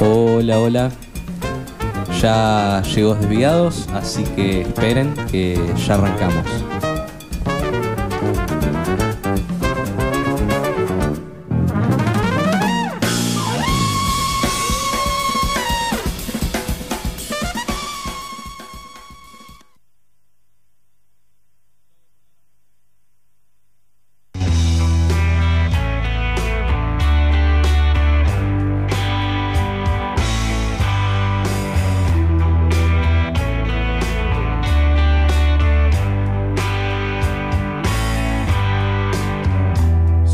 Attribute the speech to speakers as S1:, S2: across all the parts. S1: hola, hola. Ya llegó Desviados, así que esperen que ya arrancamos.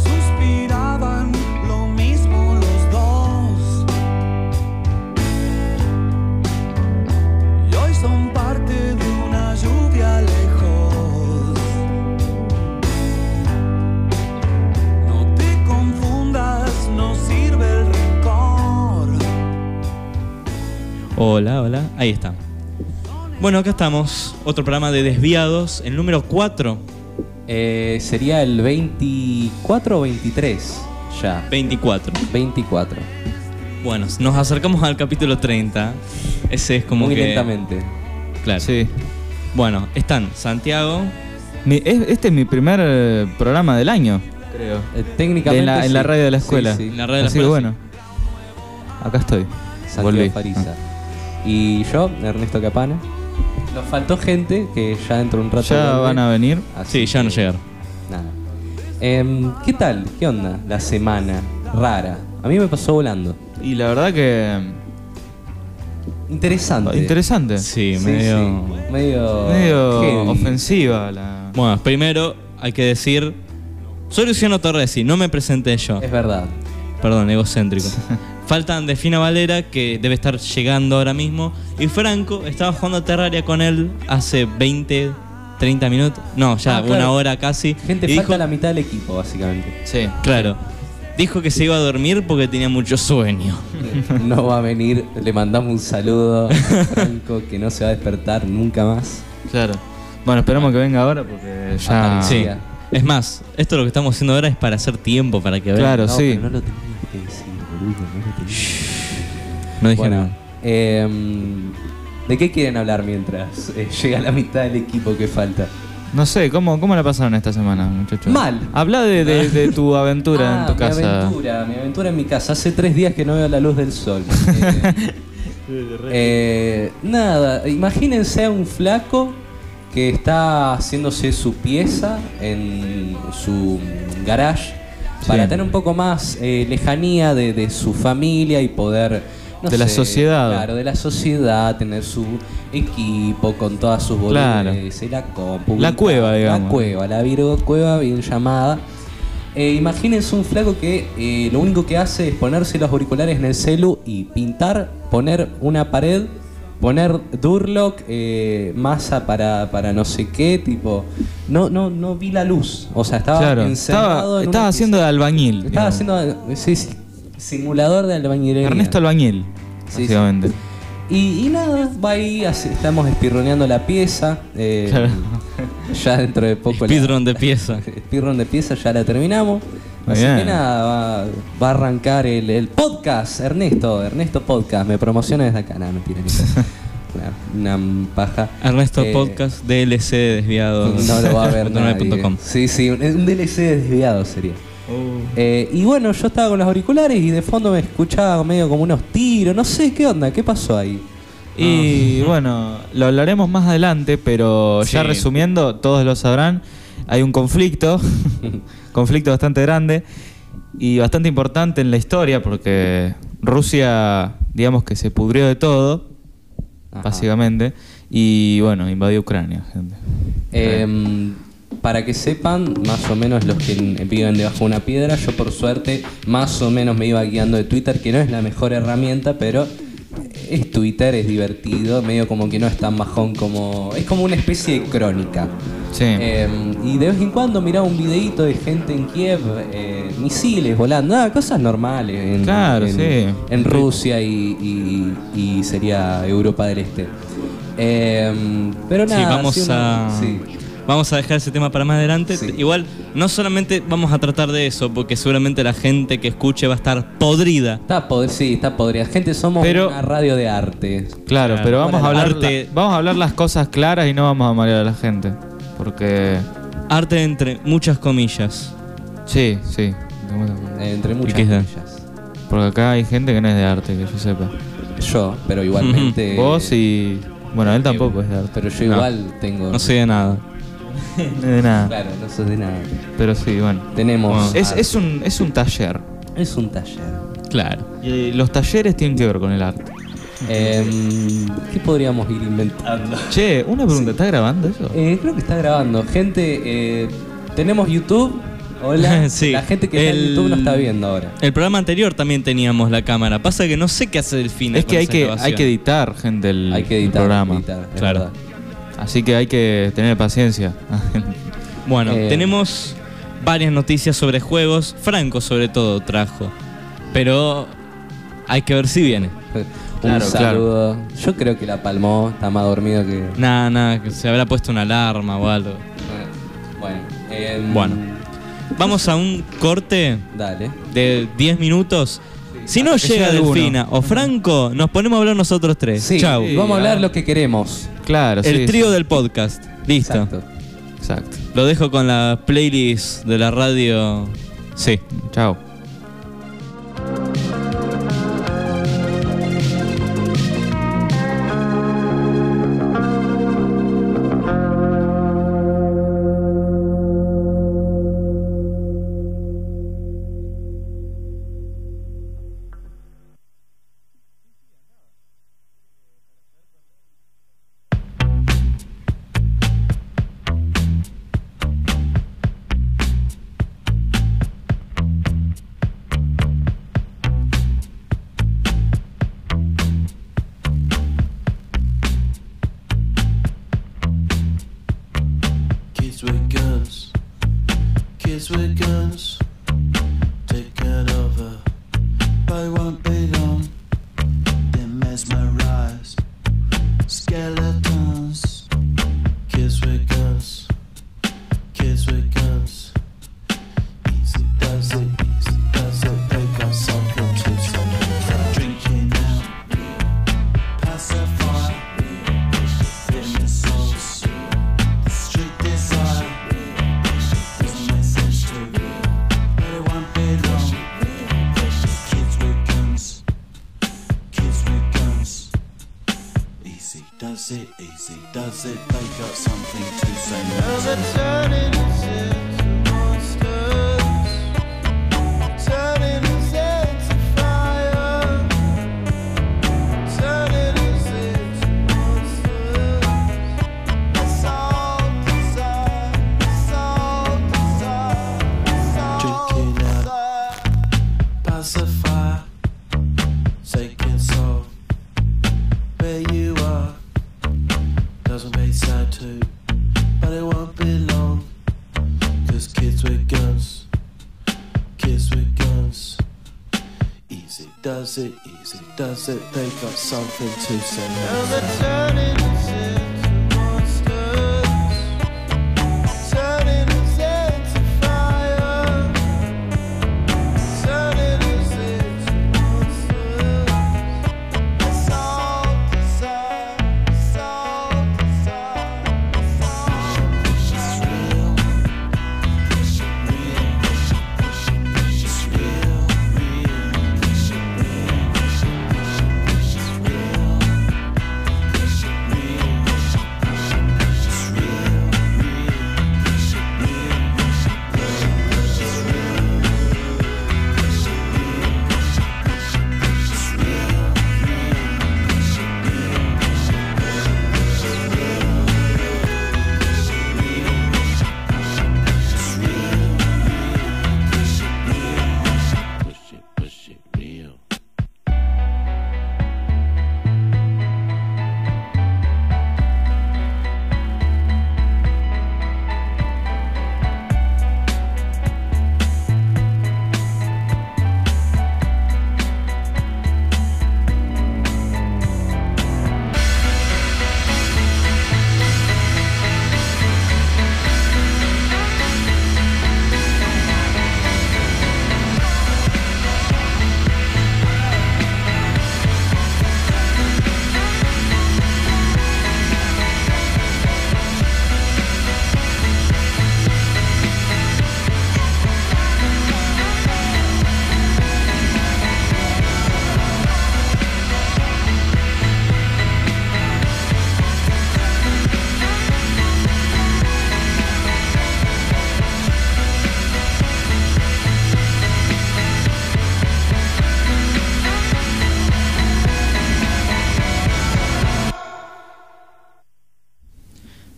S2: Suspiraban lo mismo los dos Y hoy son parte de una lluvia lejos No te confundas, no sirve el rencor
S3: Hola, hola, ahí está. Bueno, acá estamos. Otro programa de Desviados, el número 4,
S1: Eh, sería el 24 o 23 ya.
S3: 24.
S1: 24.
S3: Bueno, nos acercamos al capítulo 30. Ese es como
S1: Muy
S3: que-
S1: lentamente.
S3: Claro.
S4: Sí.
S3: Bueno, están Santiago.
S4: Mi- es- este es mi primer eh, programa del año, creo.
S1: Eh, técnicamente.
S4: En la- en la
S1: sí.
S4: radio de la
S1: Sí,
S4: escuela.
S1: sí.
S3: En la radio de la
S4: Así que
S3: escuela,
S4: bueno. Acá estoy.
S1: Santiago
S4: Volví.
S1: Fariza. Y yo, Ernesto Capana. Nos faltó gente que ya dentro de un rato.
S4: Ya
S1: vuelve,
S4: van a venir.
S1: así
S3: Sí, ya no
S1: que,
S3: llegaron.
S1: Nada. Em, ¿Qué tal? ¿Qué onda? La semana rara. A mí me pasó volando.
S4: Y la verdad que.
S1: Interesante.
S4: Interesante.
S3: Sí,
S1: Sí,
S3: medio.
S1: sí. Medio.
S4: Medio
S1: heavy.
S4: ofensiva la.
S3: Bueno, primero hay que decir. Soy Luciano Torresi, no me presenté yo.
S1: Es verdad.
S3: Perdón, egocéntrico. Faltan Defina Valera, que debe estar llegando ahora mismo. Y Franco, estaba jugando a Terraria con él hace 20, 30 minutos. No, ya,
S1: Ah,
S3: una
S1: claro.
S3: hora casi.
S1: Gente,
S3: y
S1: falta
S3: dijo,
S1: la mitad del equipo, básicamente.
S4: Sí.
S3: Claro. Dijo que se iba a dormir porque tenía mucho sueño.
S1: No va a venir, le mandamos un saludo a Franco que no se va a despertar nunca más.
S4: Claro. Bueno, esperamos que venga ahora porque ya.
S1: Ah,
S3: sí.
S1: ya.
S3: Es más, esto lo que estamos haciendo ahora es para hacer tiempo, para que vean.
S4: Claro,
S1: No,
S4: sí.
S1: pero no lo tenías que decir, boludo, no lo tenías.
S3: No dije
S1: Bueno,
S3: nada.
S1: em, ¿de qué quieren hablar mientras eh, llega la mitad del equipo que falta?
S4: No sé, ¿cómo, ¿cómo la pasaron esta semana, muchachos?
S1: Mal.
S4: Habla de, de- de tu aventura en
S1: Ah,
S4: tu
S1: mi
S4: casa.
S1: aventura, mi aventura en mi casa. Hace tres días que no veo la luz del sol. Eh, eh, nada, imagínense a un flaco que está haciéndose su pieza en su garage
S4: Sí.
S1: para tener un poco más eh, lejanía de, de su familia y poder... no
S4: De la
S1: sé,
S4: sociedad.
S1: Claro, de la sociedad, tener su equipo con todas sus
S4: Claro.
S1: boludeces, la compu.
S4: La cueva,
S1: La
S4: digamos.
S1: cueva, la Virgo Cueva, bien llamada. Eh, imagínense un flaco que eh, lo único que hace es ponerse los auriculares en el celu y pintar, poner una pared, poner Durlock, eh, masa para, para no sé qué, tipo. No, no, no vi la luz. O sea, estaba
S4: Claro.
S1: encerrado.
S4: Estaba,
S1: en
S4: estaba
S1: una
S4: haciendo de
S1: pieza.
S4: albañil.
S1: Estaba
S4: digamos.
S1: haciendo. eh, sí, sí, simulador de albañilería.
S4: Ernesto Albañil,
S1: Sí,
S4: básicamente.
S1: Y, y nada, va ahí, hace- estamos espirroneando la pieza. eh,
S4: Claro.
S1: Ya dentro de poco la-
S3: Speedrun de pieza.
S1: Speedrun de pieza, ya la terminamos.
S4: Muy
S1: Así
S4: bien.
S1: que nada, va, va a arrancar el, el podcast, Ernesto, Ernesto Podcast, me promociona desde acá, nada, mentira, Nico. una, una paja.
S3: Ernesto
S1: Eh,
S3: Podcast DLC desviado.
S1: No lo va a ver nadie.
S3: .com.
S1: Sí, sí, un, un DLC desviado sería. Eh, y bueno, yo estaba con los auriculares y de fondo me escuchaba medio como unos tiros, no sé qué onda, qué pasó ahí.
S4: Y bueno, lo hablaremos más adelante, pero ya
S3: Sí.
S4: resumiendo, todos lo sabrán, hay un conflicto, conflicto bastante grande y bastante importante en la historia porque Rusia, digamos que se pudrió de todo,
S1: Ajá.
S4: básicamente, y bueno, invadió Ucrania, gente.
S1: Eh, para que sepan, más o menos los que n- viven debajo de una piedra, yo por suerte más o menos me iba guiando de Twitter, que no es la mejor herramienta, pero es Twitter, es divertido, medio como que no es tan bajón como... Es como una especie de crónica.
S4: Sí.
S1: Eh, y de vez en cuando miraba un videito de gente en Kiev, eh, misiles volando, ah, cosas normales en,
S4: Claro,
S1: en-
S4: sí.
S1: en Rusia y, y- y sería Europa del Este. Eh, pero
S3: Sí,
S1: nada,
S3: vamos
S1: sí, una-
S3: a,
S1: sí.
S3: Vamos a dejar ese tema para más adelante.
S1: Sí.
S3: Igual, no solamente vamos a tratar de eso, porque seguramente la gente que escuche va a estar podrida.
S1: Está podre, sí, está podrida. Gente, somos
S4: Pero-
S1: una radio de arte.
S4: Claro,
S3: Claro.
S4: pero vamos a,
S3: Bueno,
S4: hablar
S3: arte-
S4: la- vamos a hablar las cosas claras y no vamos a marear a la gente. Porque.
S3: Arte entre muchas comillas.
S4: Sí, sí.
S1: Entre muchas
S3: qué es?
S1: comillas.
S4: Porque acá hay gente que no es de arte, que yo sepa.
S1: Yo, pero igualmente.
S4: Vos y. Bueno, él tampoco es de arte.
S1: Eh, Pero yo
S3: No.
S1: igual tengo.
S3: No sé de nada.
S4: No es de nada.
S1: Claro, no sé de nada.
S4: Pero sí, bueno.
S1: Tenemos.
S4: Es,
S1: arte.
S4: es, un, es un taller.
S1: Es un taller.
S3: Claro.
S4: Y los talleres tienen que ver con el arte.
S1: Em, ¿Qué podríamos ir
S4: Ah.
S1: inventando?
S4: Che, una pregunta, ¿estás grabando eso?
S1: Eh, creo que está grabando. Gente, eh, tenemos YouTube. Hola.
S3: Sí.
S1: La gente que está en
S3: El-
S1: YouTube no está viendo ahora.
S3: El programa anterior también teníamos la cámara. Pasa que no sé qué hace Delfina.
S4: es
S3: con
S4: que hay
S3: esa
S4: que,
S3: grabación.
S4: hay que editar, gente, el,
S1: Hay que
S4: el
S1: editar.
S4: programa.
S1: editar, es
S3: Claro.
S1: verdad.
S4: Así que hay que tener paciencia.
S3: Bueno,
S1: Eh.
S3: tenemos varias noticias sobre juegos. Franco, sobre todo, trajo. Pero hay que ver si viene.
S1: Un
S4: Claro,
S1: saludo. Yo creo que la palmó. Está más dormido que.
S4: Mm.
S3: Nada, nada, que se habrá puesto una alarma o algo.
S1: Bueno. em,
S3: Bueno. Vamos a un corte
S1: Dale.
S3: de 10 minutos. Si no
S4: Hasta que
S3: llega
S4: llegue alguno.
S3: Delfina o Franco, nos ponemos a hablar nosotros tres.
S1: Sí,
S3: Chau.
S1: vamos a hablar lo que queremos.
S4: claro, sí.
S3: El trío
S4: sí,
S3: del podcast. Listo.
S1: Exacto.
S4: Exacto.
S3: Lo dejo con la playlist de la radio. Sí.
S4: Chao.
S5: Kids with guns, kids with guns, taken over by one big on. They mesmerize skeletons. Kids with guns, kids with guns. Easy does it, easy does it. They got some control, some control. Drinking now, pacify. Them souls. Street desire is my century. They want belong. Kids with guns. Kids with guns. Easy does it, easy does it. They got something to say. Now they're turning us into monsters. Turning us into fire. Turning us into monsters. Drinking up, pacify, taking soul. Where you are doesn't make sense too, but it won't be long. 'Cause kids with guns, kids with guns. Easy does it, easy does it, they got something to say. Now they're turning us into monsters, turning us into fire, turning us into monsters. It's all desire, it's all desire, it's all It's real, it's real, it's real, real. It's real.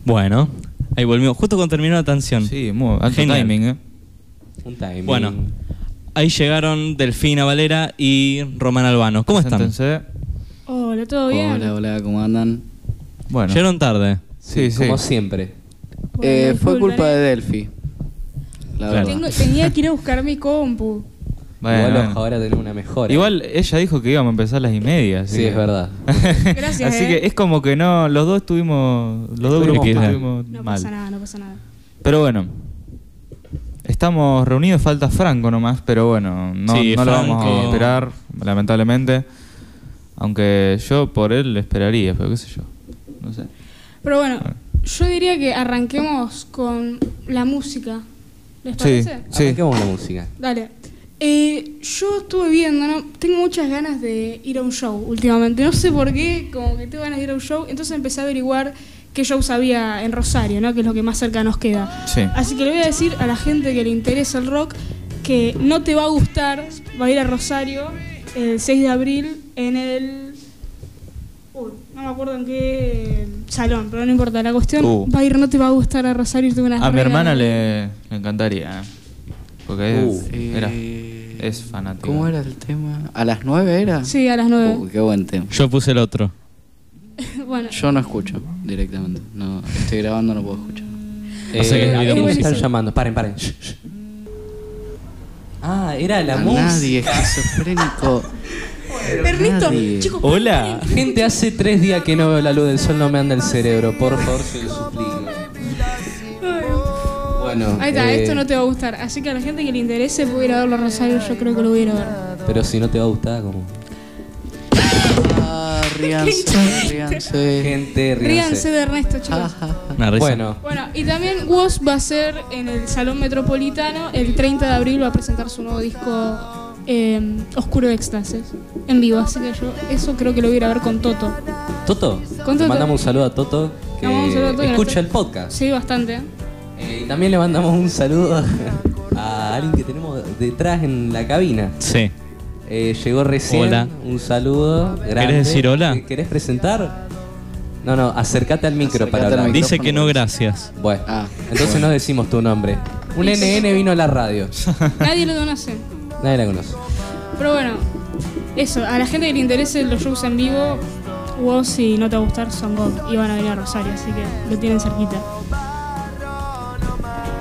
S3: Bueno, ahí volvimos. Justo cuando terminó la canción.
S4: Sí, muy alto
S3: Genial.
S4: timing, ¿eh?
S1: Un timing.
S3: Bueno, ahí llegaron Delfina Valera y Román Albano. ¿Cómo están?
S4: Preséntense.
S6: Hola, ¿todo bien?
S7: Hola, hola, ¿cómo andan?
S4: Bueno.
S3: Llegaron tarde.
S4: Sí, sí.
S1: Como siempre.
S6: Bueno,
S7: Eh, fue
S6: disculpen,
S7: culpa de
S6: eh.
S7: Delphi. La
S3: Claro.
S7: verdad.
S6: Tengo- tenía que ir a buscar mi compu.
S4: Bueno,
S1: Igual
S4: bueno.
S1: ahora tenemos una mejora. Ah,
S4: Igual ella dijo que íbamos a empezar a las y media. así
S1: Sí,
S4: que-
S1: es verdad.
S6: Gracias,
S4: Así
S6: eh.
S4: que es como que no, los dos estuvimos, los dos
S1: Estuvimos
S4: grupos
S1: mal.
S4: estuvimos
S6: No
S4: mal.
S6: pasa nada, no pasa nada.
S4: Pero bueno, estamos reunidos, falta Franco nomás, pero bueno, no,
S3: Sí,
S4: no lo
S3: Franco.
S4: vamos a esperar, lamentablemente. Aunque yo por él esperaría, pero qué sé yo. No sé.
S6: Pero bueno, yo diría que arranquemos con la música. ¿Les parece?
S4: Sí.
S1: Arranquemos la música.
S6: Dale. Eh, yo estuve viendo, ¿no? tengo muchas ganas de ir a un show últimamente. No sé por qué, como que tengo ganas de ir a un show. Entonces empecé a averiguar qué shows había en Rosario, ¿no? que es lo que más cerca nos queda.
S4: Sí.
S6: Así que le voy a decir a la gente que le interesa el rock que no te va a gustar. Va a ir a Rosario el 6 de abril en el. Uy, no me acuerdo en qué salón, pero no importa. La cuestión
S4: Uh.
S6: va a ir, no te va a gustar a Rosario. Tengo unas
S4: A mi
S6: regalas.
S4: hermana le, le encantaría. eh, Porque es-
S1: Uh.
S4: era-
S7: Eh,
S4: es fanática.
S7: ¿Cómo era el tema? ¿A las 9 era?
S6: Sí, a las 9.
S7: Uy, qué buen tema.
S3: Yo puse el otro.
S6: bueno,
S7: Yo no escucho directamente. No, estoy grabando, no puedo escuchar.
S1: Eh,
S3: sea que es
S1: ¿a
S3: video
S1: quién me
S6: musical.
S1: están llamando? Paren, paren. Shh, shh. Ah, era la
S7: a
S1: música.
S7: nadie esquizofrénico.
S6: Ernesto,
S7: nadie.
S6: chicos,
S1: Oh.
S4: Hola.
S1: Gente, hace tres días que no veo la luz del sol, no me anda el cerebro. Por favor, se lo suplico. Bueno,
S6: Ahí está,
S1: eh,
S6: esto no te va a gustar. Así que a la gente que le interese puede ir a verlo a Rosario, yo creo que lo voy a ir a ver.
S1: Pero si no te va a gustar, como.
S7: Ah, ríanse, ríanse.
S6: Ríanse
S1: Gente, ríanse.
S6: de Ernesto, chicos.
S3: Una risa.
S1: Bueno,
S6: Bueno, y también Woz va a ser en el Salón Metropolitano el 30 de abril, va a presentar su nuevo disco eh, Oscuro Éxtasis en vivo. Así que yo eso creo que lo voy a ir a ver con Toto.
S1: Toto,
S6: Con
S1: le
S6: Toto.
S1: mandamos un saludo a Toto
S6: Le
S1: que
S6: mandamos un saludo a Toto que
S1: escucha
S6: nos-
S1: el podcast.
S6: Sí, bastante.
S1: Eh, y también le mandamos un saludo a alguien que tenemos detrás en la cabina.
S3: Sí.
S1: Eh, llegó recién.
S3: Hola.
S1: Un saludo. grande.
S3: ¿Querés decir hola?
S1: ¿Qué- ¿Querés presentar? No, no, acércate al micro
S7: Acércate
S1: para
S7: al
S1: hablar.
S7: micro.
S3: Dice que no gracias.
S1: Bueno,
S7: Ah,
S1: entonces
S7: bueno.
S1: no decimos tu nombre. Un NN vino a la radio.
S6: Nadie lo conoce.
S1: Nadie la conoce.
S6: Pero bueno, eso, a la gente que le interese los shows en vivo, Woz, si no te va a gustar, son God. Y van a venir a Rosario, así que lo tienen cerquita.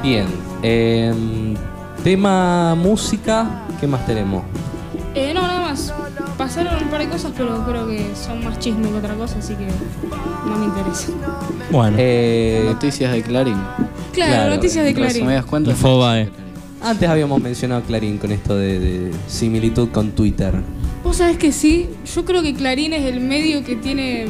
S1: Bien. em, tema música. ¿Qué más tenemos?
S6: Eh, no, nada más. Pasaron un par de cosas, pero creo que son más chisme que otra cosa, así que no me interesa.
S3: Bueno.
S1: Eh,
S7: Noticias de Clarín.
S6: Claro, noticias de Clarín.
S7: Resumidas
S4: Eh,
S7: cuentas.
S3: Infobae.
S1: antes habíamos mencionado a Clarín con esto de, de similitud con Twitter.
S6: Vos sabés que sí, yo creo que Clarín es el medio que tiene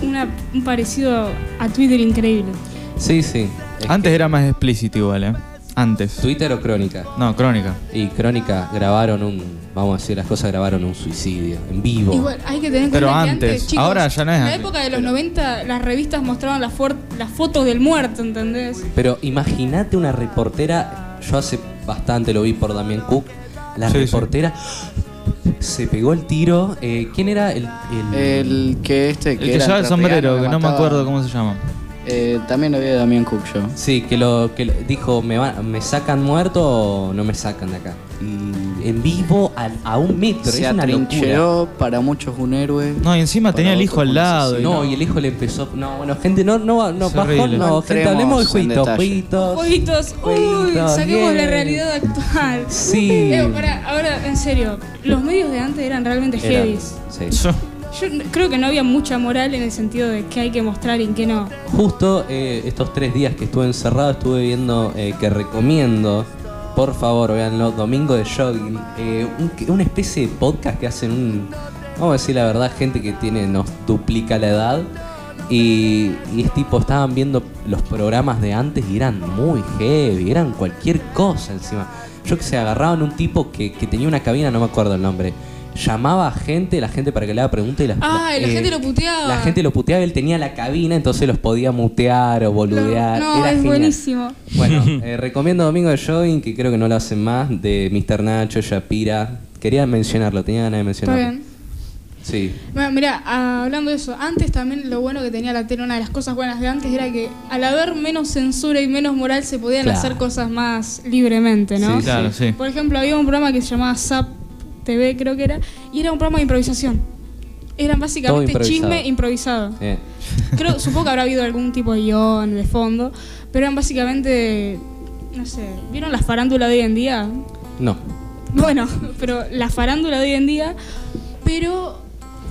S6: una- un parecido a Twitter increíble.
S1: Sí, sí. Es
S4: Antes era más explícito igual, ¿eh? Antes.
S1: Twitter o Crónica.
S4: No, crónica.
S1: Y Crónica grabaron un, vamos a decir las cosas, grabaron un suicidio en vivo.
S6: Igual, hay que tener
S4: Pero
S6: cuenta que
S4: antes,
S6: antes, chicos,
S4: ahora ya no es
S6: En la
S4: antes,
S6: época de los 90, las revistas mostraban las, fuer- las fotos del muerto, ¿entendés?
S1: Pero imagínate una reportera, yo hace bastante lo vi por Damián Cook, la
S4: Sí, sí.
S1: reportera se pegó el tiro. eh, ¿Quién era el, el-
S7: El que este.
S4: El que
S7: era
S4: lleva el sombrero,
S7: entrerriano,
S4: que no me
S7: mataba-
S4: acuerdo cómo se llama.
S7: Eh, también lo vi de Damián Cook yo.
S1: Sí, que lo que lo- dijo, me, va- me sacan muerto o no me sacan de acá. Y en vivo al- a, un metro,
S7: Se
S1: es una locura.
S7: atrincheró, para muchos un héroe.
S4: No, y encima tenía el hijo al lado. y
S1: No, y el hijo le empezó. No, bueno, gente, no, no, no,
S4: Es
S1: bajón,
S4: horrible.
S1: no,
S7: No
S1: gente,
S7: entremos
S1: hablemos de
S7: en
S1: jueguitos,
S7: detalle.
S1: jueguitos.
S6: Jueguitos, uy,
S1: Jueguitos,
S6: saquemos
S1: bien.
S6: la realidad actual.
S1: Sí.
S6: Eh, pará, ahora, en serio, los medios de antes eran realmente
S1: Era-
S6: heavy.
S1: sí.
S4: Yo-
S6: Yo n- creo que no había mucha moral en el sentido de qué hay que mostrar y en qué no.
S1: Justo eh, estos tres días que estuve encerrado estuve viendo eh, que recomiendo, por favor, véanlo, Domingo de Jogging, eh, un- que- una especie de podcast que hacen un, vamos a decir la verdad, gente que tiene, nos duplica la edad. Y, y es tipo, estaban viendo los programas de antes y eran muy heavy, eran cualquier cosa encima. Yo que se agarraban un tipo que, que tenía una cabina, no me acuerdo el nombre. Llamaba a gente, la gente para que le haga preguntas y las eh,
S6: Ah, y la gente lo puteaba.
S1: La gente lo puteaba, él tenía la cabina, entonces los podía mutear o boludear.
S6: No,
S1: Era
S6: es
S1: genial.
S6: buenísimo.
S1: Bueno, eh, recomiendo Domingo de Jogging, que creo que no lo hacen más, de Mr. Nacho, Shapira. Quería mencionarlo, tenía ganas de
S6: Está
S1: mencionarlo.
S6: bien.
S1: Sí.
S6: Bueno, mirá, ah, hablando de eso, antes también lo bueno que tenía la tele, una de las cosas buenas de antes era que al haber menos censura y menos moral se podían
S1: Claro.
S6: hacer cosas más libremente, ¿no?
S4: Sí, claro, sí.
S6: Por ejemplo, había un programa que se llamaba Zap TV, creo que era, y era un programa de improvisación. Eran básicamente
S1: improvisado.
S6: chisme improvisado.
S1: Eh,
S6: Creo, supongo que habrá habido algún tipo de guión de fondo, pero eran básicamente, no sé, ¿vieron la farándula de hoy en día?
S1: no.
S6: Bueno, pero la farándula de hoy en día, pero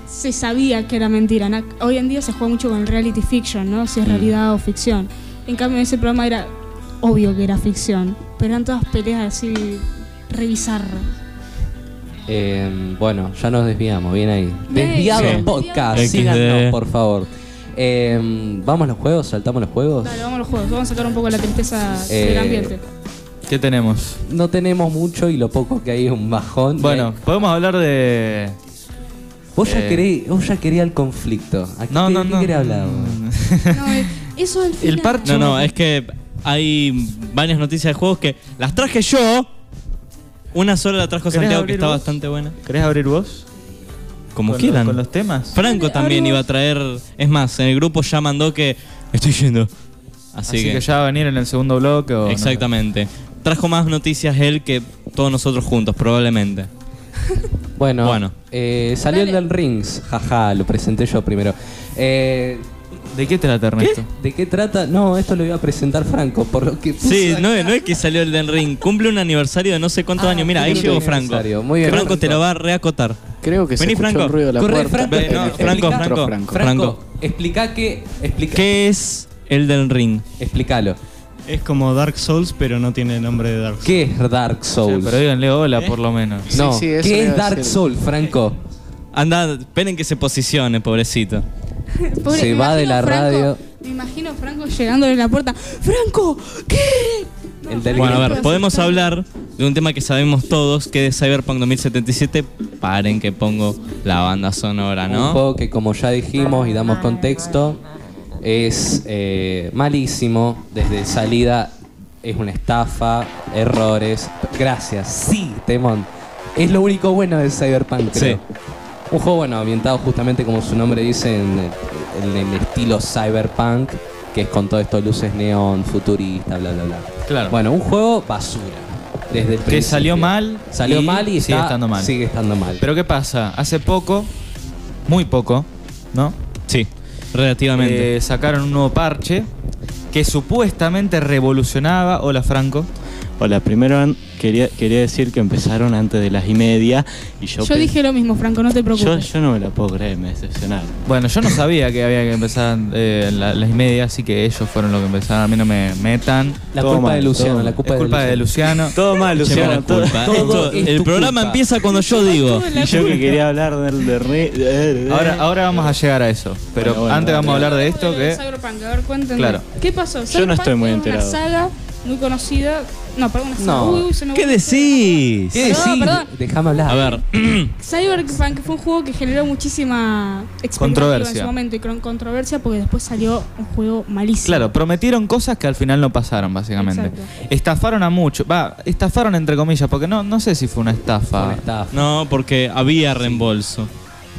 S6: se sabía que era mentira. Na- Hoy en día se juega mucho con reality fiction, ¿no? Si es realidad o ficción. En cambio, ese programa era obvio que era ficción, pero eran todas peleas así revisar.
S1: Eh, bueno, ya nos desviamos, bien ahí.
S6: Bien.
S1: Desviado
S6: Sí.
S1: podcast,
S3: XD.
S1: síganos, por favor. Eh, vamos a los juegos, saltamos los juegos.
S6: Dale, vamos a los juegos, vamos a sacar un poco la tristeza del
S1: Eh,
S6: ambiente.
S4: ¿Qué tenemos?
S1: No tenemos mucho y lo poco que hay es un bajón.
S4: Bueno, podemos hablar de.
S1: Vos ya,
S4: Eh.
S1: querés, vos ya querías el conflicto. ¿A qué,
S4: No,
S1: qué-
S4: no,
S1: qué
S4: no.
S1: querés
S4: no,
S1: hablar? vos?
S4: no, no.
S6: No, eh, eso es
S4: El parche-
S3: No, no, es que hay varias noticias de juegos que las traje yo. Una sola la trajo
S4: ¿Querés
S3: Santiago que
S4: abrir
S3: está
S4: vos?
S3: bastante buena.
S4: ¿Querés abrir vos? Con
S3: Como
S4: lo-
S3: quieran.
S4: ¿Con los temas?
S3: Franco también iba a traer. Es más, en el grupo ya mandó que. Estoy yendo. Así,
S4: Así, que, ya va a venir en el segundo bloque o. no sé.
S3: Exactamente. Trajo más noticias él que todos nosotros juntos, probablemente.
S1: Bueno,
S3: Bueno.
S1: eh, salió el del Rings. Jaja, lo presenté yo primero. Eh,
S4: ¿De qué trata Ernesto?
S1: ¿De qué trata? No, esto lo iba a presentar Franco, por lo que puso
S3: Sí,
S1: acá.
S3: no, es- no es que salió el del ring. Cumple un aniversario de no sé cuántos
S1: Ah,
S3: años. Mira, ahí
S1: cumple
S3: llegó
S1: un
S3: Franco.
S1: aniversario. Muy bien,
S3: Franco te
S1: Franco.
S3: lo va a reacotar.
S7: Creo que se
S3: Vení,
S7: escuchó
S3: Franco.
S7: el ruido de la
S1: Corre,
S7: puerta.
S1: Franco,
S3: Ve, no,
S7: en el
S3: Franco,
S7: espectro,
S3: Franco.
S1: Franco,
S3: Franco.
S1: explica que. Explica,
S3: ¿Qué es el del ring?
S1: Explícalo.
S8: Es como Dark Souls, pero no tiene nombre de Dark Souls.
S1: ¿Qué es Dark
S4: Che,
S1: Souls?
S4: pero díganle hola por lo menos.
S1: no,
S7: Sí, sí, eso
S1: ¿qué
S7: iba
S1: es
S7: a
S1: Dark
S7: decir.
S1: Souls, Franco?
S3: Anda, esperen que se posicione, pobrecito.
S6: Pobre,
S1: Se
S6: me
S1: va de
S6: imagino
S1: la radio.
S6: Me imagino a Franco llegándole a la puerta. ¡Franco! ¿Qué? No,
S1: El del-
S6: Franco
S3: Bueno, a ver,
S6: está
S3: podemos
S6: asustado.
S3: hablar de un tema que sabemos todos, que es Cyberpunk 2077. Paren que pongo la banda sonora,
S1: Un
S3: ¿no?
S1: juego que, como ya dijimos y damos contexto, es eh, malísimo. Desde salida es una estafa, errores. Gracias, sí, Temón. Es lo único bueno de Cyberpunk, creo.
S3: Sí.
S1: Un juego bueno, ambientado justamente como su nombre dice en, en el estilo cyberpunk, que es con todo esto luces neón, futurista, bla, bla, bla.
S4: Claro.
S1: Bueno, un juego basura. Desde el
S4: Que salió
S1: principio.
S4: mal
S1: Salió
S4: y
S1: mal y
S4: sigue
S1: está-
S4: estando mal.
S1: Sigue estando mal.
S4: Pero ¿qué pasa? Hace poco, muy poco, ¿no?
S3: Sí, relativamente.
S4: Eh, sacaron un nuevo parche que supuestamente revolucionaba. Hola Franco.
S8: Hola, primero an- quería, quería decir que empezaron antes de las y media y yo...
S6: Yo
S8: pe-
S6: dije lo mismo, Franco, no te
S8: yo,
S6: preocupes.
S8: yo no me la puedo creer, me decepcionaron.
S4: Bueno, yo no sabía que había que empezar eh, la- las y media, así que ellos fueron los que empezaron. A mí no me metan.
S1: la
S8: todo
S1: culpa
S8: mal,
S1: de Luciano,
S8: todo
S1: la culpa,
S4: es culpa de
S1: Luciano.
S4: Luciano.
S8: Todo mal, Luciano, todo...
S3: culpa.
S1: todo
S3: Ah, Esto-
S1: es
S3: el
S1: tu
S3: programa
S1: culpa.
S3: empieza cuando yo digo.
S8: Y yo que quería hablar del de...
S4: Ahora, ahora vamos a llegar a eso. Pero
S8: Bueno, bueno,
S4: antes vamos a hablar de esto
S6: Hablando de
S4: que...
S6: Cyberpunk, a ver, cuéntenme.
S4: Claro.
S6: ¿Qué pasó?
S8: Yo no estoy muy
S6: es
S8: enterado.
S6: Una saga muy conocida. No, perdón, una saga.
S1: No.
S6: Uy, uy, se me
S3: ¿Qué
S6: volvió.
S3: decís?
S1: ¿Qué
S6: No,
S1: decís?
S6: perdón.
S1: Déjame hablar.
S3: A ver,
S6: Cyberpunk fue un juego que generó muchísima expectativa
S4: Controversia.
S6: en su momento y con controversia porque después salió un juego malísimo.
S4: Claro, prometieron cosas que al final no pasaron, básicamente.
S6: Exacto.
S4: Estafaron a muchos. Va, estafaron entre comillas, porque no, no sé si fue una estafa.
S1: Fue una estafa.
S3: no, porque había reembolso.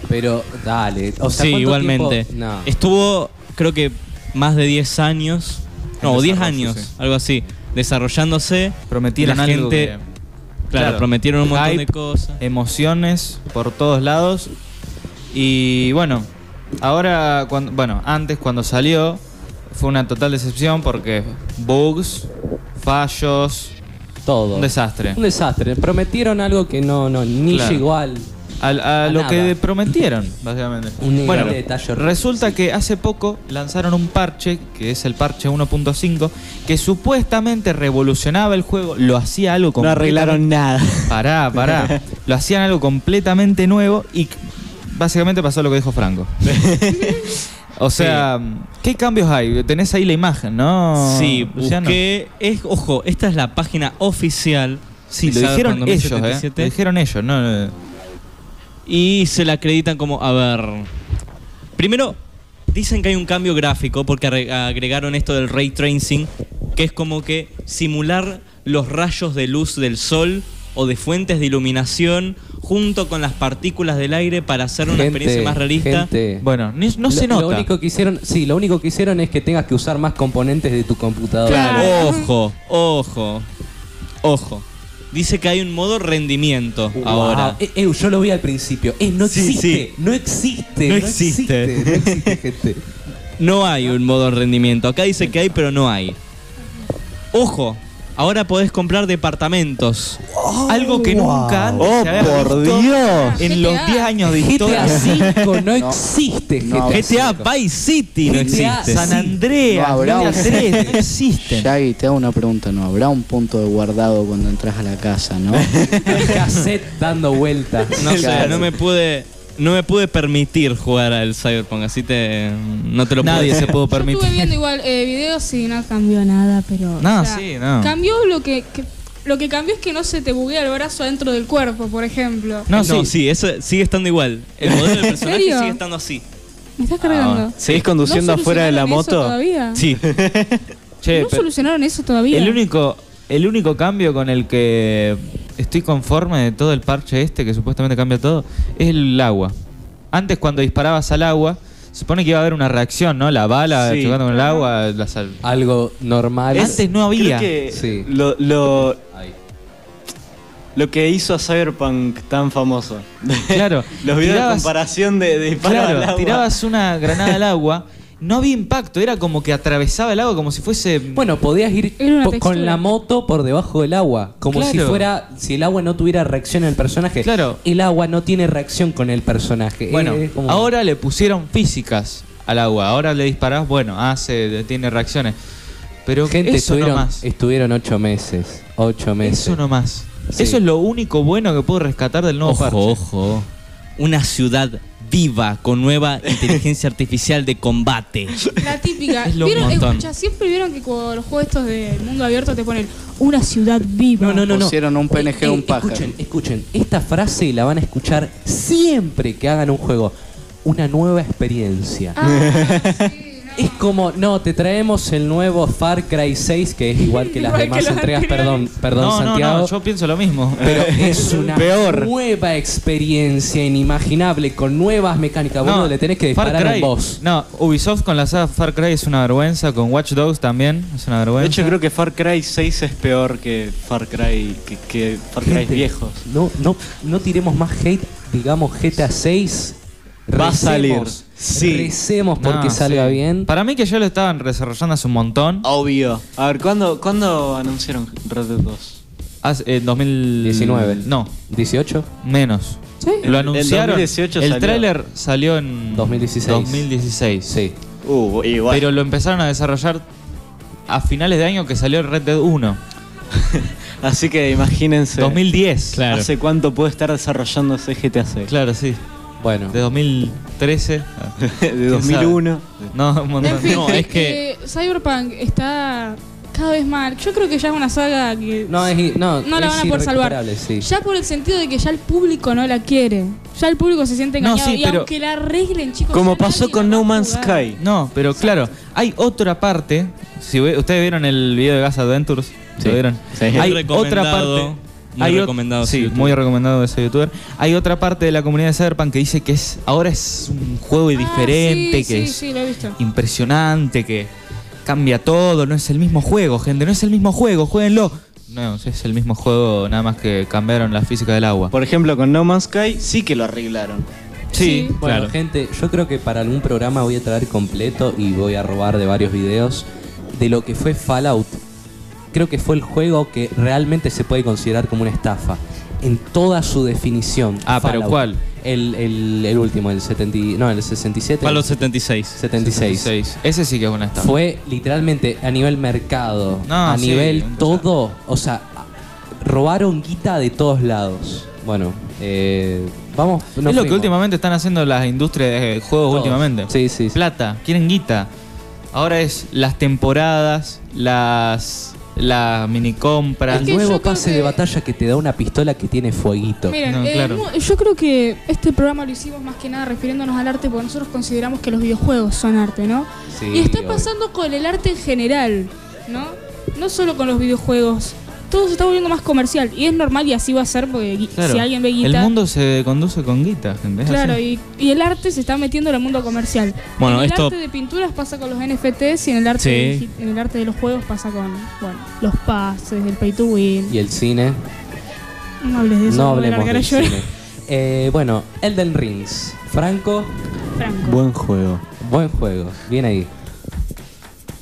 S1: Pero dale. O sea,
S3: sí,
S1: ¿cuánto
S3: igualmente.
S1: tiempo? No.
S3: Estuvo, creo que más de 10 años. No,
S4: En
S3: 10
S4: desarrollo,
S3: años,
S4: sí.
S3: algo así. Desarrollándose.
S4: Prometieron
S3: la
S4: algo
S3: gente.
S4: que-
S3: Claro, Eh,
S4: Claro.
S3: prometieron un montón de
S4: Hype.
S3: cosas.
S4: emociones por todos lados. Y bueno, ahora, cuando, bueno, antes cuando salió fue una total decepción porque bugs, fallos,
S1: Todo.
S4: un desastre.
S1: Un desastre. Prometieron algo que no, no, ni
S4: Claro.
S1: llegó al.
S4: Al- A,
S1: A
S4: lo
S1: nada.
S4: que prometieron, básicamente.
S1: Un
S4: bueno,
S1: nivel de detalle horrible.
S4: resulta que hace poco lanzaron un parche, que es el parche 1.5, que supuestamente revolucionaba el juego, lo hacía algo
S8: No
S4: completamente-
S8: arreglaron nada.
S4: Pará, pará. Lo hacían algo completamente nuevo y c- básicamente pasó lo que dijo Franco. o sea, ¿qué cambios hay? Tenés ahí la imagen, ¿no?
S3: Sí,
S4: Luciano?
S3: busqué. Es, ojo, esta es la página oficial.
S4: Sí,
S3: de
S4: lo dijeron
S3: Cyberpunk
S4: ellos, ¿eh?
S3: 2077,
S4: Lo dijeron ellos, ¿no? no, no.
S3: Y se la acreditan como. A ver. Primero, dicen que hay un cambio gráfico porque arre- agregaron esto del ray tracing, que es como que simular los rayos de luz del sol o de fuentes de iluminación junto con las partículas del aire para hacer una experiencia más realista.
S1: gente.
S4: Bueno, ni- no se
S1: Lo-
S4: nota.
S1: Lo único que hicieron, sí, lo único que hicieron es que tengas que usar más componentes de tu computadora.
S6: Claro.
S3: Ojo, ojo, ojo. Dice que hay un modo rendimiento
S1: Wow.
S3: ahora.
S1: Eh, eh, yo lo vi al principio. Eh, no
S3: Sí,
S1: existe,
S3: sí.
S1: no existe,
S3: No
S1: no
S3: existe.
S1: existe, no existe, gente.
S3: No hay un modo rendimiento. Acá dice que hay, pero no hay. Ojo, ahora podés comprar departamentos.
S4: Algo que nunca antes
S8: ¡Oh,
S4: se había
S8: por
S4: visto
S8: Dios!
S4: Oh. en los 10 años de
S1: GTA
S4: historia.
S1: V no existe,
S7: No,
S1: GTA.
S3: GTA Vice City no
S1: GTA
S3: existe.
S4: San Andreas,
S7: No habrá
S4: Línea
S7: un-
S4: 3, no existen.
S7: Shaggy, te hago una pregunta, ¿no? Habrá un punto de guardado cuando entras a la casa, ¿no?
S1: El cassette dando vueltas.
S3: No sé,
S7: Claro.
S3: no me pude, no me pude permitir jugar al Cyberpunk, así te, no te lo puedo
S4: Nadie se
S3: decir.
S4: pudo
S6: Yo estuve
S4: permitir.
S6: viendo igual eh, videos y no cambió nada, pero.
S4: No, sí, no.
S6: Cambió lo que, que- Lo que cambió es que no se te buguea el brazo adentro del cuerpo, por ejemplo.
S3: No,
S4: No,
S3: sí.
S4: sí.
S3: eso sigue estando igual. El modelo del personaje
S6: serio?
S3: sigue estando así.
S6: ¿Me
S4: Ah,
S6: estás cargando?
S8: ¿Seguís conduciendo
S6: ¿No
S8: afuera de la
S6: solucionaron eso
S8: moto?
S6: todavía?
S3: Sí.
S4: Che,
S6: ¿No
S4: pero-
S6: solucionaron eso todavía?
S4: El único, el único cambio con el que estoy conforme de todo el parche este, que supuestamente cambia todo, es el agua. Antes cuando disparabas al agua, se supone que iba a haber una reacción, ¿no? La bala
S8: Sí.
S4: chocando con el agua, la sal-
S1: Algo normal.
S4: Antes no había.
S8: Creo que
S1: Sí.
S8: lo, lo,
S1: Ahí.
S8: lo que hizo a Cyberpunk tan famoso.
S4: Claro.
S8: Los videos de
S4: Tirabas-
S8: comparación de, de disparos
S4: Claro,
S8: al agua.
S4: tirabas una granada al agua, no había impacto, era como que atravesaba el agua como si fuese...
S1: Bueno, podías ir
S6: Era una
S1: po-
S6: textura.
S1: con la moto por debajo del agua, como si
S4: Claro.
S1: fuera si el agua no tuviera reacción en el personaje.
S4: Claro.
S1: El agua no tiene reacción con el personaje.
S4: Bueno,
S1: Es como-
S4: ahora le pusieron físicas al agua. Ahora le disparás, bueno, hace, tiene reacciones. Pero
S1: gente
S4: eso no
S1: estuvieron,
S4: más.
S1: estuvieron ocho meses, ocho meses.
S4: Eso no más.
S1: Sí.
S4: Eso es lo único bueno que puedo rescatar del nuevo
S3: Ojo,
S4: parche.
S3: ojo. Una ciudad viva con nueva inteligencia artificial de combate.
S6: La típica.
S3: Es lo
S6: ¿Vieron,
S3: montón.
S6: escucha, siempre vieron que con los juegos estos de mundo abierto te ponen una ciudad viva.
S1: No, no, no, no.
S7: Pusieron un PNG de un pájaro.
S1: Escuchen, escuchen. Esta frase la van a escuchar siempre que hagan un juego. Una nueva experiencia.
S6: Ah,
S1: Es como, no, te traemos el nuevo Far Cry 6, que es igual que las
S6: Igual que
S1: demás
S6: los
S1: entregas. Perdón,
S6: anteriores.
S1: perdón,
S4: no,
S1: Santiago.
S4: no, no, yo pienso lo mismo.
S1: Pero es una
S8: Peor.
S1: nueva experiencia inimaginable con nuevas mecánicas.
S4: No,
S1: Boludo, le tenés que
S4: Far
S1: disparar a
S4: Cry-
S1: un boss.
S4: No, Ubisoft con la saga Far Cry es una vergüenza, con Watch Dogs también es una
S8: De
S4: vergüenza.
S8: hecho, creo que Far Cry 6 es peor que Far Cry, que, que Far Cry
S1: Gente,
S8: viejos.
S1: No, no, no tiremos más hate, digamos GTA 6.
S8: Va a salir.
S1: Sí.
S8: Sí.
S1: Recemos porque
S4: No,
S1: salga
S4: sí.
S1: bien.
S4: Para mí que ya lo estaban desarrollando hace un montón.
S8: Obvio. A ver, ¿cuándo, ¿cuándo anunciaron Red Dead 2?
S4: Hace- en
S1: 19.
S4: 2019. No,
S1: 18.
S4: menos.
S6: ¿Sí?
S8: El-
S4: Lo
S8: el
S4: anunciaron.
S8: 2018
S4: el
S8: salió.
S4: tráiler salió en
S1: 2016.
S4: 2016.
S1: Sí.
S8: Uh, igual.
S4: Pero lo empezaron a desarrollar a finales de año que salió Red Dead 1.
S8: Así que imagínense.
S4: 2010.
S3: Claro.
S8: ¿Hace cuánto puede estar desarrollándose GTA 6?
S4: Claro, sí.
S1: Bueno.
S4: De 2013.
S8: De
S4: sabe?
S8: 2001.
S4: No, un montón.
S6: En fin, eh,
S3: No, es
S6: es que... Cyberpunk está cada vez mal. Yo creo que ya es una saga que
S1: No, es, no,
S6: no la
S1: es
S6: van a poder salvar.
S1: irrecuperable, sí.
S6: Ya por el sentido de que ya el público no la quiere. Ya el público se siente
S4: No,
S6: engañado.
S4: sí,
S6: y
S4: pero-
S6: aunque la arreglen, chicos.
S8: Como
S6: ya nadie
S8: pasó
S6: la
S8: con
S6: va
S8: No
S6: a
S8: Man's
S6: jugar.
S8: Sky.
S4: No, pero claro, hay otra parte. Si ve- ustedes vieron el video de Gas Adventures,
S7: Sí.
S4: ¿lo vieron?
S7: Sí.
S4: Hay otra
S3: Recomendado,
S4: parte.
S3: muy
S4: hay ot-
S3: recomendado ese
S4: Sí,
S3: youtuber.
S4: muy recomendado ese youtuber. Hay otra parte de la comunidad de Cyberpunk que dice que es ahora es un juego
S6: Ah,
S4: diferente, que
S6: sí, sí,
S4: es
S6: sí, lo he visto.
S4: impresionante, que cambia todo, no es el mismo juego, gente, no es el mismo juego, jueguenlo. No, es el mismo juego, nada más que cambiaron la física del agua.
S8: Por ejemplo, con No Man's Sky sí que lo arreglaron.
S6: Sí.
S1: Bueno,
S3: Claro.
S1: gente, yo creo que para algún programa voy a traer completo y voy a robar de varios videos de lo que fue Fallout. Creo que fue el juego que realmente se puede considerar como una estafa. En toda su definición.
S4: Ah, pero
S1: Fallout.
S4: ¿cuál?
S1: El, el- el último, el 70, y- no, el 67.
S3: Palo 76.
S1: 76.
S4: Ese sí que es una estafa.
S1: Fue literalmente a nivel mercado,
S4: No,
S1: a
S4: sí,
S1: nivel
S4: un desastre.
S1: todo, o sea, robaron guita de todos lados. Bueno, eh, vamos. nos
S4: es lo que
S1: fuimos.
S4: últimamente están haciendo las industrias de juegos
S1: Todo.
S4: últimamente.
S1: Sí, sí, sí.
S4: Plata, quieren guita. Ahora es las temporadas, las las mini compras.
S1: El
S6: que
S1: nuevo
S6: yo creo
S1: pase
S6: que-
S1: de batalla que te da una pistola que tiene fueguito.
S6: Miren,
S4: No,
S6: eh,
S4: claro.
S6: mu- yo creo que este programa lo hicimos más que nada refiriéndonos al arte, porque nosotros consideramos que los videojuegos son arte, ¿no?
S1: Sí,
S6: y está
S1: obvio.
S6: pasando con el arte en general, ¿no? No solo con los videojuegos. todo se está volviendo más comercial. Y es normal y así va a ser porque gui-
S4: Claro.
S6: si alguien ve guita.
S4: El mundo se conduce con guita, gente. es
S6: Claro,
S4: así.
S6: y, y el arte se está metiendo en el mundo comercial.
S3: Bueno,
S6: en el
S3: esto-
S6: arte de pinturas pasa con los NFTs y en el arte,
S3: Sí.
S6: de digi- en el arte de los juegos pasa con bueno, los pases, el pay to win.
S1: Y el cine.
S6: No hables de eso, me voy
S1: No
S6: a
S1: hablemos
S6: largar a
S1: del
S6: llorar.
S1: cine. Eh, bueno, Elden Rings. Franco,
S6: Franco.
S8: Buen juego.
S1: buen juego. Bien ahí.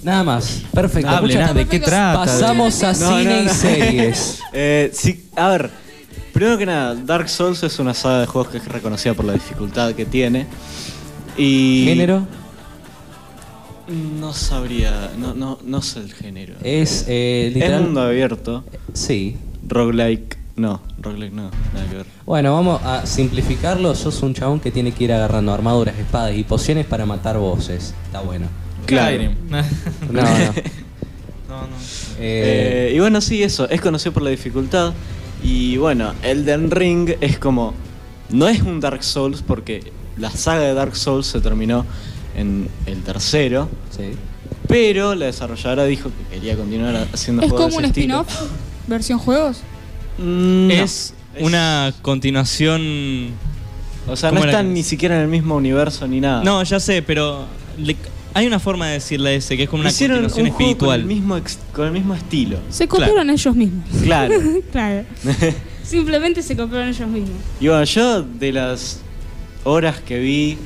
S1: Nada más. Perfecto.
S4: Hable,
S1: Muchas-
S4: nada, ¿de qué
S6: perfecto.
S4: trata?
S1: Pasamos a
S8: No, no,
S1: cine
S8: no.
S1: y series.
S8: Eh, sí, a ver, primero que nada, Dark Souls es una saga de juegos que es reconocida por la dificultad que tiene. Y
S1: Género
S8: No sabría, no, no, no sé el género.
S1: es eh,
S8: Es
S1: literal.
S8: mundo abierto.
S1: Sí.
S8: Roguelike, no, roguelike no, nada que ver.
S1: Bueno, vamos a simplificarlo. Sos un chabón que tiene que ir agarrando armaduras, espadas y pociones para matar voces. Está bueno.
S8: Claro.
S1: No, no.
S4: No, no.
S1: Eh,
S8: Eh, y bueno, sí, eso, es conocido por la dificultad. Y bueno, Elden Ring es como. No es un Dark Souls porque la saga de Dark Souls se terminó en el tercero.
S1: sí.
S8: Pero la desarrolladora dijo que quería continuar haciendo
S6: Es
S8: juegos
S6: como un
S8: de ese estilo.
S6: spin-off, versión juegos.
S8: Mm, no.
S3: Es una continuación.
S8: O sea, no
S3: ¿cómo era
S8: están
S3: que-
S8: ni siquiera en el mismo universo ni nada.
S3: No, ya sé, pero le- hay una forma de decirle ese, que es como una
S8: Hicieron un
S3: continuación
S8: juego
S3: espiritual.
S8: Con el, mismo ex- con el mismo estilo.
S6: Se copiaron ellos mismos.
S8: Claro.
S6: claro. Simplemente se copiaron ellos mismos.
S8: Y bueno, yo de las horas que vi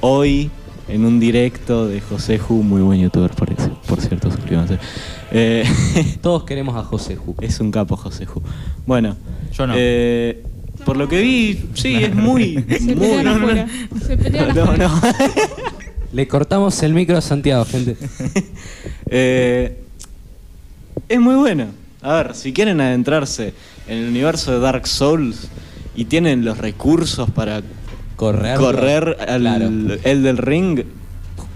S8: hoy en un directo de José Ju, muy buen youtuber, por, ex- por cierto, suscríbanse. Eh,
S1: Todos queremos a José Ju.
S8: es un capo José Ju. Bueno,
S4: Yo no.
S8: eh, por lo que vi, sí, es muy.
S6: Se
S8: muy
S6: pelearon afuera. Se pelearon
S8: no,
S6: afuera.
S8: no.
S1: Le cortamos el micro a Santiago, gente.
S8: Eh, es muy bueno. A ver, si quieren adentrarse en el universo de Dark Souls y tienen los recursos para
S1: Correr.
S8: correr al
S1: Claro.
S8: el del ring,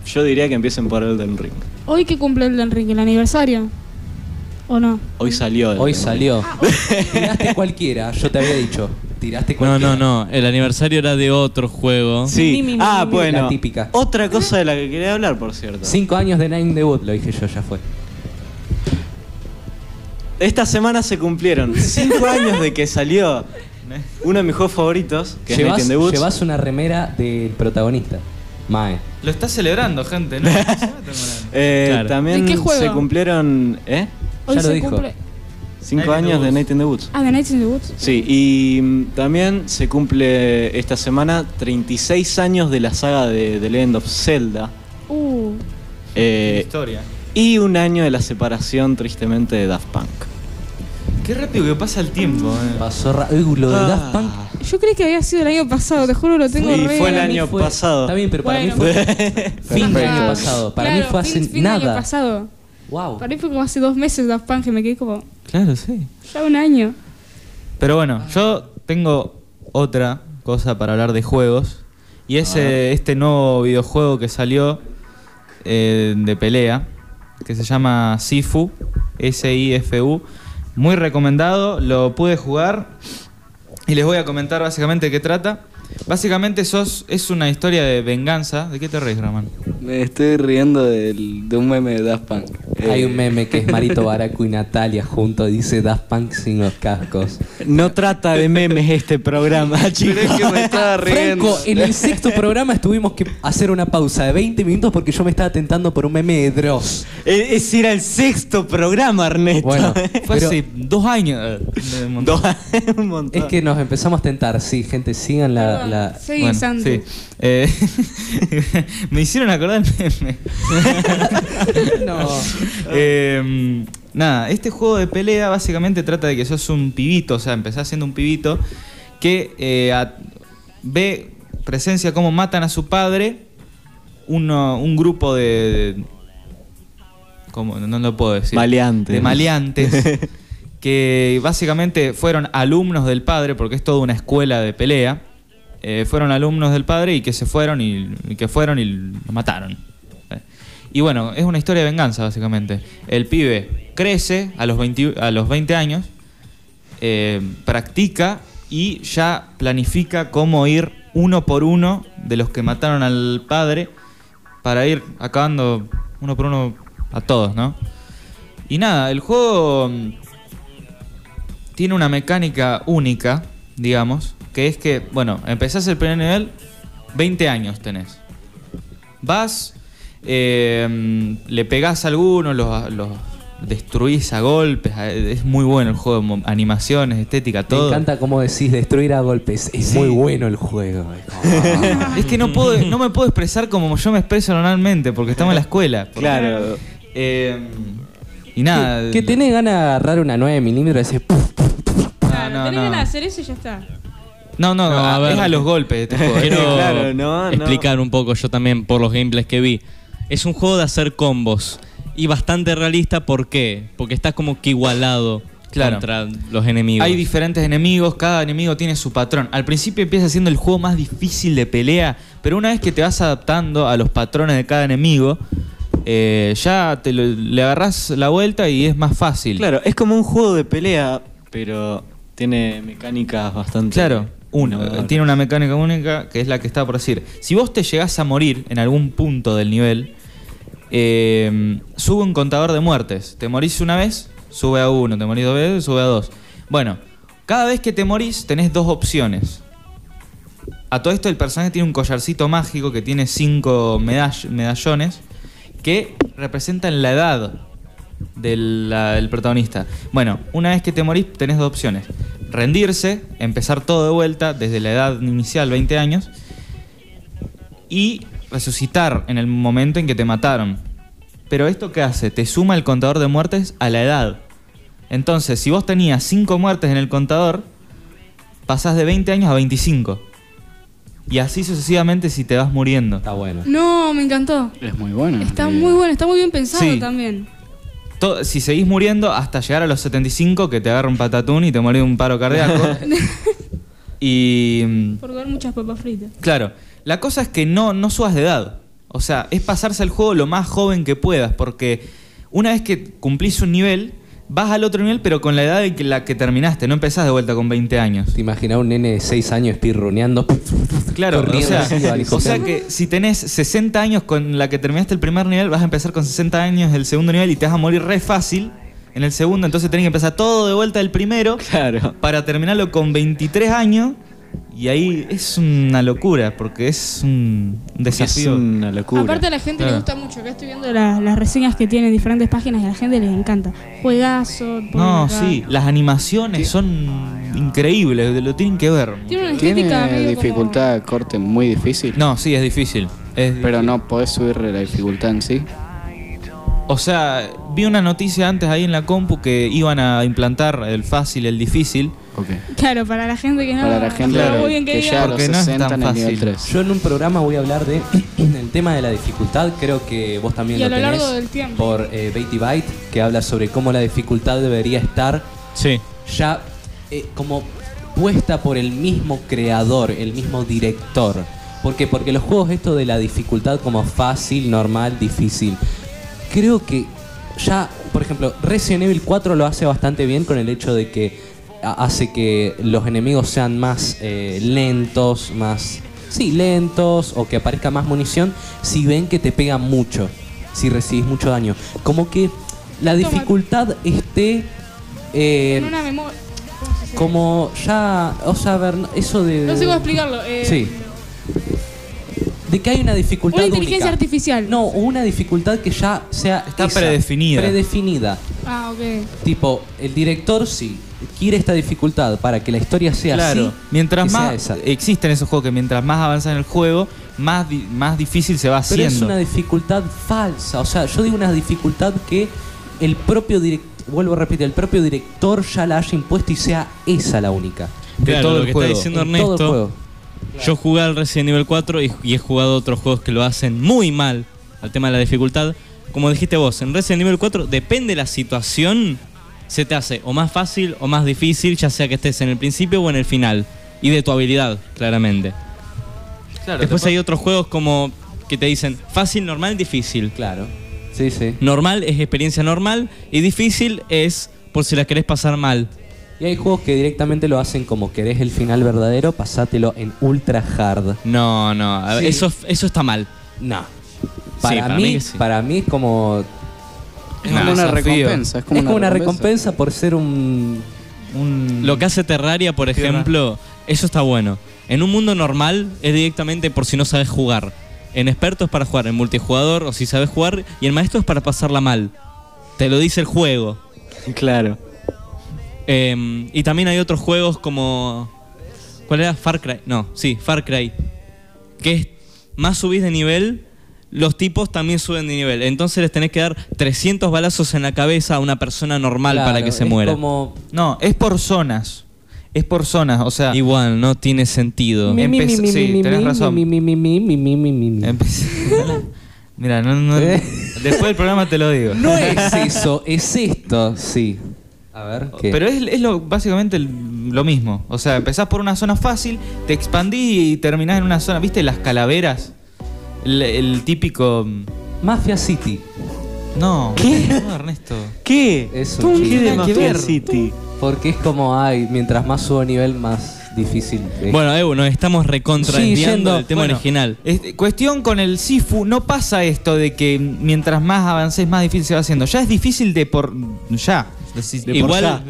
S8: yo diría que empiecen por el del ring.
S6: Hoy que cumple el Enrique, el aniversario. ¿O no?
S8: Hoy salió. Elden
S1: Hoy
S8: Ring.
S1: salió. Tiraste cualquiera, yo te había dicho. Tiraste
S3: No,
S1: cualquiera.
S3: no, no. El aniversario era de otro
S6: Ni,
S3: juego.
S6: ni,
S8: Sí.
S6: ni,
S8: Ah,
S6: ni, ni.
S8: bueno.
S1: La típica.
S8: Otra cosa de la que quería hablar, por cierto.
S1: Cinco años de Nine Debut, lo dije yo, ya fue.
S8: Esta semana se cumplieron cinco años de que salió uno de mis juegos favoritos, que es
S1: Llevas,
S8: Night in the Woods.
S1: llevas una remera del protagonista. Mae.
S4: Lo está celebrando, gente. ¿no?
S8: Eh,
S3: Claro.
S8: También
S6: ¿De qué juego?
S8: se cumplieron, ¿eh?
S6: Hoy
S1: Ya lo
S6: se
S1: dijo.
S6: cumple.
S8: Cinco
S4: Night in
S8: años
S4: the
S8: de
S4: Woods.
S8: Night in the Woods.
S6: Ah, The Nights in the Woods.
S8: Sí, y mm, también se cumple esta semana 36 años de la saga de The Legend of Zelda.
S6: Uh,
S8: eh,
S4: Historia.
S8: y un año de la separación, tristemente, de Daft Punk.
S4: Qué rápido que pasa el tiempo. eh.
S1: Pasó ra- Uy, lo de Daft Punk.
S8: Ah.
S6: yo creí que había sido el año pasado, te juro, lo tengo
S8: Y
S6: re-
S8: fue el
S6: para mí
S8: año
S1: fue-
S8: pasado.
S1: Está bien, pero para
S6: Bueno,
S1: mí fue fin del
S6: Ah,
S1: año pasado. Para mí
S6: claro,
S1: fue hace
S6: fin- fin del año
S1: nada.
S6: pasado.
S1: Wow.
S6: Para mí fue como hace dos meses Daft Punk y me quedé como,
S4: Claro, sí.
S6: ya un año.
S4: Pero bueno, yo tengo otra cosa para hablar de juegos. Y es eh, este nuevo videojuego que salió eh, de pelea, que se llama Sifu, S-I-F-U. Muy recomendado, lo pude jugar y les voy a comentar básicamente de qué trata. Básicamente sos, es una historia de venganza. ¿De qué te reís, Ramón?
S7: Me estoy riendo del- de un meme de Daft Punk. Eh,
S1: Hay un meme que es Marito Baracu y Natalia juntos, dice Daft Punk sin los cascos.
S8: No trata de memes este programa,
S9: Pero
S8: chicos.
S9: es que me estaba riendo.
S1: Franco, en el sexto programa tuvimos que hacer una pausa de 20 minutos porque yo me estaba tentando por un meme de Dross.
S8: E- Ese era el sexto programa, Ernesto.
S1: Bueno,
S4: Fue
S1: pero
S4: hace dos años. eh, de
S8: Dos
S4: montón.
S8: años, un montón.
S1: es que nos empezamos a tentar. Sí, gente, sigan la.
S6: Perdón,
S1: la-
S6: Soy
S4: Bueno,
S6: Sandu.
S4: sí. Eh, me hicieron acordar el meme.
S1: No.
S4: Eh, nada, este juego de pelea básicamente trata de que sos un pibito, o sea, empezás siendo un pibito que eh, a- ve, presencia cómo matan a su padre uno- un grupo de... de- ¿cómo? No lo puedo decir.
S8: Maleantes.
S4: De maleantes. que básicamente fueron alumnos del padre, porque es toda una escuela de pelea. eh, fueron alumnos del padre y que se fueron y, y que fueron y lo mataron. Eh, Y bueno, es una historia de venganza, básicamente. El pibe crece a los 20, a los 20 años, eh, practica y ya planifica cómo ir uno por uno de los que mataron al padre para ir acabando uno por uno a todos, ¿no? Y nada, el juego mm, tiene una mecánica única, digamos, que es que, bueno, empezás el primer nivel, 20 años tenés. Vas, eh, le pegás a algunos, los, los destruís a golpes, eh, es muy bueno el juego, mo- animaciones, estética, todo.
S1: Me encanta cómo decís destruir a golpes. Es muy bueno el juego.
S4: Es que no puedo, no me puedo expresar como yo me expreso normalmente, porque estamos en la escuela.
S8: Claro.
S4: Eh, y nada.
S1: que tenés ganas de agarrar una 9 milímetros y decís,
S4: No,
S6: Claro,
S4: Ah, no,
S6: tenés
S4: no.
S6: ganas de hacer eso y ya está.
S4: No, no,
S3: No, a
S4: a-
S3: ver.
S4: es a los golpes este juego.
S3: Quiero
S8: Claro, no, no.
S3: explicar un poco yo también por los gameplays que vi. Es un juego de hacer combos y bastante realista, ¿por qué? Porque estás como que igualado
S4: Claro.
S3: contra los enemigos.
S4: Hay diferentes enemigos, cada enemigo tiene su patrón. Al principio empieza siendo el juego más difícil de pelea, pero una vez que te vas adaptando a los patrones de cada enemigo, eh, ya te lo- le agarrás la vuelta y es más fácil.
S8: Claro, es como un juego de pelea, pero tiene mecánicas bastante.
S4: Claro, uno.
S8: innovadoras.
S4: Tiene una mecánica única que es la que estaba por decir. Si vos te llegás a morir en algún punto del nivel, eh, sube un contador de muertes. Te morís una vez, sube a uno. Te morís dos veces, sube a dos. Bueno, cada vez que te morís tenés dos opciones. A todo esto el personaje tiene un collarcito mágico que tiene cinco medall- medallones que representan la edad del, la- del protagonista. Bueno, una vez que te morís tenés dos opciones. Rendirse, empezar todo de vuelta desde la edad inicial, 20 años, y resucitar en el momento en que te mataron. Pero esto qué hace? Te suma el contador de muertes a la edad. Entonces, si vos tenías 5 muertes en el contador, pasás de 20 años a 25. Y así sucesivamente si te vas muriendo.
S1: está bueno.
S6: No, me encantó.
S7: Es muy bueno.
S6: Está
S7: Eh,
S1: Mm.
S6: muy bueno, está muy bien pensado
S4: Sí.
S6: también.
S4: To- si seguís muriendo hasta llegar a los 75, que te agarra un patatún y te morís de un paro cardíaco. y. mm,
S6: Por comer muchas papas fritas.
S4: Claro, la cosa es que no, no subas de edad. O sea, es pasarse el juego lo más joven que puedas, porque una vez que cumplís un nivel, vas al otro nivel, pero con la edad en que- la que terminaste, no empezás de vuelta con 20 años.
S1: Te imaginas un nene de 6 años pirruneando.
S4: Claro, o
S1: corriendo
S4: sea,
S1: así, al hijo
S4: o sea
S1: puta.
S4: que si tenés 60 años con la que terminaste el primer nivel, vas a empezar con 60 años el segundo nivel y te vas a morir re fácil en el segundo, entonces tenés que empezar todo de vuelta del primero
S8: Claro.
S4: para terminarlo con 23 años y ahí es una locura porque es un
S8: Es
S4: desafío.
S8: una locura.
S6: Aparte a la gente
S4: Claro.
S6: le gusta mucho. Acá estoy viendo la- las reseñas que tienen diferentes páginas y a la gente les encanta. Juegazo. ponen
S4: No,
S6: acá.
S4: sí, las animaciones son increíbles, lo tienen que ver.
S6: Tiene una estética
S7: Tiene
S6: medio
S7: dificultad de corte muy difícil.
S4: No, sí, es difícil. es
S7: Pero no podés subirle la dificultad en sí.
S4: O sea, vi una noticia antes ahí en la compu que iban a implantar el fácil, el difícil.
S6: como- Claro, para la gente que no.
S7: Para la gente
S6: está muy bien
S7: que
S6: diga-
S7: ya a los
S4: Porque no es
S7: 60
S4: tan
S7: en el nivel
S4: fácil.
S7: 3.
S1: Yo en un programa voy a hablar de el tema de la dificultad, creo que vos también
S6: Y a
S1: lo
S6: lo
S1: tenés
S6: largo del tiempo.
S1: por eh, Beatty Byte, que habla sobre cómo la dificultad debería estar
S3: Sí.
S1: ya eh, como puesta por el mismo creador, el mismo director. ¿Por qué? Porque los juegos esto de la dificultad como fácil, normal, difícil. Creo que ya, por ejemplo, Resident Evil 4 lo hace bastante bien con el hecho de que a- hace que los enemigos sean más eh, lentos, más... Sí, lentos o que aparezca más munición si ven que te pegan mucho, si recibís mucho daño. Como que la
S6: Toma.
S1: dificultad esté... eh,
S6: Con una memoria.
S1: como ya, o sea, a ver, eso de...
S6: No sé cómo explicarlo. eh,
S1: Sí. De que hay una dificultad
S6: Una inteligencia
S1: única.
S6: artificial.
S1: No, o una dificultad que ya sea...
S4: Está predefinida.
S1: Predefinida.
S6: Ah, ok.
S1: Tipo, el director sí quiere esta dificultad para que la historia sea así. que
S4: Mientras
S1: sea
S4: más eh,
S1: esa.
S4: existen esos juegos que mientras más avanzas en el juego, más, di- más difícil se va
S1: Pero es
S4: haciendo.
S1: una dificultad falsa. O sea, yo digo una dificultad que el propio director... Vuelvo a repetir, el propio director ya la haya impuesto y sea esa la única.
S4: De
S3: Claro,
S4: todo
S3: lo
S4: el
S3: que
S4: juego.
S3: está diciendo
S1: En todo el
S3: Ernesto.
S1: juego.
S3: Yo jugué al Resident Evil 4 y, y he jugado otros juegos que lo hacen muy mal al tema de la dificultad. Como dijiste vos, en Resident Evil 4 depende la situación, se te hace o más fácil o más difícil, ya sea que estés en el principio o en el final. Y de tu habilidad, claramente.
S4: Claro,
S3: Después
S4: te
S3: hay otros juegos como que te dicen fácil, normal, difícil.
S1: Claro. Sí, sí.
S3: Normal es experiencia normal y difícil es por si la querés pasar mal.
S1: Y hay juegos que directamente lo hacen como querés el final verdadero, pasátelo en ultra hard.
S3: No, no, a ver,
S1: Sí.
S3: eso, eso está mal.
S1: No.
S3: Sí,
S1: Para,
S3: para
S1: mí,
S3: mí que sí.
S1: para mí es como
S7: Es
S4: Nah,
S7: como una
S4: desafío.
S7: recompensa. Es como
S1: es como
S7: una
S1: una recompensa por ser un
S4: un-
S3: Lo que hace Terraria, por
S4: Tierra.
S3: ejemplo, eso está bueno. En un mundo normal es directamente por si no sabes jugar. En experto es para jugar, en multijugador o si sabes jugar, y en maestro es para pasarla mal. Te lo dice el juego.
S8: Claro.
S3: Eh, y también hay otros juegos como. ¿Cuál era? Far Cry. No, sí, Far Cry. Que es más subís de nivel, los tipos también suben de nivel. Entonces les tenés que dar 300 balazos en la cabeza a una persona normal para que se
S1: es
S3: muera.
S1: Como
S4: No, es por zonas. Es por zonas, o
S3: Ah.
S4: sea.
S3: Igual, no tiene sentido.
S4: Mi- mi, mi, sí, tenés razón. Em- empecé- Mira, no, no-
S1: ¿Eh?
S4: después del programa te lo digo.
S1: No es eso, es esto, sí. A ver, ¿qué?
S4: Pero es, es lo, básicamente el- lo mismo. O sea, empezás por una zona fácil, te expandís y terminás en una zona. ¿Viste las calaveras? El, el típico. mm,
S1: Mafia City.
S4: No, ¿qué? No, Ernesto.
S8: ¿Qué?
S1: Es
S8: ¿Qué
S1: un chiste.
S8: de
S4: Nada que
S8: Mafia
S4: ver.
S8: City?
S1: Porque es como, ay, mientras más subo nivel, más difícil. es.
S3: Bueno, Evo, nos estamos
S1: Sí,
S3: recontraenviando
S1: yendo.
S3: del tema
S4: Bueno,
S3: original.
S4: este, cuestión con el Sifu, no pasa esto de que mientras más avances, más difícil se va haciendo. Ya es difícil de por. Ya. De por
S3: Igual,
S4: ya.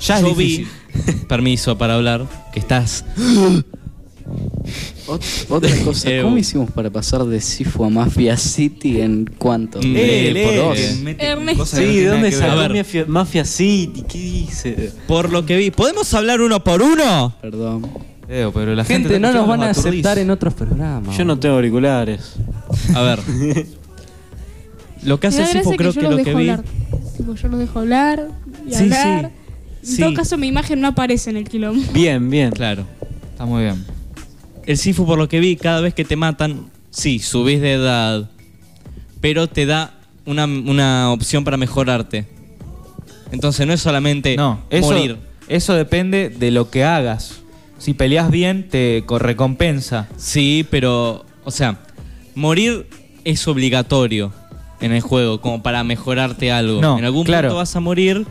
S4: Ya es
S3: Yo
S4: difícil.
S3: vi, permiso para hablar, que estás.
S7: Ot- otra cosa,
S3: Eh,
S7: ¿cómo
S3: bueno.
S7: hicimos para pasar de Sifu a Mafia City en cuánto?
S3: Mm,
S4: Eh,
S3: por
S4: eh,
S3: dos.
S4: que mete
S6: Ernesto.
S4: cosas que no
S8: Sí, ¿de
S4: tienen
S8: dónde
S4: nada que ver.
S3: A
S8: sacó
S3: ver.
S8: Mafia, Mafia City? ¿Qué dice?
S3: Por lo que vi, ¿podemos hablar uno por uno?
S7: Perdón.
S4: Evo, pero la
S1: gente, no
S4: escucha,
S1: nos van a
S4: aturdís.
S1: aceptar en otros
S4: Ah.
S1: programas.
S8: Yo no tengo auriculares.
S3: A ver. Lo
S6: Me
S3: que hace
S6: da gracia
S3: el Sifu,
S6: que
S3: creo
S6: yo
S3: que,
S6: los
S3: lo
S6: dejo
S3: que vi.
S6: hablar. Tipo, yo los dejo hablar y
S3: Sí,
S6: hablar.
S3: sí.
S6: En todo
S3: Sí.
S6: caso, mi imagen no aparece en el quilombo.
S8: Bien, bien.
S3: Claro.
S4: Está muy bien.
S3: El Sifu, por lo que vi, cada vez que te matan, sí, subís de edad. Pero te da una, una opción para mejorarte. Entonces no es solamente
S4: No, eso,
S3: morir.
S4: eso depende de lo que hagas. Si peleas bien, te co- recompensa.
S3: Sí, pero, o sea, morir es obligatorio en el juego, como para mejorarte algo.
S4: No,
S3: en algún
S4: claro.
S3: punto vas a morir,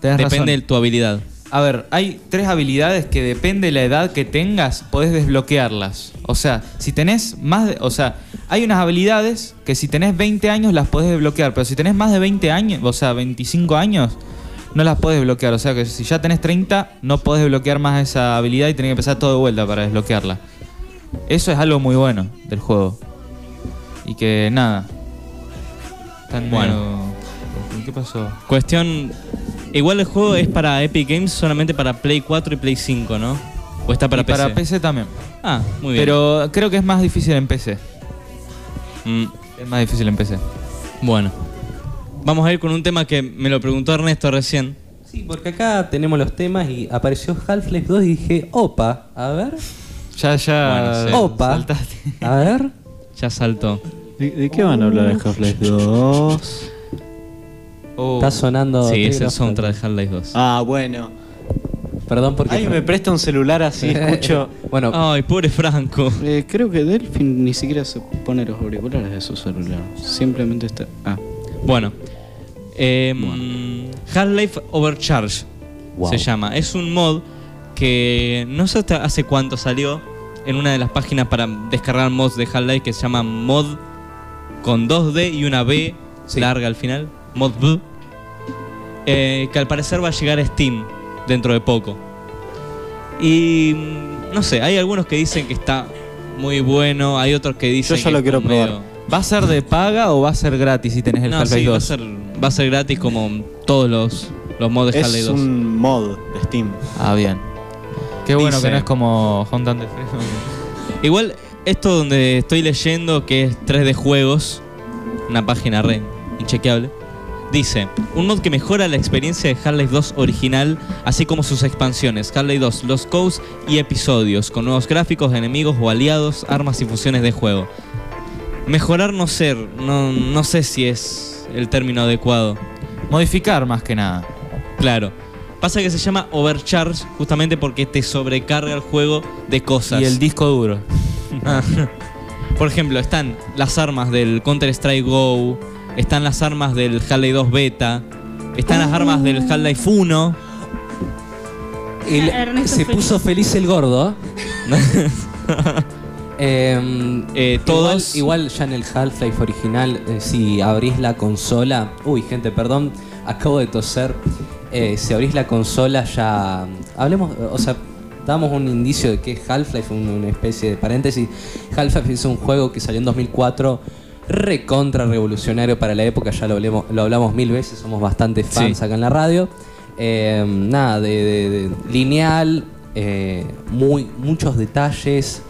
S4: Tenés razón.
S3: depende de tu habilidad.
S4: A ver, hay tres habilidades que depende de la edad que tengas, podés desbloquearlas. O sea, si tenés más de- O sea, hay unas habilidades que si tenés 20 años las podés desbloquear, pero si tenés más de 20 años, o sea, 25 años, no las podés desbloquear. O sea, que si ya tenés 30, no podés desbloquear más esa habilidad y tenés que empezar todo de vuelta para desbloquearla. Eso es algo muy bueno del juego. Y que nada. Tan
S3: Bueno.
S4: bueno. ¿Qué pasó?
S3: Cuestión, igual el juego es para Epic Games solamente para Play 4 y Play 5, ¿no? O está para
S4: Y
S3: PC.
S4: Para PC también.
S3: Ah, muy bien.
S4: Pero creo que es más difícil en PC.
S3: Mm,
S4: Es más difícil en PC.
S3: bueno, vamos a ir con un tema que me lo preguntó Ernesto recién.
S1: Sí, porque acá tenemos los temas y apareció Half-Life 2 y dije, opa, a ver.
S4: Ya, ya.
S3: Bueno, sí.
S1: Opa,
S4: saltaste.
S1: a ver.
S3: Ya saltó.
S8: ¿De, de qué van a hablar de Half-Life 2?
S4: Oh.
S1: Está sonando.
S3: Sí, es
S1: Trigger
S3: el
S1: of-
S3: soundtrack de Half-Life 2.
S8: Ah, bueno.
S1: Perdón porque.
S8: Alguien me presta un celular así, escucho.
S1: bueno,
S6: Ah,
S3: Ay, pobre Franco.
S7: Eh, creo que Delphin ni siquiera se pone los auriculares de su celular. Simplemente está. Ah,
S3: Bueno. Eh,
S4: em,
S3: Half-Life Overcharge
S1: Wow.
S3: se llama. Es un mod que no sé hasta hace cuánto salió en una de las páginas para descargar mods de Half-Life que se llama mod con 2D y una B larga al final. Mod B. eh, que al parecer va a llegar a Steam dentro de poco. Y mm, no sé, hay algunos que dicen que está muy bueno, hay otros que dicen
S8: ya
S3: que
S8: lo quiero
S3: está
S8: probar.
S3: medio-
S4: ¿Va a ser de paga o va a ser gratis si tenés el
S3: no,
S4: Half-Life
S3: sí, va a,
S4: 2?
S3: ser, va a ser gratis como todos los, los mods de Half-Life
S8: Es
S3: 2.
S8: un mod de Steam.
S4: Ah, bien. Qué bueno
S3: Dice-
S4: que no es como Honda de
S3: Igual, esto donde estoy leyendo, que es 3D Juegos, una página re inchequeable, dice: Un mod que mejora la experiencia de Half-Life 2 original, así como sus expansiones, Half-Life 2, los codes y episodios, con nuevos gráficos, enemigos o aliados, armas y fusiones de juego. Mejorar no ser, no, no sé si es el término adecuado.
S4: Modificar más que nada.
S3: Claro. Pasa que se llama overcharge justamente porque te sobrecarga el juego de cosas.
S4: Y el disco duro.
S3: Ah. Por ejemplo, están las armas del Counter-Strike Go, están las armas del Half-Life 2 Beta, están las armas del Half-Life 1.
S1: el-
S6: Ernesto
S1: se
S6: feliz.
S1: puso feliz el gordo. Em,
S3: Eh, todos-
S1: Igual, igual ya en el Half-Life original, eh, si abrís la consola. Uy, gente, perdón, acabo de toser. eh, si abrís la consola ya... Hablemos, eh, o sea, damos un indicio de que es Half-Life, un- una especie de paréntesis. Half-Life es un juego que salió en 2004, recontra revolucionario para la época, ya lo, hablemos- lo hablamos mil veces, somos bastante fans
S4: Sí.
S1: acá en la radio. Eh, nada, de, de- de lineal, eh, muy, muchos detalles.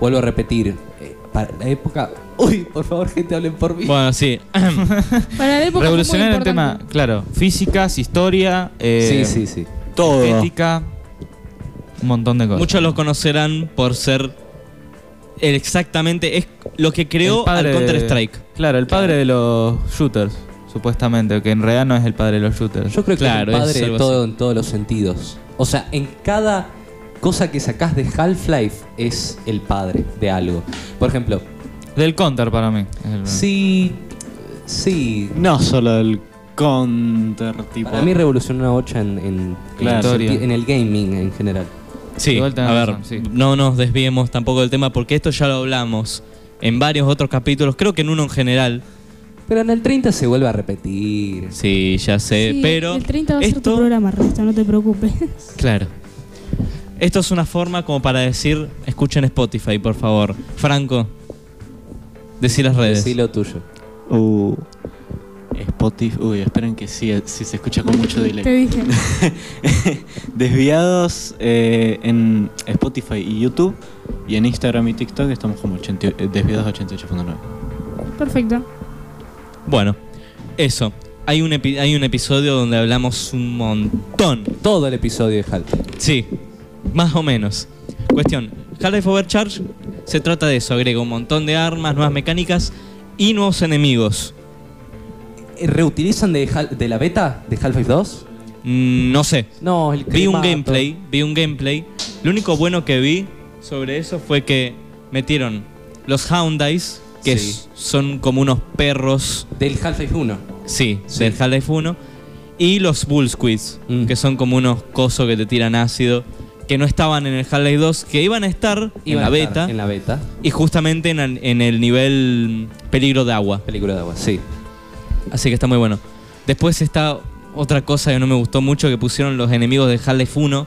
S1: Vuelvo a repetir, eh, para la época... Uy, por favor, gente, hablen por mí.
S3: Bueno, sí.
S6: Para la época
S4: Revolucionario
S6: fue
S4: el
S6: muy
S4: tema,
S6: importante.
S4: claro, físicas, historia, eh,
S1: sí, sí, sí.
S8: Todo.
S4: estética, un montón de cosas.
S3: Muchos los conocerán por ser el- exactamente es lo que creó
S4: El padre
S3: al
S4: de-
S3: Counter Strike.
S4: Claro, el padre de los shooters, supuestamente, que en realidad no es el padre de los shooters.
S1: Yo creo que es
S3: Claro, es
S1: el padre de
S3: algo
S1: todo en todos los sentidos. O sea, en cada cosa que sacás de Half-Life es el padre de algo. Por ejemplo,
S4: Del counter para mí. es el-
S1: si. Sí.
S8: No solo el counter, tipo.
S1: Para mí revolucionó una bocha en, en,
S4: Claro.
S1: en, el- en el gaming en general.
S3: Sí, a
S4: Igual tenés
S3: ver,
S4: razón, sí.
S3: no nos desviemos tampoco del tema porque esto ya lo hablamos en varios otros capítulos, creo que en uno en general.
S1: Pero en el 30 se vuelve a repetir.
S3: Sí, ya sé,
S6: Sí,
S3: pero
S6: El 30 va a ser tu
S3: esto
S6: programa, Rasta, no te preocupes.
S3: Claro. Esto es una forma como para decir, escuchen Spotify, por favor. Franco, decí las redes.
S1: Sí, lo tuyo.
S8: Uh, Spotify. Uy, esperen que sí, sí se escucha con mucho
S6: Te
S8: delay.
S6: dije.
S8: Desviados eh, en Spotify y YouTube. Y en Instagram y TikTok estamos como 80 eh, desviados 88.9.
S6: Perfecto.
S3: Bueno, eso. Hay un, epi- hay un episodio donde hablamos un montón.
S1: Todo el episodio de Half-Life.
S3: Sí, más o menos. Cuestión, Half-Life Overcharge se trata de eso. Agrega un montón de armas, nuevas mecánicas y nuevos enemigos.
S1: Eh, ¿Reutilizan de, Hal- de la beta de Half-Life 2?
S3: Mm, No sé,
S1: No, el
S3: Vi un
S1: cremato.
S3: gameplay, vi un gameplay. Lo único bueno que vi sobre eso fue que metieron los Houndies, que
S1: Sí.
S3: s- son como unos perros,
S1: Del Half-Life 1.
S3: sí,
S1: Sí.
S3: del Half-Life 1, y los Bullsquids,
S1: Mm.
S3: que son como unos cosos que te tiran ácido, que no estaban en el Half-Life 2, que iban a estar en
S1: Iban
S3: la
S1: a estar
S3: beta,
S1: En la beta.
S3: y justamente en, el- en el nivel mm, peligro de agua.
S1: Película de agua, sí.
S3: Así que está muy bueno. Después está otra cosa que no me gustó mucho que pusieron los enemigos de Half-Life 1,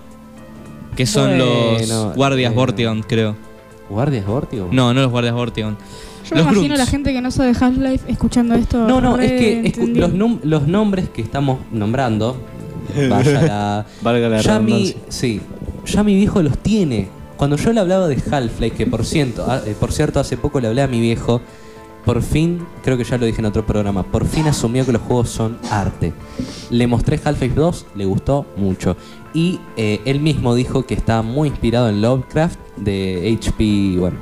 S3: que son
S1: Bueno,
S3: los guardias
S1: eh.
S3: Vortigaunt, creo.
S1: ¿Guardias Vórtigo?
S3: No, no los guardias Vortigaunt.
S6: Yo me
S3: Los
S6: imagino a la
S3: Grunts.
S6: gente que no sabe Half-Life escuchando esto.
S1: No, no, es que
S6: re
S1: escu-
S6: entendido.
S1: los, num- los nombres que estamos nombrando, vaya la...
S8: Valga la
S1: ya mi,
S8: redundancia.
S1: sí, ya mi viejo los tiene. Cuando yo le hablaba de Half-Life, que por cierto, ah, eh, por cierto, hace poco le hablé a mi viejo, por fin, creo que ya lo dije en otro programa, por fin asumió que los juegos son arte. Le mostré Half-Life 2, le gustó mucho. Y eh, él mismo dijo que está muy inspirado en Lovecraft, de HP, bueno,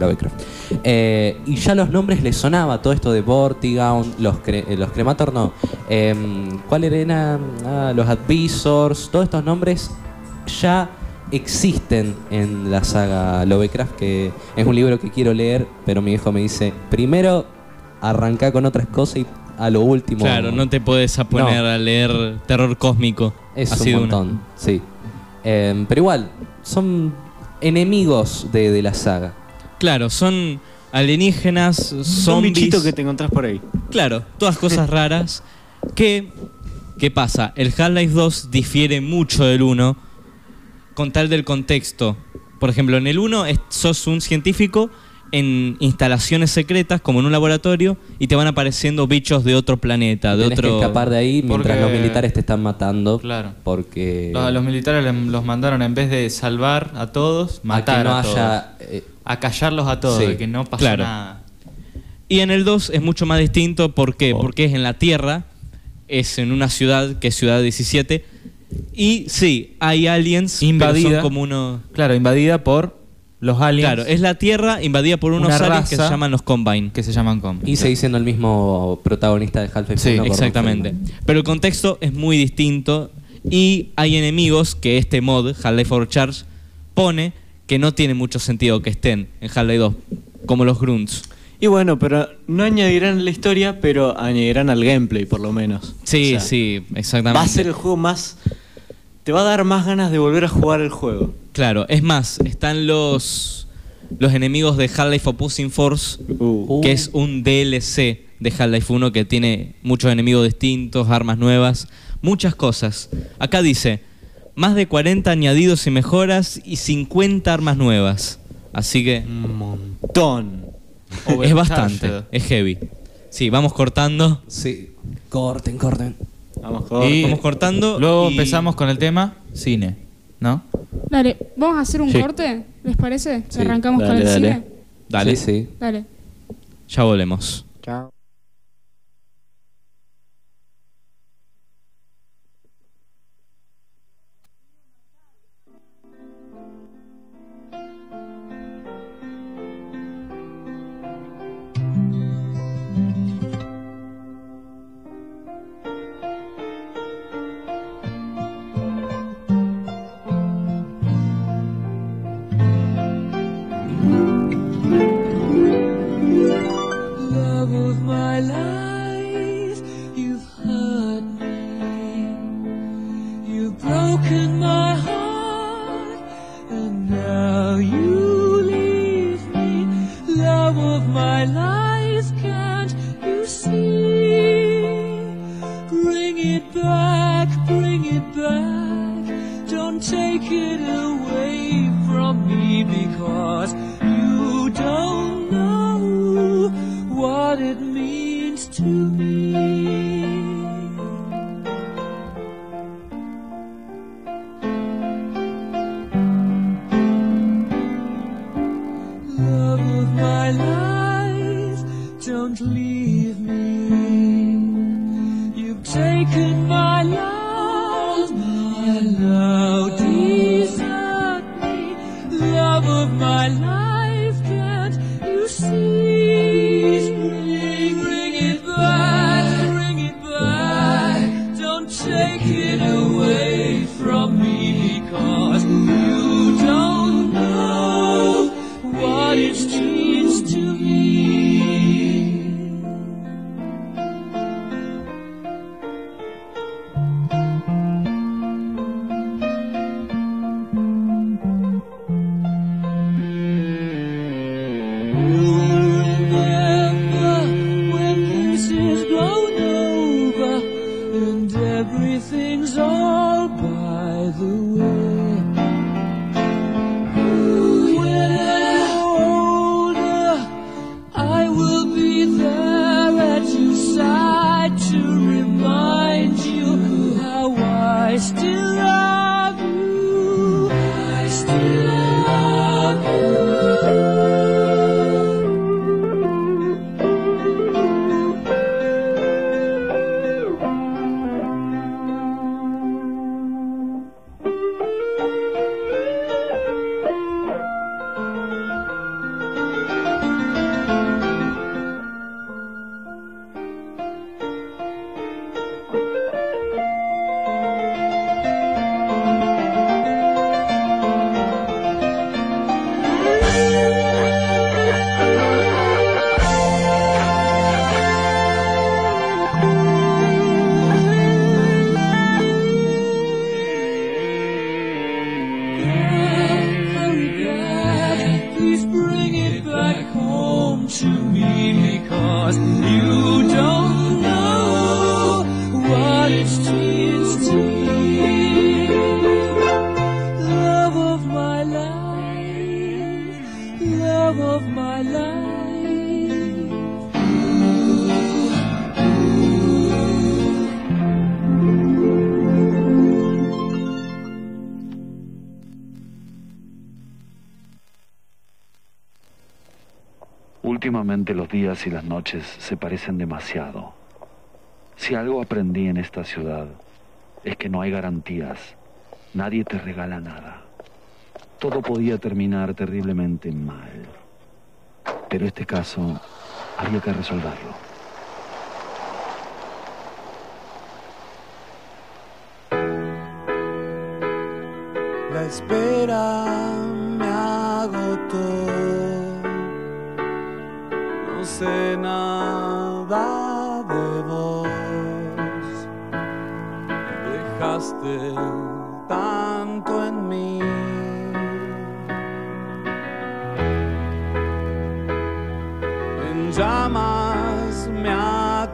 S1: Lovecraft. Eh, y ya los nombres le sonaba, todo esto de Vortigaund, los, cre- eh, los Cremator, no. Em, ¿Cuál era? Ah, los Advisors, todos estos nombres ya existen en la saga Lovecraft, que es un libro que quiero leer, pero mi hijo me dice, primero arranca con otras cosas y a lo último...
S3: Claro, no te puedes a poner
S1: No.
S3: a leer terror cósmico.
S1: Es
S3: Así de
S1: un
S3: una.
S1: montón, sí. Em, pero igual, son enemigos de, de la saga.
S3: Claro, son alienígenas,
S8: Son
S3: zombies.
S8: bichitos que te encontrás por ahí.
S3: Claro, todas cosas raras. Que, ¿Qué pasa? El Half-Life 2 difiere mucho del 1 con tal del contexto. Por ejemplo, en el 1 es- sos un científico en instalaciones secretas, como en un laboratorio, y te van apareciendo bichos de otro planeta, de
S1: Tenés
S3: otro...
S1: que escapar de ahí mientras
S4: Porque-
S1: los militares te están matando.
S4: Claro.
S1: Porque.
S4: Los, los militares lem- los mandaron en vez de salvar a todos, matar
S1: a
S4: a,
S1: que no
S4: todos.
S1: haya. eh,
S4: A callarlos a todos,
S1: Sí,
S4: de que no pasó
S3: claro.
S4: nada.
S3: Y en el 2 es mucho más distinto, ¿por qué?
S4: Oh.
S3: Porque es en la Tierra, es en una ciudad que es Ciudad 17, y sí, hay aliens, pero
S4: Invadida.
S3: son como unos...
S4: Claro, invadida por los aliens
S3: Claro, es la Tierra invadida por unos
S4: Una
S3: aliens que se
S4: raza.
S3: llaman los Combine.
S4: que se llaman com.
S1: y sigue siendo el mismo protagonista de Half-Life.
S4: Sí,
S1: 1, Gordon
S3: Exactamente.
S1: Freeman.
S3: Pero el contexto es muy distinto y hay enemigos que este mod, Half-Life Overcharge, pone que no tiene mucho sentido que estén en Half-Life 2, como los Grunts.
S8: Y bueno, pero no añadirán la historia, pero añadirán al gameplay por lo menos.
S3: Sí,
S8: O sea,
S3: sí, exactamente.
S8: Va a ser el juego más. Te va a dar más ganas de volver a jugar el juego.
S3: Claro, es más, están los los enemigos de Half-Life Opposing Force,
S8: Uh.
S1: Uh.
S3: que es un DLC de Half-Life 1 que tiene muchos enemigos distintos, armas nuevas, muchas cosas. Acá dice, más de 40 añadidos y mejoras y 50 armas nuevas. Así que
S4: Mm.
S8: Un montón.
S3: es bastante, es heavy. Sí, vamos cortando.
S1: Sí, corten, corten.
S8: Vamos con.
S4: Y
S3: Vamos cortando
S4: Luego
S3: y-
S4: empezamos con el tema cine, ¿no?
S6: Dale, ¿vamos a hacer un
S8: Sí.
S6: corte? ¿Les parece?
S1: Sí.
S6: Arrancamos
S8: Dale,
S6: con el
S8: dale.
S6: cine.
S3: Dale,
S1: Sí, sí.
S6: Dale.
S3: ya volvemos.
S2: love of my life. You've hurt me. You've broken my heart, and now you leave me. Love of my life, can't you see? Bring it back, bring it back. Don't take it away from me because you don't know what it means to me. love of my life, don't leave me. You've taken my love, and now desert me. Love of my life, can't you see? Bring, bring it back, bring it back. Don't take it away from me because you don't know what it means to me. Remember when this is blown over and everything's all by the way. When older, I will be there at your side to remind you how I still love you. I still love you. Please bring it back home to me because you don't know what it means to me. Love of my life, love of my life.
S10: Últimamente los días y las noches se parecen demasiado. Si algo aprendí en esta ciudad es que no hay garantías. Nadie te regala nada. Todo podía terminar terriblemente mal. Pero este caso había que resolverlo.
S2: La espera me agotó. No sé nada de vos. Dejaste tanto en mí. En llamas me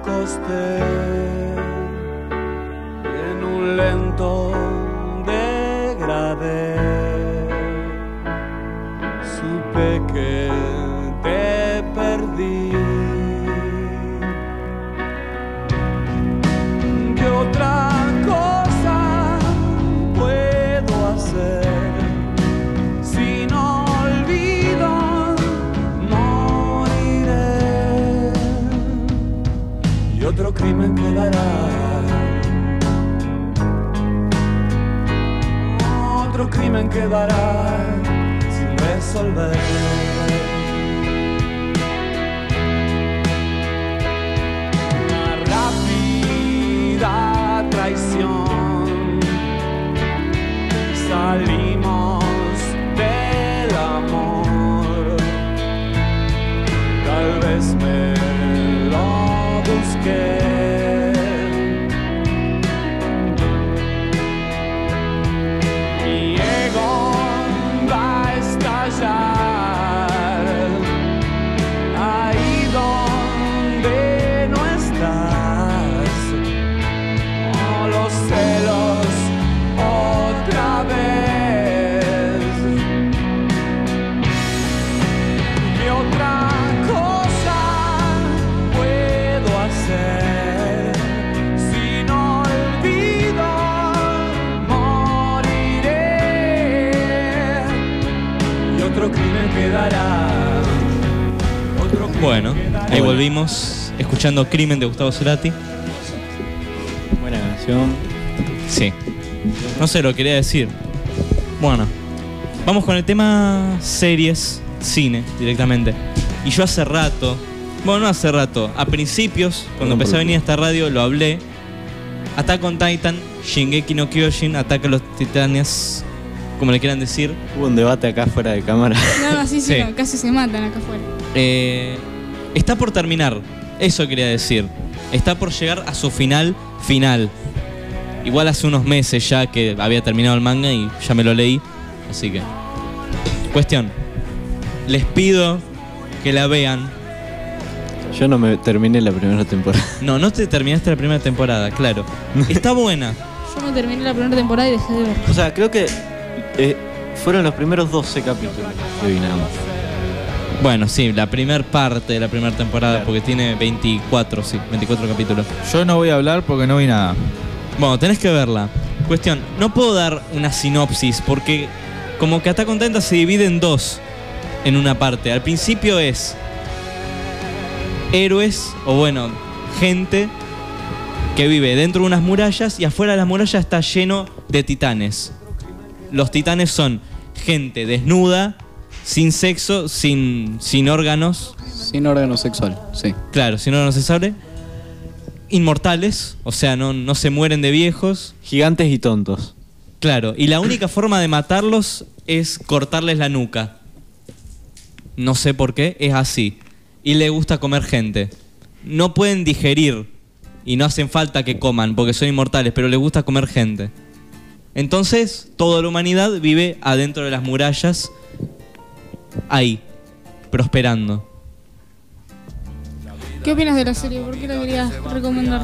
S9: desdén en un lento degradé. Supe que te perdí. ¿Qué otra cosa puedo hacer? Sin olvido moriré y otro crimen quedará. Otro crimen quedará sin resolver. Una rápida traición salimos del amor. Tal vez me lo busqué. Mi ego va a estallar ahí donde no estás. Oh, los celos otra vez. ¿Qué otra cosa puedo hacer? Sin olvido moriré y otro crimen quedará. Otro crimen
S3: Bueno, ahí
S9: quedará.
S3: volvimos escuchando Crimen de Gustavo Cerati.
S8: Buena canción.
S3: Sí. No sé, lo quería decir. Bueno, vamos con el tema series, cine directamente. Y yo hace rato, bueno, no hace rato, a principios, cuando empecé a venir a esta radio, lo hablé. Attack on Titan, Shingeki no Kyojin, Ataque a los Titanes, como le quieran decir.
S8: Hubo un debate acá fuera de cámara.
S6: No, no, sí, sí,
S3: Sí.
S6: no, casi se matan acá afuera.
S3: Eh, está por terminar, eso quería decir. Está por llegar a su final final. Igual hace unos meses ya que había terminado el manga y ya me lo leí. Así que... Cuestión. Les pido que la vean.
S8: Yo no me terminé la primera temporada.
S3: No, no te terminaste la primera temporada, claro. Está buena.
S6: Yo no terminé la primera temporada y dejé de ver.
S8: O sea, creo que eh, fueron los primeros 12 capítulos que vi nada más.
S3: Bueno, sí, la primera parte de la primera temporada,
S8: Claro.
S3: porque tiene 24, sí, 24 capítulos.
S4: Yo no voy a hablar porque no vi nada.
S3: Bueno, tenés que verla. Cuestión, no puedo dar una sinopsis porque como que Attack on Titan se divide en dos en una parte. Al principio es héroes o bueno, gente que vive dentro de unas murallas y afuera de las murallas está lleno de titanes. Los titanes son gente desnuda, sin sexo, sin, sin órganos,
S7: Sin órgano sexual, sí.
S3: claro, sin órganos se sabe, inmortales, o sea, no, no se mueren de viejos.
S8: Gigantes y tontos.
S3: Claro, y la única forma de matarlos es cortarles la nuca. No sé por qué, es así. Y le gusta comer gente. No pueden digerir y no hacen falta que coman porque son inmortales, pero les gusta comer gente. Entonces, toda la humanidad vive adentro de las murallas, ahí, prosperando.
S6: ¿Qué opinas de la serie? ¿Por qué la querías recomendar?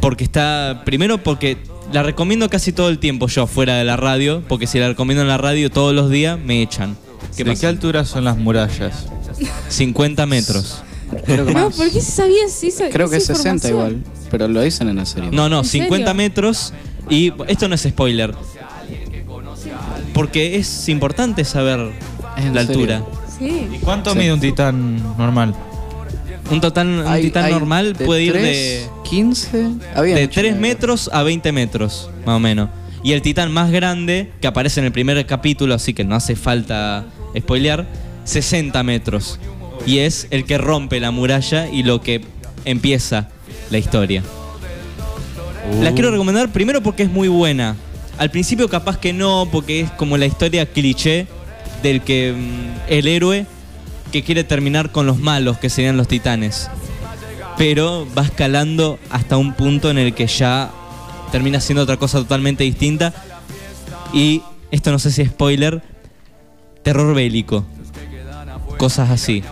S3: Porque está. Primero, porque la recomiendo casi todo el tiempo yo fuera de la radio, porque si la recomiendo en la radio todos los días, me echan. ¿Qué
S4: ¿De
S3: pasa?
S4: qué altura son las murallas?
S3: 50 metros.
S7: Creo que
S6: No,
S7: más.
S6: ¿por qué se sabía esa
S7: Creo que
S6: esa
S7: 60
S6: información?
S7: igual, pero lo dicen en la serie.
S3: No, no,
S6: ¿En
S3: 50
S6: serio?
S3: metros. Y esto no es spoiler. Porque es importante saber
S7: Es en
S3: la
S7: serio.
S3: altura.
S6: Sí.
S4: ¿Cuánto
S7: Sí.
S4: mide un titán normal?
S3: Un, total, un
S7: Hay-
S3: titán
S7: hay
S3: normal
S7: de
S3: puede ir
S7: tres, 15,
S3: de,
S7: había
S3: de
S7: hecho
S3: 3
S7: una-
S3: metros a 20 metros, más o menos. Y el titán más grande, que aparece en el primer capítulo, así que no hace falta spoilear, 60 metros. Y es el que rompe la muralla y lo que empieza la historia. La quiero recomendar primero porque es muy buena. Al principio capaz que no, porque es como la historia cliché del que mm, el héroe que quiere terminar con los malos, que serían los titanes. Pero va escalando hasta un punto en el que ya termina siendo otra cosa totalmente distinta. Y esto no sé si es spoiler, terror bélico. Cosas así.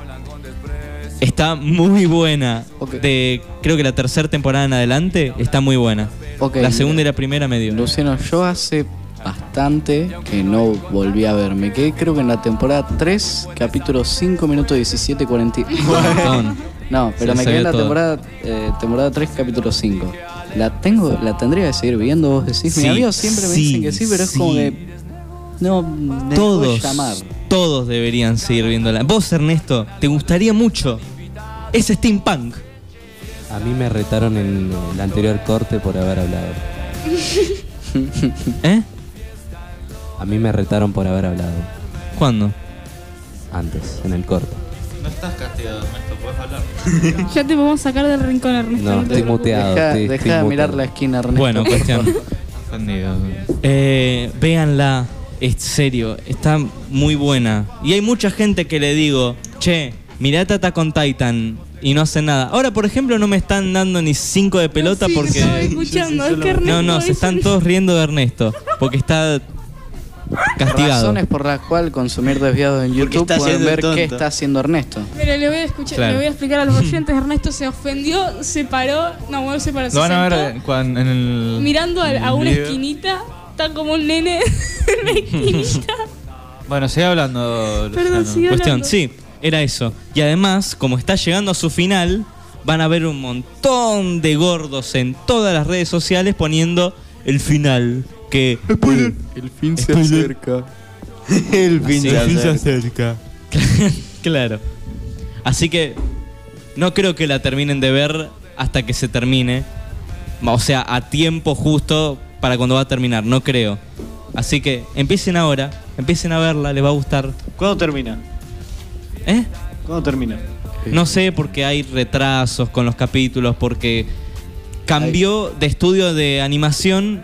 S3: Está muy buena.
S7: Ok.
S3: De, creo que la tercera temporada en adelante está muy buena.
S7: Ok.
S3: La segunda y la primera medio.
S7: Luciano, yo hace bastante que no volví a ver. Me quedé creo que en la temporada 3, capítulo 5, minutos 17, 40. y-
S3: montón.
S7: no, pero
S3: Se
S7: me quedé
S3: sabía
S7: en la
S3: todo.
S7: temporada, eh, temporada 3, capítulo 5. La tengo, la tendría que seguir viendo, vos decís.
S3: Sí,
S7: Mis amigos siempre me
S3: sí,
S7: dicen que sí, pero es
S3: sí.
S7: como que. No, me dejó
S3: Todos,
S7: llamar.
S3: todos deberían seguir viéndola. Vos, Ernesto, te gustaría mucho. Es steampunk.
S1: A mí me retaron en el anterior corte por haber hablado.
S3: ¿Eh?
S1: A mí me retaron por haber hablado
S3: ¿Cuándo?
S1: antes, en el corte.
S4: No estás castigado, Ernesto, podés hablar.
S6: Ya te podemos sacar del rincón, Ernesto.
S1: No,
S6: te
S1: estoy
S6: preocupes.
S1: muteado.
S7: Deja,
S1: estoy-
S7: deja
S1: estoy
S7: de
S1: muteado.
S7: mirar la esquina, Ernesto.
S3: este Bueno, cuestión.
S4: Ofendido.
S3: Eh, véanla, es serio, está muy buena. Y hay mucha gente que le digo, che, mirá Tata con Titan y no hacen nada. Ahora, por ejemplo, no me están dando ni cinco de pelota
S6: Sí,
S3: porque...
S6: Estaba escuchando, es que Ernesto
S3: No, no, se
S6: es
S3: están
S6: un-
S3: todos riendo de Ernesto, porque está castigado.
S7: Razones por las cuales consumir desviado en
S8: Porque
S7: YouTube
S8: está
S7: pueden
S8: siendo
S7: ver
S8: tonto.
S7: qué está haciendo Ernesto.
S6: Mira, le voy a escuchar,
S3: Claro.
S6: le voy a explicar a los oyentes. Ernesto se ofendió, se paró, no, bueno, se paró. se
S4: Lo van a ver
S6: sentó,
S4: eh, cuan- en el.
S6: mirando a, a una
S4: video.
S6: esquinita, tan como un nene en una esquinita.
S4: Bueno, sigue hablando.
S6: Perdón,
S4: Luciano.
S6: sigue
S3: Cuestión,
S6: hablando.
S3: sí, era eso. Y además, como está llegando a su final, van a ver un montón de gordos en todas las redes sociales poniendo el final. Que
S7: El fin
S3: se Spoiler.
S8: El
S3: se
S8: pinche.
S4: acerca.
S3: claro. Así que no creo que la terminen de ver hasta que se termine. O sea, a tiempo justo para cuando va a terminar, no creo. Así que empiecen ahora, empiecen a verla, les va a gustar.
S8: ¿Cuándo termina?
S3: ¿Eh?
S8: ¿Cuándo termina?
S3: No sé porque hay retrasos con los capítulos, porque cambió de estudio de animación.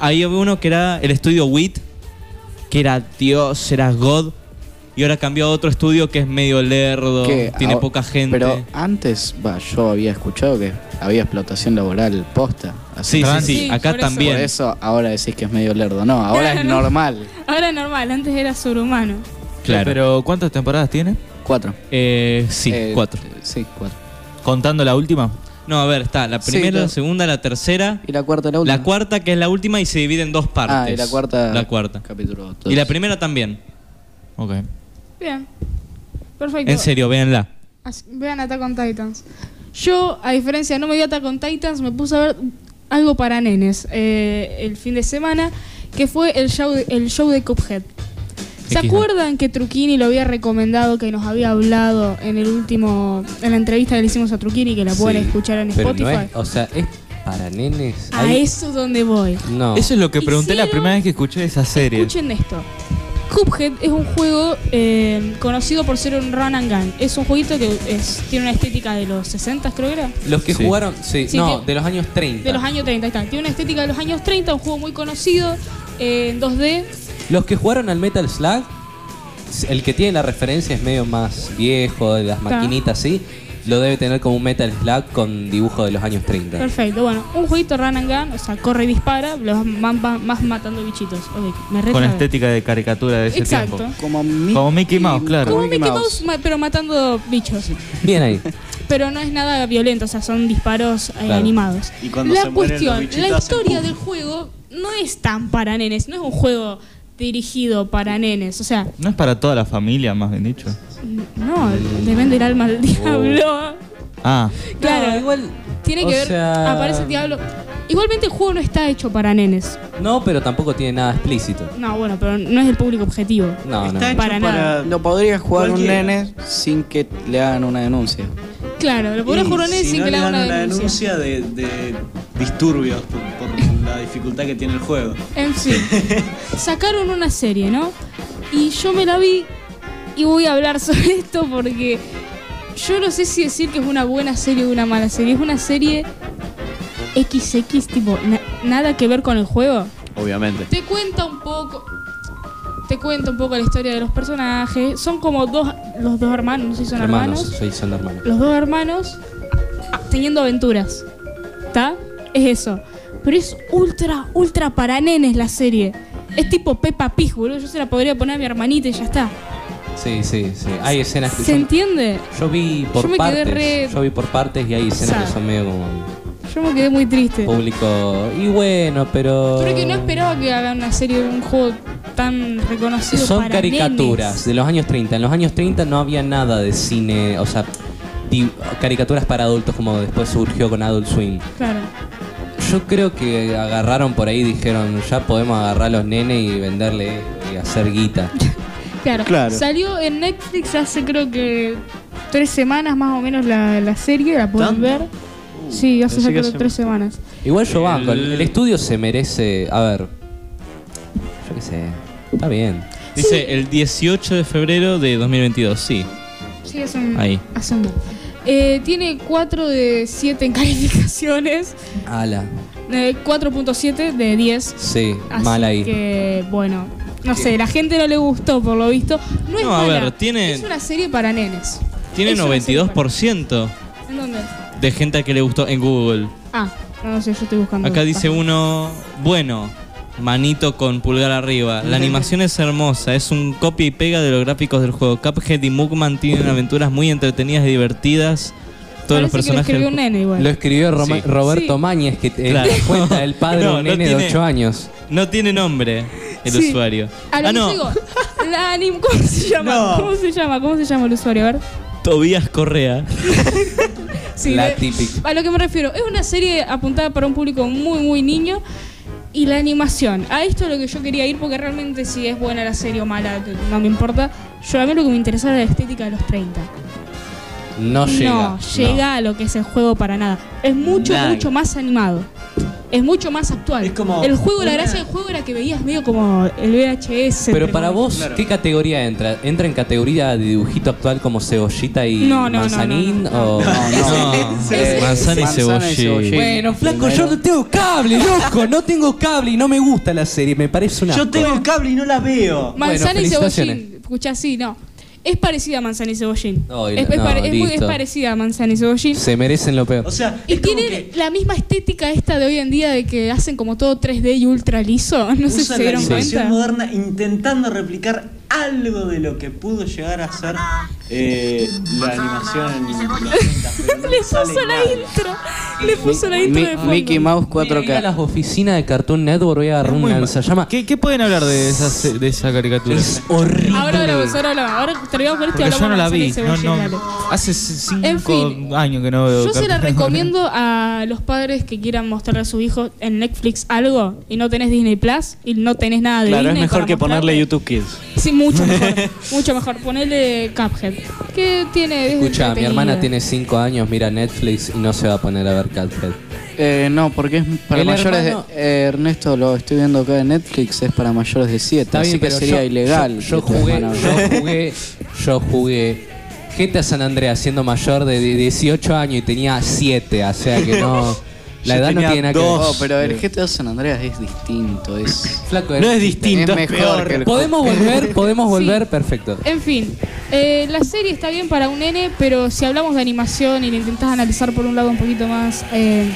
S3: Ahí había uno que era el estudio WIT, que era Dios, era God. Y ahora cambió a otro estudio que es medio lerdo,
S7: Que
S3: tiene
S7: ahora-
S3: poca gente.
S7: Pero antes, va, yo había escuchado que había explotación laboral posta. Así
S3: sí, sí, sí,
S6: Sí,
S3: acá
S6: por eso.
S7: Por
S3: también.
S7: eso ahora decís que es medio lerdo. No, ahora es
S6: No, no.
S7: normal.
S6: Ahora normal, antes era sobrehumano.
S3: Ah, Claro.
S4: Pero ¿cuántas temporadas tiene?
S7: Cuatro.
S3: Eh, sí,
S7: Eh,
S3: cuatro.
S7: eh, Sí, cuatro.
S4: Contando la última.
S3: No, a ver, está la
S7: Sí,
S3: primera,
S7: la-
S3: la segunda, la tercera,
S7: ¿Y la cuarta la última?
S3: la cuarta que es la última y se divide en dos partes.
S7: Ah, y la cuarta.
S3: La cuarta.
S7: Capítulo dos.
S3: Y la primera también.
S4: Ok.
S6: Bien. Perfecto.
S3: En serio, véanla.
S6: Así- Vean Attack on Titans. Yo, a diferencia, no me vi Attack on Titans, me puse a ver algo para nenes eh, el fin de semana, que fue el show de, el show de Cuphead. ¿Se
S3: XD.
S6: acuerdan que Truquini lo había recomendado, que nos había hablado en el último, en la entrevista que le hicimos a Truquini, que la pueden
S1: Sí,
S6: escuchar en
S1: Pero
S6: Spotify?
S1: no es, o sea, es para nenes.
S6: A
S1: Hay-
S6: eso es donde voy.
S1: No.
S4: Eso es lo que pregunté la
S6: Hicieron-
S4: primera vez que escuché esa serie.
S6: Escuchen esto. Cuphead es un juego eh, conocido por ser un run and gun. Es un jueguito que es- tiene una estética de los 60, creo que era.
S1: Los que
S4: Sí.
S1: jugaron, sí,
S6: Sí,
S1: no,
S6: que-
S1: de los años 30.
S6: De los años 30, ahí está. Tiene una estética de los años 30, un juego muy conocido eh, en 2D.
S1: Los que jugaron al Metal Slug, el que tiene la referencia es medio más viejo, de las
S6: Está.
S1: maquinitas, sí. Lo debe tener como un Metal Slug con dibujo de los años 30.
S6: Perfecto, bueno, un jueguito run and gun, o sea, corre y dispara, los van, van- más matando bichitos. Ok, me
S4: Con
S6: retrabé.
S4: estética de caricatura de ese
S6: Exacto.
S4: tiempo.
S7: Como Mickey,
S4: Como Mickey Mouse, claro.
S6: Como Mickey Mouse, ma- pero matando bichos.
S1: Bien ahí.
S6: Pero no es nada violento, o sea, son disparos eh,
S1: Claro.
S6: animados.
S8: Y cuando
S6: la
S8: se mueren los
S6: cuestión,
S8: bichitos
S6: la
S8: hacen
S6: historia
S8: pum.
S6: del juego no es tan para nenes, no es un juego dirigido para nenes, o sea,
S4: No es para toda la familia, más bien dicho.
S6: no, le vende el alma
S4: Oh.
S6: al diablo.
S4: Ah,
S6: Claro,
S1: No, igual.
S6: Tiene que
S1: o
S6: ver,
S1: sea,
S6: aparece el diablo. Igualmente el juego no está hecho para nenes.
S1: No, pero tampoco tiene nada explícito.
S6: No, bueno, pero no es el público objetivo.
S1: No, no.
S8: Está hecho
S6: Para nada.
S7: Lo podría jugar
S8: Cualquiera.
S7: un nene sin que le hagan una denuncia.
S6: Claro, lo podrás
S8: Y
S6: jugar a nenes
S8: si
S6: sin
S8: no
S6: que le hagan una
S8: la
S6: denuncia.
S8: denuncia de, de disturbios por, por la dificultad que tiene el juego.
S6: En fin, sacaron una serie, ¿no? Y yo me la vi y voy a hablar sobre esto porque yo no sé si decir que es una buena serie o una mala serie. Es una serie XX, tipo, na- nada que ver con el juego.
S8: Obviamente.
S6: Te cuenta un poco. Te cuenta un poco la historia de los personajes. Son como dos. Los dos hermanos, no sé si son hermanos.
S1: Hermanos, soy son hermanos.
S6: Los dos hermanos ah, teniendo aventuras. ¿Está? Es eso. Pero es ultra, ultra para nenes la serie. Es tipo Peppa Pig, boludo. Yo se la podría poner a mi hermanita y ya está.
S1: Sí, sí, sí. Hay escenas que
S6: ¿Se
S1: yo,
S6: entiende?
S1: yo vi por
S6: Yo me quedé
S1: partes.
S6: re-
S1: Yo vi por partes y hay escenas
S6: Sad.
S1: que son medio como
S6: Yo me quedé muy triste.
S1: Oh. público. Y bueno, pero.
S6: Creo que no esperaba que haga una serie de un juego tan reconocido.
S1: Son
S6: para
S1: caricaturas
S6: nenes.
S1: de los años 30. En los años 30 no había nada de cine, o sea, di- caricaturas para adultos como después surgió con Adult Swim.
S6: Claro.
S1: Yo creo que agarraron por ahí y dijeron, ya podemos agarrar a los nenes y venderle esto y hacer guita.
S6: Claro.
S8: Claro.
S6: Salió en Netflix hace creo que tres semanas más o menos la, la serie, la pueden
S8: ¿Tanto?
S6: ver. sí, hace
S8: pensé
S6: ya
S8: que
S6: creo
S8: hace-
S6: tres semanas.
S1: Igual yo banco, el, el estudio se merece, a ver, yo qué sé, está bien.
S3: Dice el 18 de febrero de 2022, sí.
S6: Sí, hace un,
S3: Ahí.
S6: hace un- Eh, tiene 4 de 7 en calificaciones,
S1: Ala,
S6: eh, 4.7 de 10.
S1: sí,
S6: Así
S1: mal ahí.
S6: que, bueno, no sé, la gente no le gustó por lo visto. No es
S3: No, a
S6: mala,
S3: ver, tiene-
S6: es una serie para nenes.
S3: Tiene
S6: Es una serie para-
S3: 92%
S6: ¿En dónde?
S3: de gente a que le gustó en Google.
S6: Ah, no sé, yo estoy buscando.
S3: Acá dice
S6: página.
S3: uno, bueno, manito con pulgar arriba. La animación es hermosa, es un copia y pega de los gráficos del juego. Cuphead y Mugman tienen aventuras muy entretenidas y divertidas. Todos los
S6: Parece que lo
S3: personajes.
S6: escribió
S3: del
S6: un
S3: ju-
S6: nene igual.
S1: Lo escribió Roma-
S3: Sí.
S1: Roberto
S6: Sí.
S1: Mañez, que te
S3: Claro.
S1: das cuenta el padre de
S3: No,
S1: un
S3: no
S1: nene de
S3: tiene-
S1: 8 años.
S3: No tiene nombre el
S6: Sí.
S3: usuario.
S6: A lo
S3: ah,
S6: que
S3: no,
S6: digo, la anim- ¿Cómo se llama?
S3: No.
S6: ¿Cómo se llama? ¿Cómo se llama el usuario? A ver.
S3: Tobías Correa.
S6: Sí,
S1: la
S6: de-
S1: típica.
S6: A lo que me refiero, es una serie apuntada para un público muy, muy niño. Y la animación. A esto es lo que yo quería ir, porque realmente si es buena la serie o mala, no me importa. Yo a mí lo que me interesaba era la estética de los 30.
S1: No llega.
S6: no, llega a lo que es el juego para nada. Es mucho,
S8: Nada.
S6: mucho más animado. Es mucho más actual.
S8: Es como
S6: el juego, la
S8: una-
S6: gracia del juego era que veías medio como el VHS.
S1: Pero
S6: entre
S1: para
S6: comillas.
S1: vos, ¿qué categoría entra? ¿Entra en categoría de dibujito actual como cebollita y
S6: No, no, no,
S1: manzanín?
S6: no, no.
S1: o-
S7: No, no.
S1: Eh,
S3: Ah. Manzana y
S7: Manzana y
S3: cebollín.
S7: cebollín.
S1: Bueno, flaco, yo
S7: Primero.
S1: no tengo cable, loco. No tengo cable y no me gusta la serie. Me parece una.
S8: Yo tengo cable y no la veo.
S6: Manzana y
S1: felicitaciones.
S6: cebollín. Escuchá, sí, no. Es parecida a manzana y cebollín.
S1: No, y la-
S6: es, es
S1: no,
S6: pare- es muy- es
S1: listo.
S6: parecida a manzana y cebollín.
S1: Se merecen lo peor.
S8: O sea,
S6: Y
S8: es como
S6: tiene
S8: que
S6: la misma estética esta de hoy en día de que hacen como todo 3D y ultra liso. No sé si
S8: usa
S6: se
S8: la
S6: dieron
S8: animación
S6: cuenta.
S8: moderna intentando replicar algo de lo que pudo llegar a ser eh, la animación en los 80, pero no
S6: Le
S8: sale
S6: puso la
S8: nada.
S6: intro. Le puso la intro
S7: Mi-
S6: de fondo.
S7: Mickey Mouse
S1: Voy a ir a
S7: 4K.
S1: las oficinas de Cartoon Network voy a agarrar
S4: muy
S1: una
S4: mal.
S1: lanzallama.
S4: ¿Qué, qué pueden hablar de esa, se- de esa caricatura?
S1: Es horrible.
S6: Ahora hablamos, ahora hablamos. Ahora terminamos con esto y
S4: Porque
S6: hablamos
S4: yo no
S6: de
S4: la
S6: manzana y
S4: vi. No,
S6: cebollín,
S4: no.
S6: dale.
S4: Hace c- cinco
S6: En fin,
S4: años que no veo.
S6: Yo se la
S4: Cartoon Network.
S6: recomiendo a los padres que quieran mostrarle a sus hijos en Netflix algo y no tenés Disney Plus y no tenés nada de
S8: Claro, es
S6: Disney
S8: mejor
S6: para
S8: que ponerle
S6: mostrarle.
S8: YouTube Kids.
S6: Sí, mucho mejor. mucho mejor. Ponele Cuphead. Que tiene. es
S1: Escucha, mi
S6: entretenido.
S1: hermana tiene 5 años, mira Netflix y no se va a poner a ver Cathead.
S7: Eh, no, porque es para
S1: El
S7: mayores
S1: hermano-
S7: de... eh, Ernesto, lo estoy viendo acá en Netflix, es para mayores de 7, así que sería ilegal.
S1: Yo,
S7: que tu
S1: jugué,
S7: hermano
S1: yo
S7: vea.
S1: jugué, yo jugué GTA San Andreas siendo mayor de 18 años y tenía 7, o sea que no. La
S8: Yo
S1: edad no
S8: tenía
S1: tiene nada que
S8: dos.
S1: ver.
S7: Oh, pero el GTA San Andreas es distinto, es...
S1: Flaco,
S8: No es
S1: eh.
S8: distinto, es,
S7: mejor
S8: peor.
S7: que el-
S1: Podemos volver, podemos
S6: Sí.
S1: volver, perfecto.
S6: En fin, eh, la serie está bien para un nene, pero si hablamos de animación y la intentás analizar por un lado un poquito más eh,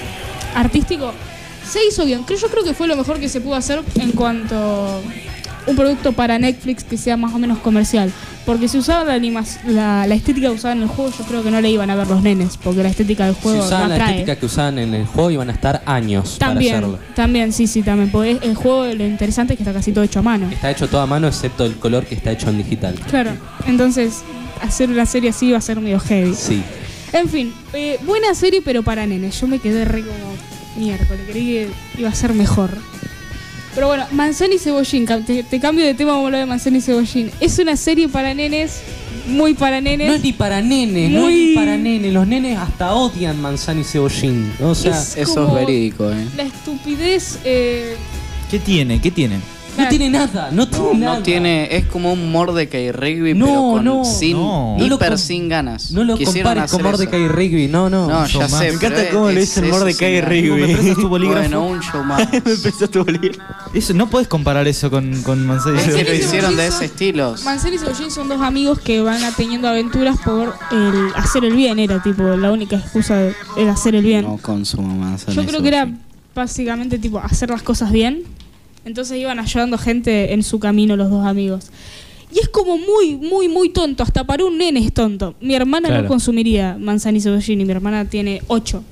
S6: artístico, se hizo bien. Creo- Yo creo que fue lo mejor que se pudo hacer en cuanto a un producto para Netflix que sea más o menos comercial. Porque si usaba la, anima- la, la estética que usaban en el juego, yo creo que no le iban a ver los nenes, porque la estética del
S1: Si
S6: juego no
S1: usaban la
S6: atrae.
S1: estética que usaban en el juego iban a estar años
S6: También,
S1: para hacerlo.
S6: también, sí, sí, también. Porque el juego lo interesante es que está casi todo hecho a mano.
S1: Está hecho todo a mano excepto el color que está hecho en digital.
S6: Claro, entonces hacer una serie así va a ser medio heavy.
S1: Sí.
S6: En fin, eh, buena serie pero para nenes. Yo me quedé re como miércoles, creí que iba a ser mejor. Pero bueno, Manzana y Cebollín, ca- te, te cambio de tema, vamos a hablar de Manzana y Cebollín. Es una serie para nenes, muy para
S1: No es
S6: nenes.
S1: ni para nene, no es
S6: Muy-
S1: ni para nene. Los nenes hasta odian manzana y cebollín. O sea,
S6: Es-
S7: Eso es
S6: como-
S7: verídico, eh.
S6: La estupidez... eh,
S4: ¿Qué tiene? ¿Qué tiene?
S1: no tiene nada, no tiene
S7: No,
S1: nada.
S7: no tiene, es como un Mordecai Rigby,
S1: No,
S7: pero con,
S1: no,
S7: sin,
S4: no.
S1: No lo
S7: hiper
S1: com-
S7: sin ganas.
S1: No lo
S7: Quisieron
S1: compares
S7: hacer
S1: con
S7: eso.
S1: Mordecai Rigby, no, no.
S7: No, ya
S4: showman.
S7: sé.
S4: Me
S8: encanta
S7: pero
S8: cómo le
S7: es-
S8: dicen
S7: eso
S8: Mordecai
S7: sin
S8: Rigby.
S7: ganas.
S4: ¿Me prestas tu bolígrafo?
S7: Bueno, un show más.
S8: Empezó tu bolígrafo.
S4: Eso, no puedes comparar eso con, con Manzana y
S7: Es que lo
S4: cebollín.
S7: hicieron de ese estilo.
S6: Mancera y Cebollín son dos amigos que van a teniendo aventuras por el hacer el bien, era tipo la única excusa de- era hacer el bien.
S7: No consumo más.
S6: Yo creo que era básicamente tipo hacer las cosas bien. Entonces iban ayudando gente en su camino los dos amigos. Y es como muy, muy, muy tonto. Hasta para un nene es tonto. Mi hermana
S4: Claro.
S6: no consumiría manzana y cebollini. Mi hermana tiene ocho.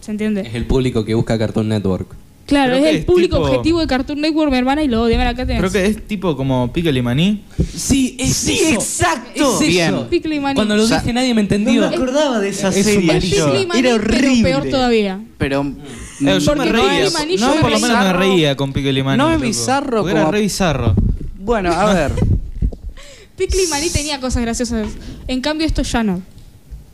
S6: ¿Se entiende?
S1: Es el público que busca Cartoon Network.
S6: Claro,
S4: Creo
S6: es
S4: que
S6: el
S4: es
S6: público
S4: tipo-
S6: objetivo de Cartoon Network, mi hermana, y lo odia. Mira, acá tenés.
S4: Creo que es tipo como pickle y maní.
S1: Sí, es eso.
S8: exacto.
S1: Es eso.
S7: Bien.
S6: Pickle y maní.
S1: Cuando lo
S7: O sea,
S1: dije nadie me entendió.
S8: No me acordaba de esa
S1: Es un
S8: serie.
S1: maldito
S8: yo.
S6: Pickle y maní,
S8: Era horrible.
S6: Pero peor todavía.
S7: Pero Mm.
S4: Eh, yo
S6: Porque
S4: me
S6: con
S4: reía.
S6: pickle y maní
S4: No,
S6: yo me
S4: por lo menos me
S6: bizarro.
S4: reía con pickle y maní.
S7: No es
S4: loco.
S7: bizarro
S4: Porque Era
S7: como-
S4: re bizarro.
S7: bueno, a ver.
S6: Pickle y maní tenía cosas graciosas. En cambio, esto ya no.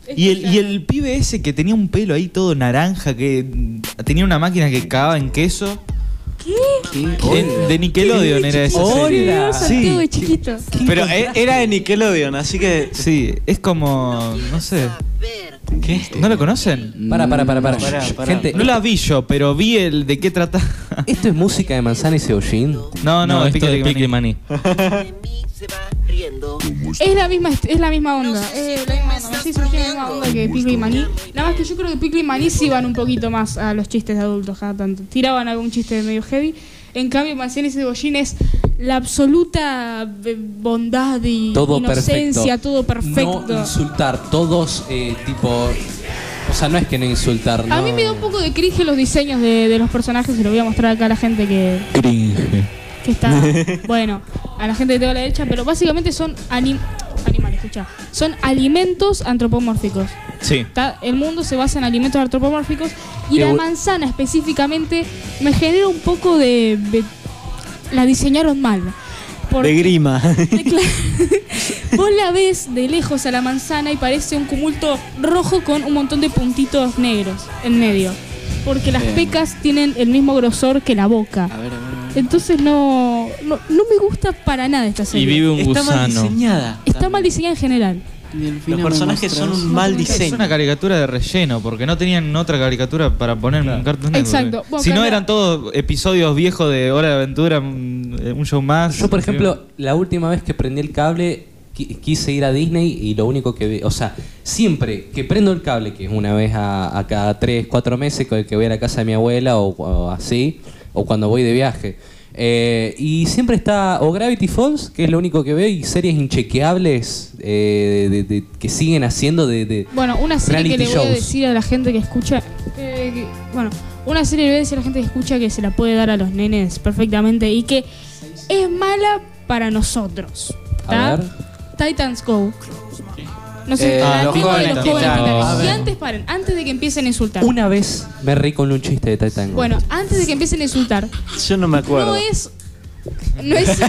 S6: Esto
S4: Y el,
S6: ya
S4: y
S6: no.
S4: el pibe ese que tenía un pelo ahí todo naranja, que mm, tenía una máquina que cagaba en queso.
S7: ¿Qué?
S4: De, de Nickelodeon era esa serie.
S1: Hola.
S6: Santiago de
S4: Sí,
S6: chiquito.
S8: Pero e- era de Nickelodeon, así que.
S4: sí, es como. No sé.
S8: ¿Qué?
S4: ¿No lo conocen?
S1: Para, para, para, para.
S8: Pará, pará.
S1: Gente,
S4: No la vi yo, pero vi el de qué trata.
S1: ¿esto es música de manzana y cebollín?
S4: No, no,
S3: No,
S4: es
S3: esto de
S4: Pickle
S3: Pickle
S4: y Maní.
S3: Maní.
S6: Es la misma, es la misma onda. Es la misma onda. Sí, surgió la misma onda que Pickle y Maní. Nada más que yo creo que Pickle y Maní sí iban un poquito más a los chistes de adultos cada tanto. Tiraban algún chiste medio heavy. En cambio, Manzana y Cebollín es la absoluta eh, bondad y
S1: Todo
S6: inocencia,
S1: perfecto.
S6: todo perfecto.
S1: No insultar, todos eh, tipo... O sea, no es que no insultar,
S6: a
S1: no.
S6: mí me da un poco de cringe los diseños de, de los personajes y lo voy a mostrar acá a la gente que,
S4: Cringe.
S6: que está bueno a la gente que tengo a la derecha, pero básicamente son anim- animales, escucha, son alimentos antropomórficos.
S4: Sí.
S6: Está- el mundo se basa en alimentos antropomórficos y
S1: Qué
S6: la
S1: bu-
S6: manzana específicamente me genera un poco de, de- la diseñaron mal. Por-
S8: De grima.
S6: Cla- Vos la ves de lejos a la manzana y parece un cumulto rojo con un montón de puntitos negros en medio. Porque las
S7: Bien.
S6: pecas tienen el mismo grosor que la boca.
S7: A ver, a ver.
S6: Entonces no, no, no me gusta para nada esta
S3: Y
S6: serie.
S3: vive un
S8: Está mal
S3: gusano.
S8: diseñada.
S6: Está mal diseñada en general.
S8: Los personajes son un mal
S4: Es
S8: diseño.
S4: una caricatura de relleno, porque no tenían otra caricatura para poner en Cartoon Network.
S6: Exacto. Bueno,
S4: si no,
S6: claro.
S4: eran todos episodios viejos de Hora de Aventura, un, eh, un show más.
S1: Yo, por ejemplo, la última vez que prendí el cable, qui- quise ir a Disney y lo único que vi, o sea, siempre que prendo el cable, que es una vez a, a cada tres, cuatro meses que que voy a la casa de mi abuela o, o así, o cuando voy de viaje, eh, y siempre está o Gravity Falls, que es lo único que veo, y series inchequeables eh, de- de- de- que siguen haciendo de... de-
S6: Bueno, una serie que
S1: Reality
S6: le voy a
S1: shows.
S6: decir a la gente que escucha. eh, que- bueno, una serie le voy a decir a la gente que escucha que se la puede dar a los nenes perfectamente y que es mala para nosotros.
S1: A
S6: ¿tá?
S1: ver.
S6: Titans Go. No sé,
S7: Eh,
S6: la
S7: los
S6: tengo de
S7: jóvenes
S6: los jóvenes
S7: titanes.
S6: titanes. Y
S7: A ver.
S6: antes paren, antes de que empiecen a insultar.
S1: Una vez me reí con un chiste de Titan.
S6: Bueno, antes de que empiecen a insultar,
S8: Yo no me acuerdo.
S6: no es. No es.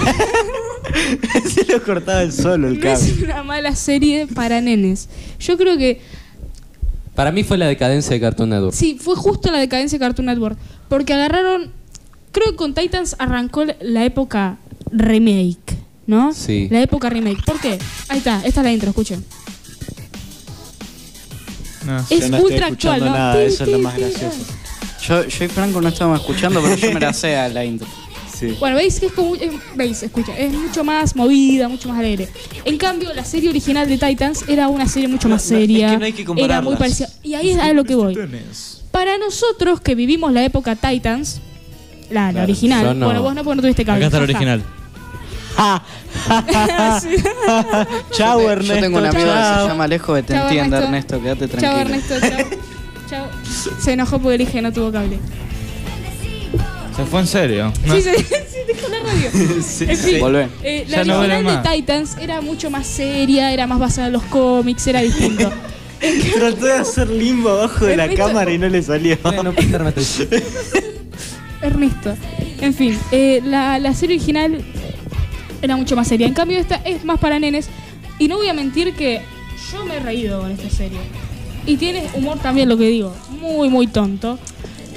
S8: Se lo cortaba el solo el
S6: No es
S8: cable.
S6: una mala serie para nenes. Yo creo que
S1: Para mí fue la decadencia de Cartoon Network.
S6: sí, fue justo la decadencia de Cartoon Network. Porque agarraron. Creo que con Titans arrancó la época remake, ¿no?
S1: Sí.
S6: La época remake. ¿Por qué? Ahí está, esta es la intro, escuchen.
S4: No.
S8: Yo
S6: es
S8: no estoy
S6: ultra actual,
S8: escuchando
S6: ¿no?
S8: nada,
S6: Tin,
S8: eso es lo
S6: tin,
S8: más
S6: tin,
S8: gracioso.
S7: Yo, yo y Franco no estábamos escuchando, pero yo me la sé a la intro.
S8: Sí.
S6: Bueno, veis que es como. es- veis, escucha, es mucho más movida, mucho más alegre. En cambio, la serie original de Titans era una serie mucho más
S8: No, no, es que
S6: seria.
S8: no hay que
S6: Era muy
S8: compararlas.
S6: parecida. Y ahí es a lo que voy. Para nosotros que vivimos la época Titans, la, la
S1: Claro, yo
S6: original.
S1: no.
S6: Bueno, vos no, porque no tuviste cable.
S3: Acá está el
S6: jaja.
S3: original.
S8: Chau,
S7: yo, te-
S8: Ernesto.
S7: yo tengo un amigo que
S8: chau.
S7: se llama Alejo que te
S6: Chao,
S7: entiende,
S6: Ernesto.
S7: Ernesto. Quédate
S6: Chao,
S7: tranquilo.
S6: Ernesto, chao. Chao. Se enojó porque le dije no tuvo cable.
S4: Se fue en serio.
S6: Sí, se, sí, dejó la radio. En fin,
S7: Volvé.
S6: eh,
S4: Ya
S6: la
S4: no
S6: original
S4: vuelve
S6: de
S4: más.
S6: Titans era mucho más seria, era más basada en los cómics, era distinto.
S8: Trató de hacer limbo abajo de la
S6: Ernesto-
S8: cámara y no le salió.
S1: Bueno, Peter, me te-
S6: Ernesto. En fin, eh, la, la serie original era mucho más seria. En cambio, esta es más para nenes. Y no voy a mentir que yo me he reído con esta serie. Y tiene humor también, lo que digo. Muy, muy tonto.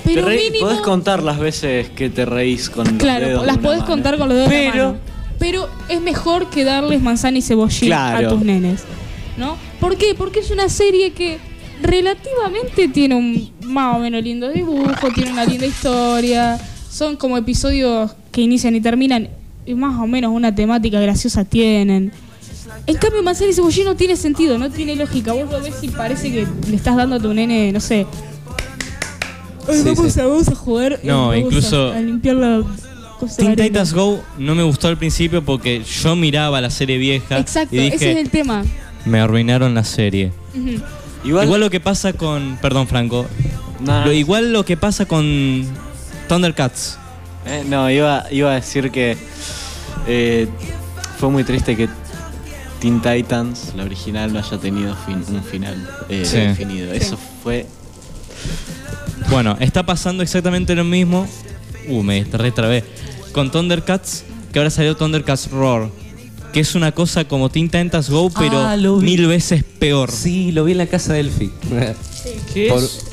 S8: Te
S6: Pero
S8: re-
S6: mínimo.
S8: Podés contar las veces que te reís con los dedos
S6: Claro,
S8: de
S6: las
S8: una
S6: podés
S8: mano.
S6: contar con los dedos de la
S8: Pero-
S6: mano. Pero es mejor que darles manzana y cebollín
S8: Claro.
S6: a tus nenes. ¿No? ¿Por qué? Porque es una serie que relativamente tiene un más o menos lindo dibujo, tiene una linda historia. Son como episodios que inician y terminan y más o menos una temática graciosa tienen. En cambio, manzana y cebollín no tiene sentido, no tiene lógica. Vos lo ves y parece que le estás dando a tu nene, no sé. "Ay,
S1: Sí,
S6: vamos,
S1: sí.
S6: A, vamos a jugar. eh,
S3: No,
S6: vamos a-
S3: incluso-
S6: a limpiar la
S11: Marcos
S3: Teen
S11: Severino.
S3: Titans Go no me gustó al principio porque yo miraba la serie vieja
S11: Exacto,
S3: y dije,
S11: ese es el tema.
S3: me arruinaron la serie.
S11: Ujú.
S8: Igual,
S3: Igual lo que pasa con, perdón Franco,
S8: no,
S3: lo, igual lo que pasa con Thundercats.
S8: eh, no, iba, iba a decir que eh, fue muy triste que Teen Titans, la original, no haya tenido fin- un final eh,
S3: Sí.
S8: definido. Eso fue
S3: Bueno, está pasando exactamente lo mismo. Uh, me retrabé. Con Thundercats, que ahora salió Thundercats Roar. Que es una cosa como Teen Titans Go, pero
S1: Ah, lo vi.
S3: mil veces peor.
S1: Sí, lo vi en la casa de Elfi.
S4: ¿Qué
S1: Por-
S4: es?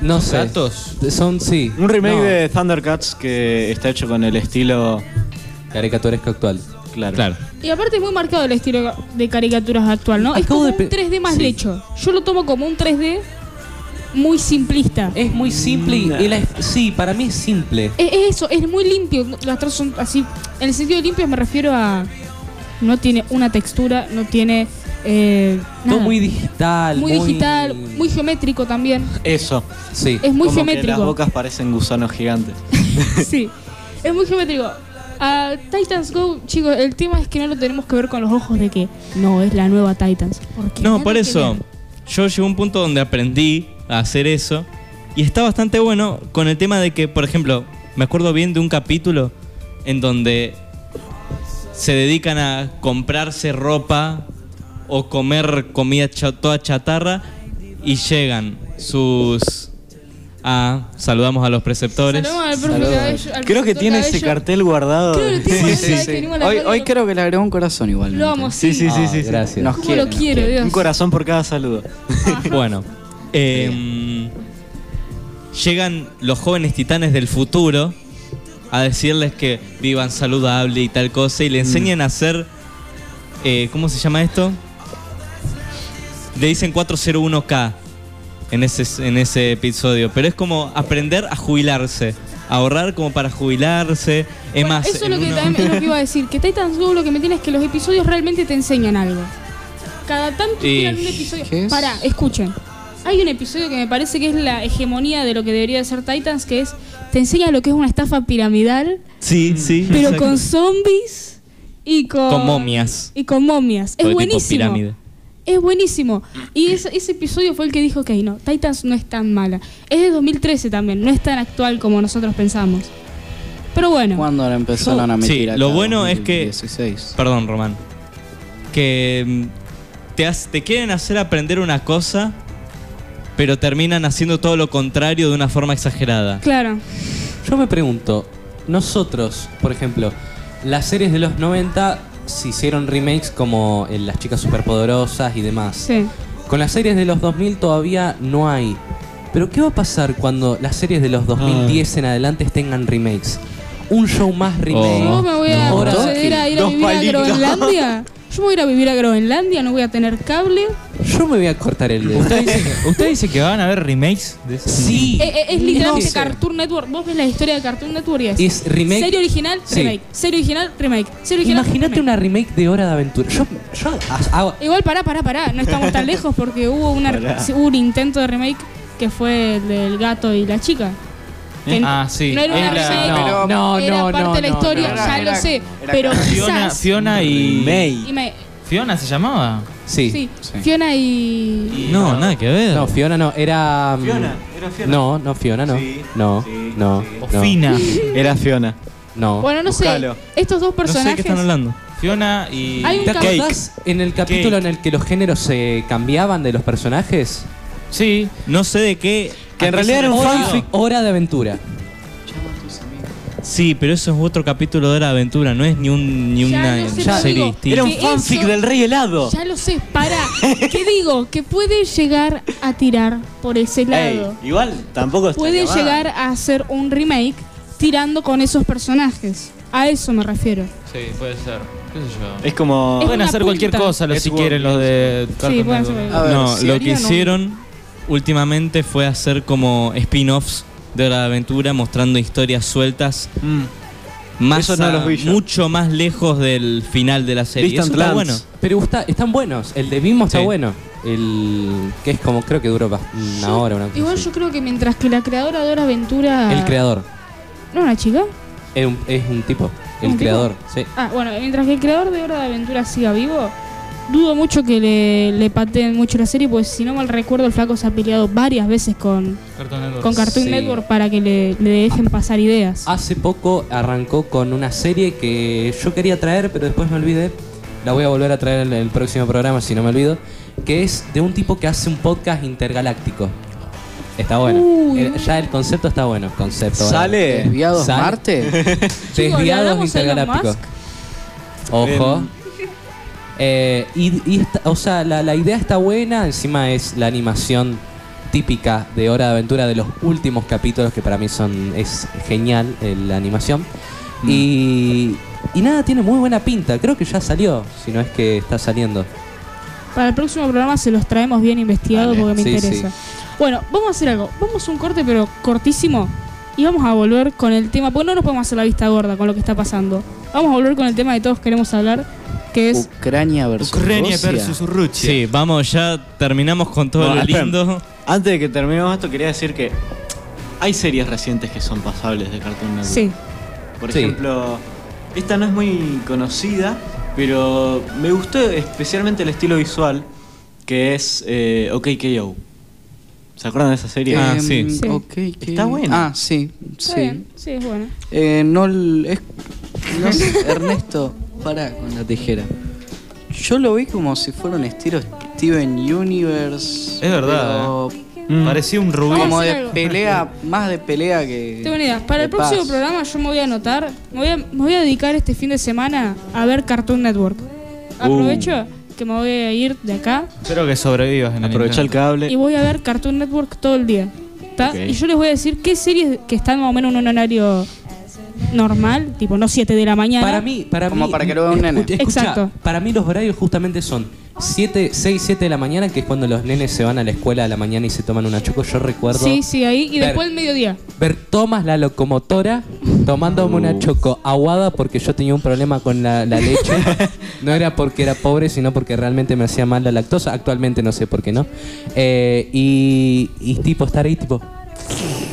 S1: No sé.
S4: ¿Gatos?
S1: Son, sí.
S8: un remake
S1: No,
S8: de Thundercats que está hecho con el estilo.
S1: Caricaturesco actual.
S8: Claro.
S3: Claro.
S6: Y aparte es muy marcado el estilo de caricaturas actual, ¿no?
S1: Acabo de
S6: es como
S1: pe-
S6: un 3D más
S1: Sí.
S6: lecho. Yo lo tomo como un 3D muy simplista. Es,
S1: Es muy simple y, y la- sí, para mí es simple.
S6: es eso, es muy limpio. Las trazas son así. En el sentido de limpio me refiero a. No tiene una textura, no tiene. eh,
S1: Todo
S6: nada.
S1: muy digital.
S6: Muy digital, muy geométrico también.
S8: Eso.
S1: Sí.
S6: Es
S8: Como que
S6: muy
S8: las
S6: geométrico.
S8: bocas parecen gusanos gigantes.
S6: sí, es muy geométrico. A Titans Go, chicos, el tema es que no lo tenemos que ver con los ojos de que no es la nueva Titans. Porque
S3: No,
S6: nada
S3: por
S6: que
S3: eso.
S6: ver.
S3: Yo llegué a un punto donde aprendí a hacer eso. Y está bastante bueno con el tema de que, por ejemplo, me acuerdo bien de un capítulo en donde se dedican a comprarse ropa o comer comida cha- toda chatarra y llegan sus... Ah, saludamos a los preceptores.
S6: Saludamos al profe
S7: Saludos.
S6: Cabello- al
S8: Creo que
S6: profesor
S8: tiene ese
S6: Cabello.
S8: cartel guardado.
S6: Creo que lo tiene
S7: Sí,
S6: guardado
S7: sí,
S6: desde que
S7: sí.
S6: venimos a la
S7: Hoy,
S6: radio.
S7: hoy creo que le agregó un corazón igual.
S6: Lo amo, sí.
S8: Sí, sí, sí,
S1: Ah,
S8: sí. sí.
S1: Gracias.
S7: Nos
S6: ¿Cómo
S7: quiere.
S6: lo quiero, Dios?
S8: Un corazón por cada saludo.
S3: Bueno, em, llegan los jóvenes titanes del futuro a decirles que vivan saludable y tal cosa y le enseñan a hacer, eh, ¿cómo se llama esto? Le dicen 401k en ese, en ese episodio, pero es como aprender a jubilarse, ahorrar como para jubilarse, es
S6: Bueno,
S3: más...
S6: eso es
S3: en
S6: lo, que
S3: uno-
S6: también, es lo que iba a decir. Que Titans Go lo que me tiene es que los episodios realmente te enseñan algo. Cada tanto
S3: Y-
S6: tiran un episodio.
S7: ¿Qué es?
S6: Pará, escuchen. Hay un episodio que me parece que es la hegemonía de lo que debería ser Titans, que es te enseña lo que es una estafa piramidal,
S3: Sí, sí.
S6: pero
S3: exacto.
S6: con zombies y con,
S3: Con momias.
S6: Y con momias. es
S3: Todo tipo
S6: buenísimo.
S3: pirámide.
S6: Es buenísimo. Y ese, ese episodio fue el que dijo, ok, no, Titans no es tan mala. Es de 2013 también, no es tan actual como nosotros pensamos. Pero bueno.
S7: ¿Cuándo la empezaron a
S3: Sí,
S7: meter acá?
S3: lo bueno es que-
S7: 2016.
S3: Perdón, Román. Que mm, te, hace- te quieren hacer aprender una cosa, pero terminan haciendo todo lo contrario de una forma exagerada.
S6: Claro.
S1: Yo me pregunto, nosotros, por ejemplo, las series de los 90 se hicieron remakes como eh, Las chicas superpoderosas y demás.
S6: Sí.
S1: Con las series de los 2000 todavía no hay. Pero ¿qué va a pasar cuando las series de los 2010 en adelante tengan remakes? Un show más remake.
S6: Yo
S3: Oh.
S6: me voy a
S1: Ahora-
S6: proceder a ir a
S8: Dos
S6: vivir a
S8: palitos.
S6: Groenlandia. Yo me voy a ir a vivir a Groenlandia, no voy a tener cable.
S1: Yo me voy a cortar el dedo.
S4: ¿Usted dice, usted dice que van a ver remakes de ese-
S1: Sí.
S6: Eh, eh, es literalmente
S1: No sé.
S6: Cartoon Network. Vos ves la historia de Cartoon Network y es.
S1: Es remake.
S6: Serie original,
S1: Sí.
S6: remake. Serie original, remake. Serie original.
S1: Imagínate
S6: remake.
S1: una remake de Hora de Aventura. Yo, yo as- hago-
S6: Igual, pará, pará, pará. No estamos tan lejos porque hubo, una,
S8: Pará.
S6: sí, hubo un intento de remake que fue el del gato y la chica. Que
S4: Ah, sí.
S6: No era una
S4: Es la-
S6: remake,
S7: no,
S1: no,
S6: Eh, era
S1: no,
S6: parte
S1: no,
S6: de la
S1: no,
S6: historia,
S1: no,
S6: ya
S7: era-
S6: lo sé.
S7: era
S6: pero
S4: Fiona,
S6: quizás.
S4: Fiona y...
S8: May.
S6: y me-
S4: ¿Fiona se llamaba?
S1: Sí.
S6: sí,
S7: Sí.
S6: Fiona y.
S3: No, nada que ver.
S1: No, Fiona no, era. mm,
S8: Fiona, era Fiona.
S1: No, no, Fiona no.
S8: Sí,
S1: no,
S8: sí,
S1: no,
S8: sí.
S1: no.
S4: O Fina.
S8: Era Fiona.
S1: No.
S6: Bueno, no
S8: Buscalo.
S6: sé. Estos dos
S3: no sé de qué
S6: personajes.
S3: están hablando.
S4: Fiona y...
S6: Hay un
S1: ¿Te
S6: Cake.
S1: acordás en el capítulo en el que los géneros se cambiaban de los personajes?
S4: Sí.
S3: No sé de qué.
S8: Que en
S3: a qué
S8: realidad
S3: se
S8: era un
S3: refiere.
S8: fanfic.
S1: Hora de aventura.
S3: Sí, pero eso es otro capítulo de la aventura, no es ni, un, ni
S6: Ya
S3: una
S6: lo sé,
S3: serie
S6: digo,
S3: distinta.
S8: Era un
S6: Que
S8: fanfic
S6: eso-
S8: del rey helado.
S6: Ya lo sé, para. ¿Qué digo? Que puede llegar a tirar por ese lado.
S8: Ey, igual tampoco está
S6: puede
S8: acabada.
S6: llegar a hacer un remake tirando con esos personajes. A eso me refiero.
S4: Sí, puede ser. ¿Qué sé yo?
S8: Es
S1: Ah.
S8: como.
S6: Es-
S4: Pueden
S6: una
S4: hacer
S6: punta.
S4: cualquier cosa, los
S8: Es
S4: si
S8: World
S4: quieren, los de...
S6: Sí, pueden hacer
S7: A ver,
S3: no,
S7: si
S3: lo que
S7: harían un-
S3: hicieron últimamente fue hacer como spin-offs de Hora de Aventura mostrando historias sueltas
S8: Mm.
S3: más
S8: Eso no
S3: a-
S8: los vi yo.
S3: mucho más lejos del final de la serie.
S8: Distant
S3: Eso
S8: Lands.
S3: está bueno.
S1: Pero gusta- están buenos. El de Bimbo está
S3: Sí.
S1: bueno. El que es como, creo que duró bast- una
S6: Yo-
S1: hora. Una cosa
S6: Igual
S1: así.
S6: yo creo que mientras que la creadora de Hora Aventura.
S1: El creador.
S6: ¿No era una chica?
S1: Es un, es un tipo, el
S6: ¿Un tipo?
S1: creador. Sí.
S6: Ah, bueno, mientras que el creador de Hora de Aventura siga vivo, dudo mucho que le, le pateen mucho la serie, porque si no mal recuerdo, el flaco se ha peleado varias veces con, con Cartoon
S1: Sí.
S6: Network para que le, le dejen pasar ideas.
S1: Hace poco arrancó con una serie que yo quería traer, pero después me olvidé. La voy a volver a traer en el próximo programa, si no me olvido. Que es de un tipo que hace un podcast intergaláctico. Está bueno.
S6: Uy,
S1: El- ya el concepto está bueno. Concepto. ¿verdad?
S8: Sale.
S7: ¿Desviados
S1: Sal-
S7: Marte?
S6: Chicos, ¿le
S1: Desviados
S6: hablamos a Elon
S1: intergalácticos.
S6: Musk?
S1: Ojo.
S7: Em.
S1: Eh, y, y esta- o sea, la, la idea está buena, encima es la animación típica de Hora de Aventura de los últimos capítulos, que para mí son es genial eh, la animación.
S7: Mm.
S1: Y, y nada, tiene muy buena pinta, creo que ya salió, si no es que está saliendo.
S6: Para el próximo programa se los traemos bien investigados
S8: Dale,
S6: porque me
S1: sí,
S6: interesa.
S1: sí.
S6: Bueno, vamos a hacer algo. Vamos a un corte, pero cortísimo. Y vamos a volver con el tema, porque no nos podemos hacer la vista gorda con lo que está pasando. Vamos a volver con el tema que todos queremos hablar, que
S7: Uh,
S6: es...
S7: Ucrania versus Rusia.
S4: Rusia.
S3: Sí, vamos, ya terminamos con todo
S8: Bueno,
S3: lo
S8: esperen.
S3: lindo.
S8: Antes de que terminemos esto, quería decir que hay series recientes que son pasables de Cartoon Network.
S6: Sí.
S8: Por
S1: Sí.
S8: ejemplo, esta no es muy conocida, pero me gustó especialmente el estilo visual, que es eh, OKKO. ¿Se acuerdan de esa serie?
S3: Ah,
S6: Eh,
S7: Em,
S3: sí.
S6: Sí.
S7: ok, que-
S8: Está bueno.
S7: Ah, sí.
S6: Está
S7: Sí.
S6: bien. Sí, es bueno.
S7: Eh, no, l- es, no sé, Ernesto, pará con la tijera. Yo lo vi como si fuera un estilo Steven Universe.
S4: Es verdad,
S7: pero
S8: Mm.
S4: Parecía un rubí.
S6: Vamos
S7: Como
S6: a
S7: de
S6: hacer algo.
S7: pelea, más de pelea que.
S6: Tengo una idea. Para
S7: de
S6: el próximo
S7: paz.
S6: programa yo me voy a anotar, me voy a, me voy a dedicar este fin de semana a ver Cartoon Network. Aprovecho que me voy a ir de acá
S4: Espero que sobrevivas en el
S8: Aprovecha el
S4: intento.
S6: y
S8: cable.
S6: voy a ver Cartoon Network todo el día. ¿tá?
S8: Ok.
S6: Y yo les voy a decir qué series que están más o menos en un horario normal, tipo no 7 de la mañana.
S1: Para mí, para
S7: Como
S1: mí-
S7: para que lo vea un nene.
S1: escucha, escucha,
S6: Exacto.
S1: Para mí los horarios justamente son 7, 6, 7 de la mañana, que es cuando los nenes se van a la escuela a la mañana y se toman una choco. Yo recuerdo
S6: Sí, sí, ahí. Y
S1: Ver.
S6: después el mediodía.
S1: ver Tomás la locomotora tomándome una choco aguada porque yo tenía un problema con la, la leche. No era porque era pobre, sino porque realmente me hacía mal la lactosa. Actualmente no sé por qué no. Eh, y, y tipo, estar ahí, tipo.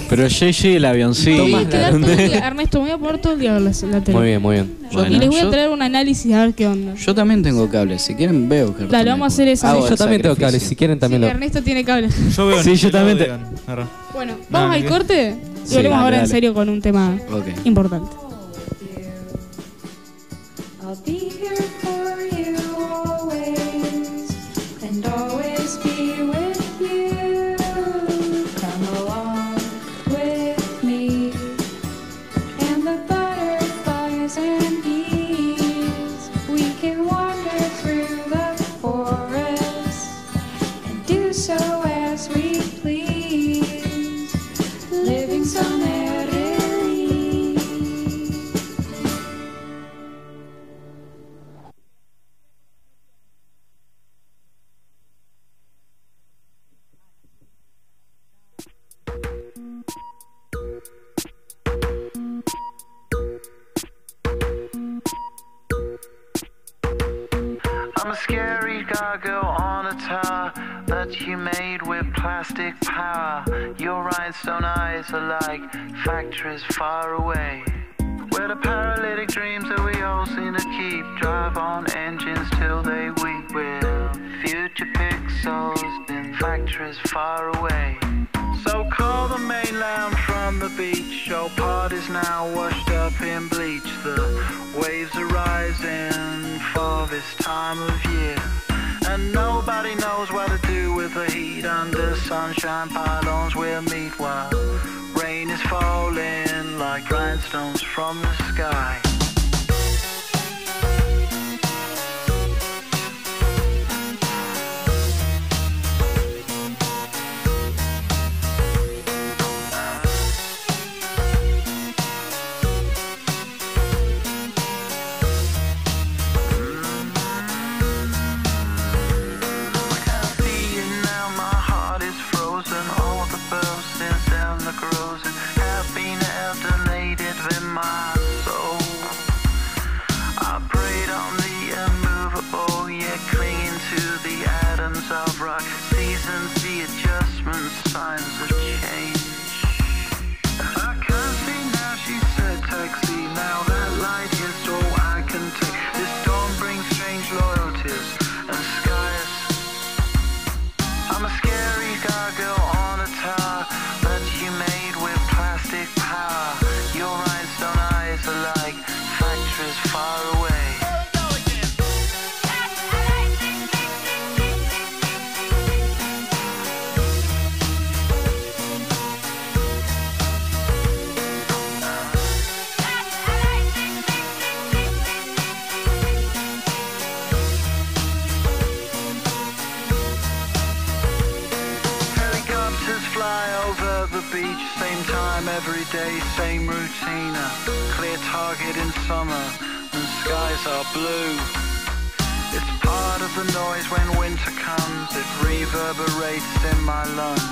S8: Pero JJ el avioncito.
S6: Y
S1: Tomás,
S6: quedar todo el día. Ernesto, me voy a poner todo el día a ver la, la tele.
S1: Muy bien, muy bien.
S7: Yo-
S6: y les voy a
S7: yo-
S6: traer un análisis a ver qué onda.
S7: Yo también tengo cable, si quieren veo Cartoon
S6: Dale, vamos a hacer
S7: Network.
S6: eso.
S7: Hago
S1: Sí, Ah, yo
S7: el
S1: también tengo cable,
S7: sacrificio.
S1: si quieren
S6: Sí,
S1: también lo.
S6: Ernesto tiene cable.
S4: Yo veo
S8: Sí, yo también te-
S4: Nickelodeon. Arre.
S6: Bueno, vamos
S4: ni
S6: al
S4: que-
S6: corte y volvemos
S7: Sí, dale,
S6: ahora en
S7: dale.
S6: serio con un tema
S7: Ok.
S6: importante.
S12: I'll be here for you always and always be with you. Come along with me and the butterflies and bees. We can wander through the forest and do so as we please. Living so merrily.
S13: I'm a scary gargoyle on a tower that you made with plastic power. Your rhinestone eyes are like factories far away. Where the paralytic dreams that we all seem to keep drive on engines till they weep. We're future pixels in factories far away. So call the mainland from the beach. Your part is now washed up in bleach. The waves are rising for this time of year. And nobody knows what to do with the heat under sunshine pylons we'll meet while rain is falling like rhinestones from the sky. see you now, my heart is frozen. All the bells since down the corrosion have been detonated with my soul.
S9: is far away. Helicopters fly over the beach, same time every day, same routine. A clear target in summer, and skies are blue. It's part of the noise when winter comes, it reverberates in my lungs.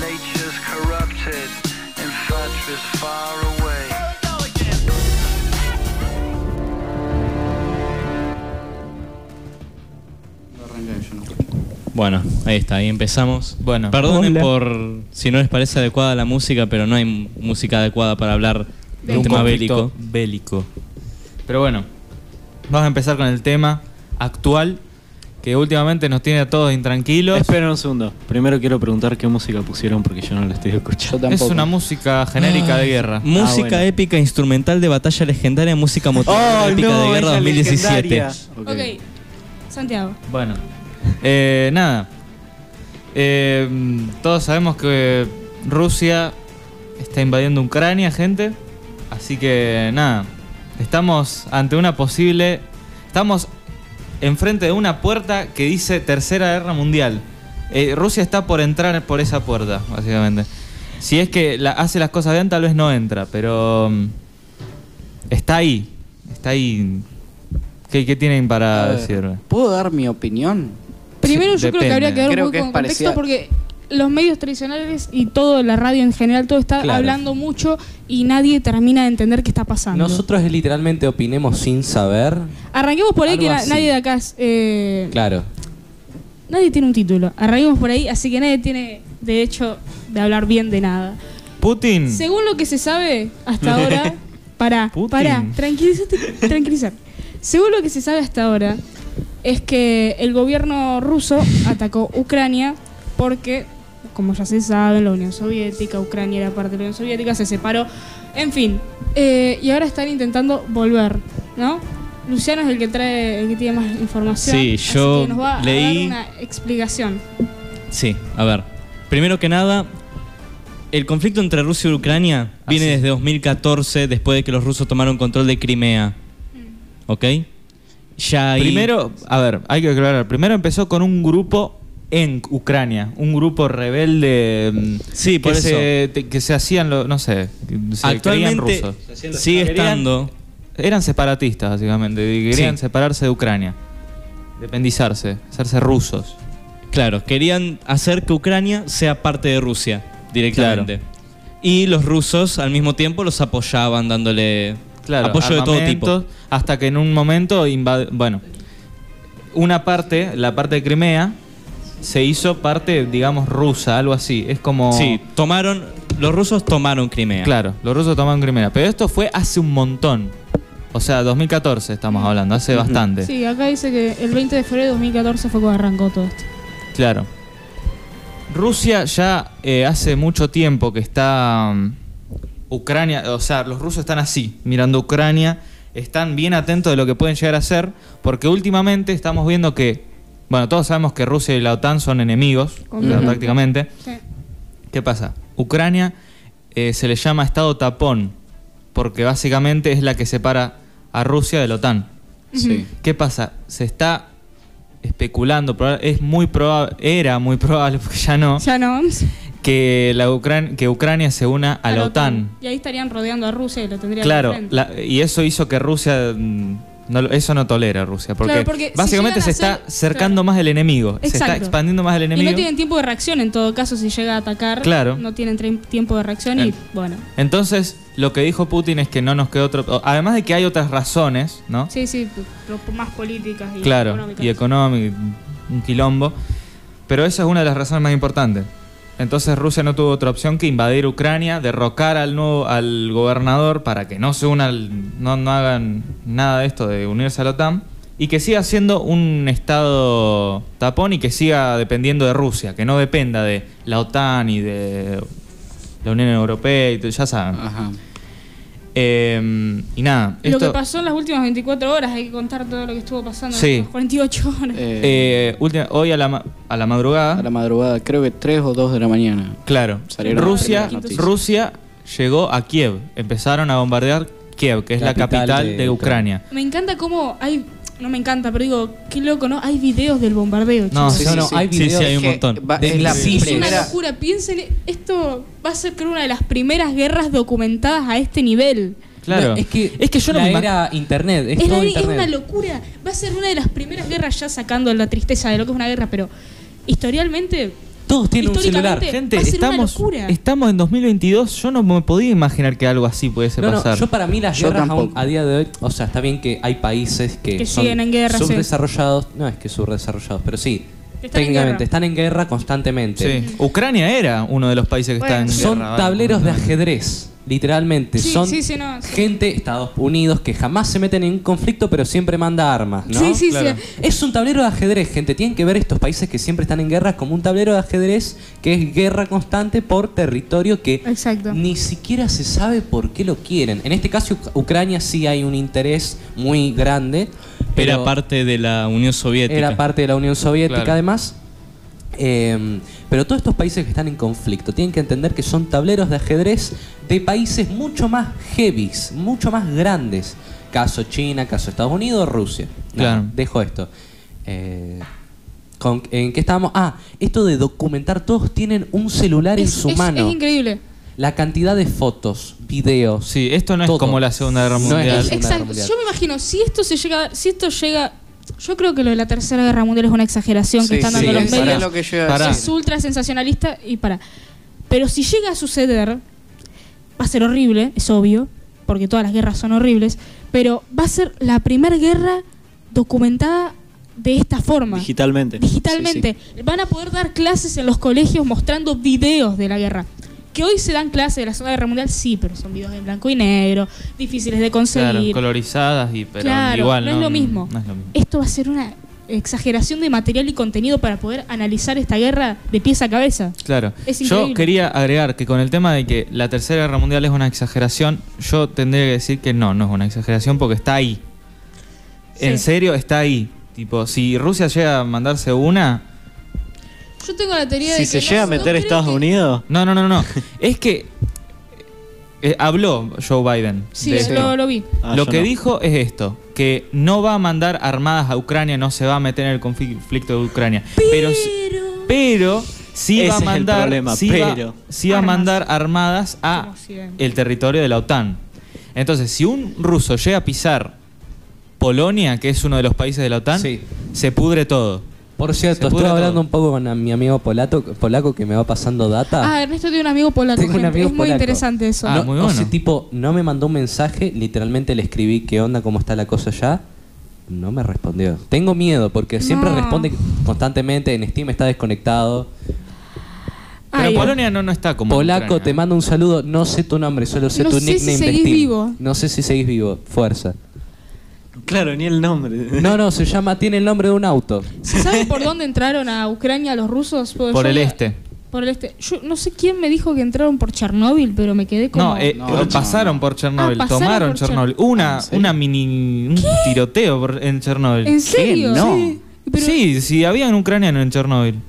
S9: Nature's corrupted, infatuated far away.
S3: Bueno, ahí está, ahí empezamos.
S4: Bueno.
S3: perdonen
S4: Hola.
S3: por si no les parece adecuada la música, pero no hay m- música adecuada para hablar de
S4: un
S3: un tema
S4: conflicto
S3: bélico.
S4: bélico. Pero bueno, vamos a empezar con el tema actual que últimamente nos tiene a todos intranquilos.
S8: Esperen un segundo. Primero quiero preguntar qué música pusieron porque yo no la estoy escuchando.
S7: Yo tampoco.
S4: Es una música genérica de guerra.
S3: Música
S8: bueno.
S3: épica instrumental de batalla legendaria, música motor épica de guerra 2017.
S6: Ok. Santiago.
S4: Bueno, eh, nada. Eh, todos sabemos que Rusia está invadiendo Ucrania, gente. Así que nada, estamos ante una posible... Estamos enfrente de una puerta que dice Tercera Guerra Mundial. Eh, Rusia está por entrar por esa puerta, básicamente. Si es que la- hace las cosas bien, tal vez no entra, pero... mm, Está ahí, está ahí. ¿Qué, qué tienen
S7: A
S4: para
S7: ver,
S4: decir?
S7: ¿Puedo dar mi opinión?
S6: Primero yo creo
S4: depende.
S6: que habría que dar
S7: Creo
S6: un
S7: que
S6: poco con
S7: es
S6: contexto
S7: parecida-
S6: porque los medios tradicionales y todo, la radio en general, todo está
S1: Claro.
S6: hablando mucho y nadie termina de entender qué está pasando.
S1: Nosotros es literalmente opinemos sin saber.
S6: Arranquemos por ahí
S1: Algo
S6: que na-
S1: así.
S6: nadie de acá es, eh,
S1: Claro.
S6: nadie tiene un título. Arranquemos por ahí, así que nadie tiene derecho de hablar bien de nada.
S3: Mm.
S4: Putin.
S6: Según lo que se sabe hasta ahora, para,
S4: Putin.
S6: para, tranquilízate, tranquilízate. Según lo que se sabe hasta ahora, es que el gobierno ruso atacó Ucrania porque, como ya se sabe, la Unión Soviética, Ucrania era parte de la Unión Soviética, se separó, en fin. eh, y ahora están intentando volver, ¿no? Luciano es el que trae, el que tiene más información.
S3: Sí,
S6: así
S3: yo
S6: que nos va
S3: leí-
S6: a dar una explicación.
S3: Sí, a ver. Primero que nada, el conflicto entre Rusia y Ucrania
S4: Ah,
S3: viene desde 2014, después de que los rusos tomaron control de Crimea. ¿Ok? Ya ahí-
S4: Primero, a ver, hay que aclarar. Primero empezó con un grupo en Ucrania, un grupo rebelde mm,
S3: Sí, por
S4: que,
S3: eso.
S4: Se, te- que se hacían, lo- no sé, que se creían
S3: actualmente
S4: rusos.
S3: sigue estando.
S4: Eran separatistas, básicamente, y querían
S3: Sí.
S4: separarse de Ucrania, independizarse, hacerse rusos.
S3: Claro, querían hacer que Ucrania sea parte de Rusia directamente. Y los rusos al mismo tiempo los apoyaban dándole
S4: Claro,
S3: apoyo de todo
S4: armamentos,
S3: tipo.
S4: Hasta que en un momento invad- Bueno, una parte, la parte de Crimea, se hizo parte, digamos, rusa, algo así. Es como.
S3: Sí, tomaron, los rusos tomaron Crimea.
S4: Claro, los rusos tomaron Crimea. Pero esto fue hace un montón. O sea, 2014 estamos hablando, hace bastante.
S6: Sí, acá dice que el 20 de febrero de 2014 fue cuando arrancó todo esto.
S4: Claro. Rusia ya eh, hace mucho tiempo que está. mm, Ucrania, o sea, los rusos están así, mirando Ucrania, están bien atentos de lo que pueden llegar a hacer, porque últimamente estamos viendo que. Bueno, todos sabemos que Rusia y la OTAN son enemigos,
S6: Completamente.
S4: claro, prácticamente.
S6: Sí.
S4: ¿Qué pasa? Ucrania eh, se le llama Estado tapón, porque básicamente es la que separa a Rusia de la OTAN.
S7: Sí.
S4: ¿Qué pasa? Se está especulando, proba- es muy probable, era muy probable, porque ya no,
S6: Ya no.
S4: que, la Ucran- que Ucrania se una a la OTAN.
S6: Y ahí estarían rodeando a Rusia y lo tendrían
S4: Claro,
S6: al frente.
S4: la- y eso hizo que Rusia, mm, no, lo- eso no tolera Rusia, porque,
S6: Claro, porque si
S4: básicamente
S6: llegan
S4: se
S6: a
S4: está
S6: ser-
S4: cercando
S6: claro.
S4: más del enemigo, se está
S6: Exacto.
S4: expandiendo más del
S6: Y
S4: enemigo.
S6: no tienen tiempo de reacción en todo caso si llega a atacar.
S4: Claro. Eh.
S6: No tienen tre- tiempo de reacción
S4: Bien.
S6: y bueno.
S4: Entonces, lo que dijo Putin es que no nos queda otro... o- Además de que hay otras razones, ¿no?
S6: Sí, sí, pero más políticas y
S4: claro,
S6: económicas.
S4: y económico, un quilombo. Pero esa es una de las razones más importantes. Entonces Rusia no tuvo otra opción que invadir Ucrania, derrocar al nuevo, al gobernador para que no se una, al- no, no hagan nada de esto de unirse a la OTAN y que siga siendo un estado tapón y que siga dependiendo de Rusia, que no dependa de Ah. la OTAN y de la Unión Europea y t- ya saben.
S7: Ajá.
S4: Eh, y nada,
S6: Lo que
S4: esto.
S6: pasó en las últimas 24 horas, hay que contar todo lo que estuvo pasando
S4: Sí.
S6: en las 48 horas.
S4: eh, última- hoy a la, ma- a la madrugada.
S7: A la madrugada, creo que 3 o 2 de la mañana.
S4: Claro.
S7: Salieron
S4: Rusia,
S7: las noticias.
S4: Rusia llegó a Kiev. Empezaron a bombardear Kiev, que es la
S1: Capital
S4: capital de,
S1: de
S4: Ucrania.
S6: Me encanta cómo hay. No me encanta, pero digo, qué loco, ¿no? Hay videos del bombardeo.
S4: No,
S6: chicos.
S4: sí,
S1: no, no, hay
S3: Sí,
S1: videos.
S3: sí, hay un
S7: Que
S3: montón.
S7: va- es la
S1: Sí,
S6: es una
S7: primera.
S6: locura. Piensen, esto va a ser creo una de las primeras guerras documentadas a este nivel.
S4: Claro.
S1: No, es, que
S4: es que yo no
S1: la
S4: me imag-
S1: era internet, es,
S6: Es,
S1: todo
S6: la- es
S1: internet.
S6: una locura. Va a ser una de las primeras guerras ya sacando la tristeza de lo que es una guerra, pero historialmente
S1: Todos tienen un celular.
S4: Gente,
S6: Históricamente, va a ser una
S4: estamos,
S6: locura.
S4: estamos en 2022. Yo no me podía imaginar que algo así pudiese
S1: No, no,
S4: pasar.
S1: yo para mí las
S7: Yo
S1: guerras aún
S7: tampoco.
S1: a día de hoy, o sea, está bien que hay países que,
S6: Que
S1: son
S6: siguen en guerra, sí.
S1: subdesarrollados, no es que subdesarrollados, pero sí,
S6: Que están en
S1: técnicamente
S6: guerra.
S1: están en guerra constantemente.
S4: Sí. Ucrania era uno de los países que
S6: Bueno.
S4: está en
S1: Son
S4: guerra,
S1: tableros de
S4: ¿verdad?
S1: ajedrez, literalmente.
S6: Sí,
S1: son
S6: sí, sí, no, sí.
S1: gente, Estados Unidos, que jamás se meten en un conflicto, pero siempre manda armas, ¿no?
S6: sí, sí,
S4: Claro.
S6: sí.
S1: Es un tablero de ajedrez, gente. Tienen que ver estos países que siempre están en guerra como un tablero de ajedrez que es guerra constante por territorio que
S6: Exacto.
S1: ni siquiera se sabe por qué lo quieren. En este caso, Uc- Ucrania sí hay un interés muy grande. Pero
S3: Era parte de la Unión Soviética.
S1: era parte de la Unión Soviética,
S4: Claro.
S1: además. Eh, pero todos estos países que están en conflicto tienen que entender que son tableros de ajedrez de países mucho más heavies, mucho más grandes. Caso China, caso Estados Unidos, Rusia. Nada,
S4: Claro.
S1: Dejo esto. Eh, con- ¿En qué estábamos? Ah, esto de documentar, todos tienen un celular en su mano.
S6: es increíble.
S1: La cantidad de fotos, videos.
S4: Sí, esto no
S1: Todo.
S4: es como la Segunda Guerra
S1: No
S4: Mundial.
S1: es-
S6: Es-
S1: Segunda Guerra
S6: exacto.
S1: Mundial.
S6: Yo me imagino, si esto se llega, si esto llega, yo creo que lo de la tercera guerra mundial es una exageración que están dando
S4: sí,
S6: los
S4: es-
S6: medios.
S4: pará.
S7: lo que yo iba a
S4: Pará.
S6: Es
S7: decir.
S6: ultra sensacionalista y para. Pero si llega a suceder, va a ser horrible, es obvio, porque todas las guerras son horribles, pero va a ser la primera guerra documentada de esta forma.
S8: Digitalmente.
S6: Digitalmente. Van a poder dar clases en los colegios mostrando videos de la guerra. Que hoy se dan clases de la Segunda Guerra Mundial, sí, pero son videos en blanco y negro, difíciles de
S4: Claro,
S6: conseguir.
S4: colorizadas y pero
S6: Claro,
S4: igual.
S6: no, es lo mismo.
S4: No es lo mismo.
S6: Esto va a ser una exageración de material y contenido para poder analizar esta guerra de pieza a cabeza.
S4: Claro.
S6: Es
S4: yo
S6: increíble.
S4: quería agregar que con el tema de que la Tercera Guerra Mundial es una exageración, yo tendría que decir que no, no es una exageración porque está ahí. En
S6: Sí.
S4: serio, está ahí. Tipo, si Rusia llega a mandarse una...
S6: Yo tengo la teoría
S8: Si
S6: de
S8: se
S6: que
S8: llega a
S6: no- no
S8: meter
S6: creo
S8: Estados
S6: que-
S8: Unidos,
S4: No, no, no, no. es que... eh, habló Joe Biden.
S6: Sí,
S4: de esto.
S6: lo, lo vi.
S8: Ah,
S4: lo
S8: yo
S4: que
S8: no.
S4: dijo es esto, que no va a mandar armadas a Ucrania, no se va a meter en el conflicto de Ucrania. Pero, sí- pero sí
S8: Ese
S4: va a
S8: es el
S4: mandar,
S8: problema,
S4: sí va-
S8: pero.
S4: sí va a
S6: Armas.
S4: mandar armadas a
S6: Como siempre.
S4: el territorio de la OTAN. Entonces, si un ruso llega a pisar Polonia, que es uno de los países de la OTAN,
S1: Sí.
S4: se pudre todo.
S1: Por
S4: Se
S1: cierto, estoy
S4: pudre
S1: hablando
S4: todo.
S1: un poco con a- mi amigo polato, polaco que me va pasando data.
S6: Ah, Ernesto tiene un amigo polaco.
S1: Tengo un
S6: gente.
S1: amigo
S6: es muy
S1: polaco.
S6: interesante eso.
S4: Ah,
S1: no,
S4: muy
S1: o sea,
S4: bueno.
S1: tipo, no me mandó un mensaje, literalmente le escribí qué onda, cómo está la cosa ya. No me respondió. Tengo miedo porque siempre
S6: No.
S1: responde constantemente, en Steam está desconectado.
S6: Ah,
S4: Pero
S6: Ay, eh.
S4: Polonia no, no está como
S1: Polaco,
S4: Ucrania.
S1: te mando un saludo. No sé tu nombre, solo sé
S6: No sé
S1: tu
S6: si
S1: nickname de
S6: seguís
S1: Steam.
S6: vivo.
S1: No sé si seguís vivo. Fuerza.
S8: Claro, ni el nombre.
S1: No, no, se llama, tiene el nombre de un auto.
S6: ¿Saben por dónde entraron a Ucrania los rusos? Porque
S4: Por
S6: yo-
S4: el este.
S6: Por el este. Yo no sé quién me dijo que entraron por Chernóbil, pero me quedé como...
S4: No, eh,
S7: No,
S4: pero
S7: no.
S4: pasaron por Chernóbil,
S6: Ah, pasaron
S4: tomaron
S6: por
S4: Chernóbil.
S6: Chern-
S4: Una,
S8: Ah,
S7: ¿En serio?
S4: una mini. un tiroteo por- en Chernóbil.
S6: ¿En serio?
S7: No.
S6: Sí. Pero,
S4: sí, sí, había un ucraniano en Chernóbil.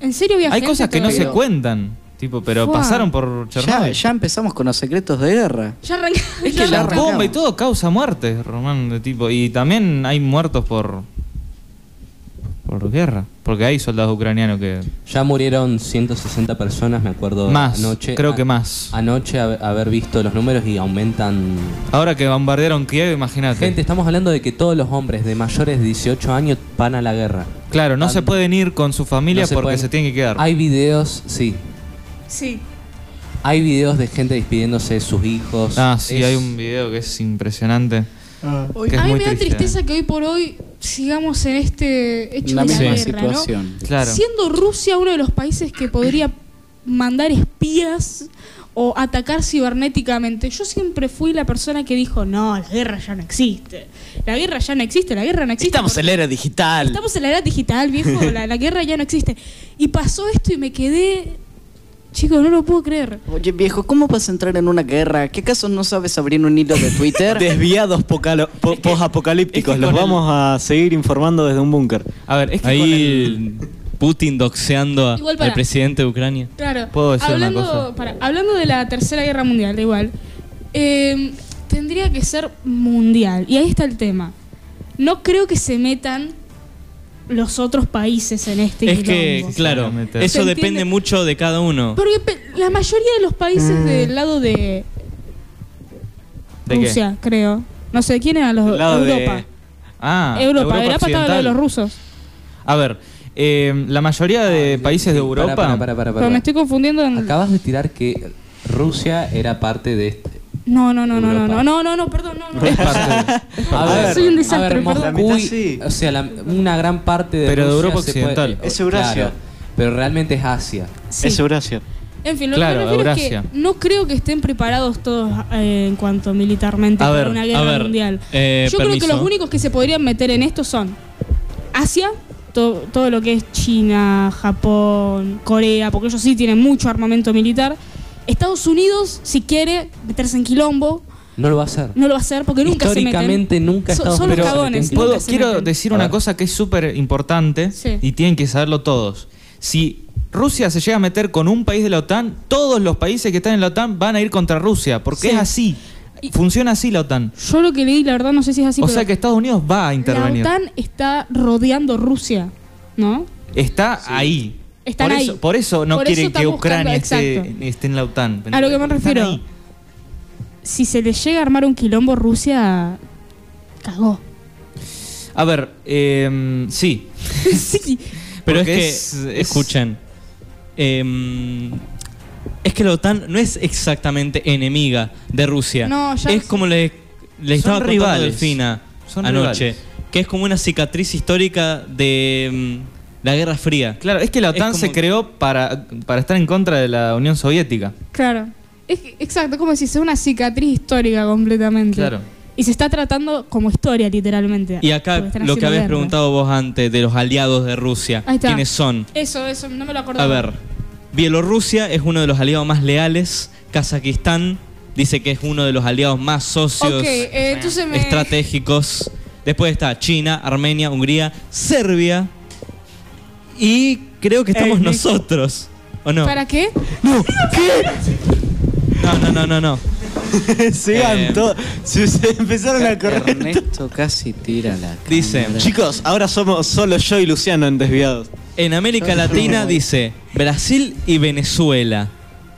S6: ¿En serio había
S4: Hay
S6: gente
S4: cosas que no se
S6: todavía?
S4: cuentan, tipo, pero
S6: Fua.
S4: pasaron por
S7: Ya,
S4: Chernóbil.
S7: ya empezamos con los secretos de guerra.
S6: Ya arranca-
S7: Es
S6: ya
S7: que la
S4: La
S7: arrancamos.
S4: bomba y todo causa muertes, Román, de tipo. Y también hay muertos por. por guerra. Porque hay soldados ucranianos que.
S1: Ya murieron 160 personas, me acuerdo.
S4: Más,
S1: anoche.
S4: creo que más.
S1: Anoche hab- haber visto los números y aumentan.
S4: Ahora que bombardearon Kiev, imagínate.
S1: Gente, estamos hablando de que todos los hombres de mayores de 18 años van a la guerra.
S4: claro, no se
S1: And-
S4: pueden ir con su familia
S1: No se
S4: porque
S1: pueden-
S4: se tienen que quedar.
S1: Hay videos, sí.
S6: Sí.
S1: Hay videos de gente despidiéndose de sus hijos.
S4: Ah, sí,
S1: Es-
S4: hay un video que es impresionante. Ah, que es
S6: a mí
S4: muy
S6: me da
S4: triste.
S6: tristeza que hoy por hoy sigamos en este hecho
S7: La
S6: de la
S7: misma
S6: guerra, ¿no?
S7: situación.
S4: Claro.
S6: Siendo Rusia uno de los países que podría mandar espías o atacar cibernéticamente, yo siempre fui la persona que dijo, no, la guerra ya no existe. La guerra ya no existe, la guerra no existe. porque-
S7: era digital.
S6: Estamos en la era digital, viejo. La, la guerra ya no existe. Y pasó esto y me quedé Chicos, no lo puedo creer.
S7: Oye, viejo, ¿cómo vas a entrar en una guerra? ¿Qué acaso no sabes abrir un hilo de Twitter?
S8: Desviados pocalo- po- posapocalípticos,
S3: es que
S8: los
S3: con el-
S8: vamos a seguir informando desde un búnker.
S4: A ver, es que con el-
S3: Ahí Putin doxeando a-
S6: Igual para-
S3: al presidente de Ucrania.
S6: Claro.
S4: ¿Puedo decir una
S6: hablando,
S4: cosa?
S6: pará, hablando de la Tercera Guerra Mundial, igual. eh, tendría que ser mundial. Y ahí está el tema. No creo que se metan los otros países en este
S3: es que,
S6: quilombo.
S3: claro,
S4: Sinceramente.
S6: ¿Se
S3: eso
S6: entiende?
S3: depende mucho de cada uno.
S6: Porque pe- la mayoría de los países del lado de
S4: Mm. ¿De qué?
S6: Rusia, creo. No sé, ¿quién eran los
S8: Del lado de-
S6: Europa.
S4: Ah,
S6: Europa, Europa, estaba al lado de
S4: occidental.
S6: los rusos.
S4: A ver, eh, la mayoría de
S1: Ah,
S4: países de Europa.
S1: Para, para, para,
S6: Pero me estoy confundiendo en...
S1: Acabas de tirar que Rusia era parte de este.
S6: No, no, no, no, no, no,
S1: Europa.
S6: no, no, no, perdón, no, no.
S1: Es parte de- A
S6: ver, soy un desastre,
S1: a ver,
S6: perdón.
S1: Moscú
S8: La mitad
S1: y-
S8: sí.
S1: o sea, la- una gran parte de
S4: Pero de
S1: Rusia
S4: Europa
S1: se
S4: Occidental.
S1: puede-
S8: Es Eurasia.
S1: Claro, pero realmente es Asia.
S6: Sí.
S8: Es Eurasia.
S6: En fin, lo
S4: Claro,
S6: que me refiero es
S4: Eurasia.
S6: que no creo que estén preparados todos eh, en cuanto militarmente
S4: A
S6: para
S4: ver,
S6: una
S4: a
S6: guerra
S3: ver,
S6: mundial.
S3: eh,
S6: Yo creo
S3: permiso.
S6: que los únicos que se podrían meter en esto son Asia, to- todo lo que es China, Japón, Corea, porque ellos sí tienen mucho armamento militar. Estados Unidos, si quiere meterse en quilombo,
S1: No lo va a hacer.
S6: no lo va a hacer porque nunca se meten.
S1: Históricamente nunca
S6: So-
S1: Estados
S6: son los
S1: Unidos se
S6: cagones.
S1: metió en
S6: nunca
S4: Puedo-
S6: se
S4: quiero
S6: meten.
S4: decir
S1: A
S4: una
S1: ver.
S4: cosa que es súper importante
S6: Sí.
S4: y tienen que saberlo todos. Si Rusia se llega a meter con un país de la OTAN, todos los países que están en la OTAN van a ir contra Rusia, porque
S6: Sí.
S4: es así.
S6: Y-
S4: Funciona así la OTAN.
S6: Yo lo que leí, la verdad, no sé si es así.
S4: o
S6: pero
S4: sea que Estados Unidos va a intervenir.
S6: La OTAN está rodeando Rusia, ¿no?
S4: Está ahí.
S6: Están
S4: por,
S6: ahí.
S4: Eso, por eso no
S6: Por
S4: quiere
S6: eso
S4: que
S6: están
S4: Ucrania
S6: buscando-
S4: esté,
S6: exacto.
S4: esté en la OTAN.
S6: A lo que me
S4: Están
S6: refiero.
S4: ahí.
S6: si se le llega a armar un quilombo, Rusia cagó.
S4: A ver, em, sí.
S6: sí.
S3: Pero
S4: Porque
S3: es que,
S4: es- es-
S3: escuchen, em, es que la OTAN no es exactamente enemiga de Rusia.
S6: No, ya
S3: es
S6: sé.
S3: como le, le
S4: Son
S3: estaba contando
S4: rivales.
S3: Delfina
S4: Son
S3: anoche,
S4: rivales.
S3: que es como una cicatriz histórica de em, la Guerra Fría.
S4: Claro, es que la
S3: Es
S4: OTAN se
S3: como-
S4: creó para, para estar en contra de la Unión Soviética.
S6: Claro. Es que- exacto, como si sea una cicatriz histórica completamente.
S4: Claro.
S6: Y se está tratando como historia, literalmente.
S3: Y acá
S6: porque están
S3: lo que
S6: haciendo
S3: habías
S6: guerra.
S3: preguntado vos antes de los aliados de Rusia,
S6: Ahí está.
S3: ¿quiénes son?
S6: Eso, eso, no me lo acordaba.
S3: A ver, Bielorrusia es uno de los aliados más leales, Kazajistán dice que es uno de los aliados más socios.
S6: Ok, eh, entonces me.
S3: estratégicos. Después está China, Armenia, Hungría, Serbia. Y creo que estamos nosotros. ¿O no?
S6: Eh, ¿Para qué?
S3: No, no, no, no, no.
S8: Sigan
S3: Eh,
S8: todo- Si se empezaron a correr.
S7: Ernesto casi tira la
S3: Dice,
S7: cámara.
S8: Chicos, ahora somos solo yo y Luciano en Desviados.
S3: En América Latina dice Brasil y Venezuela.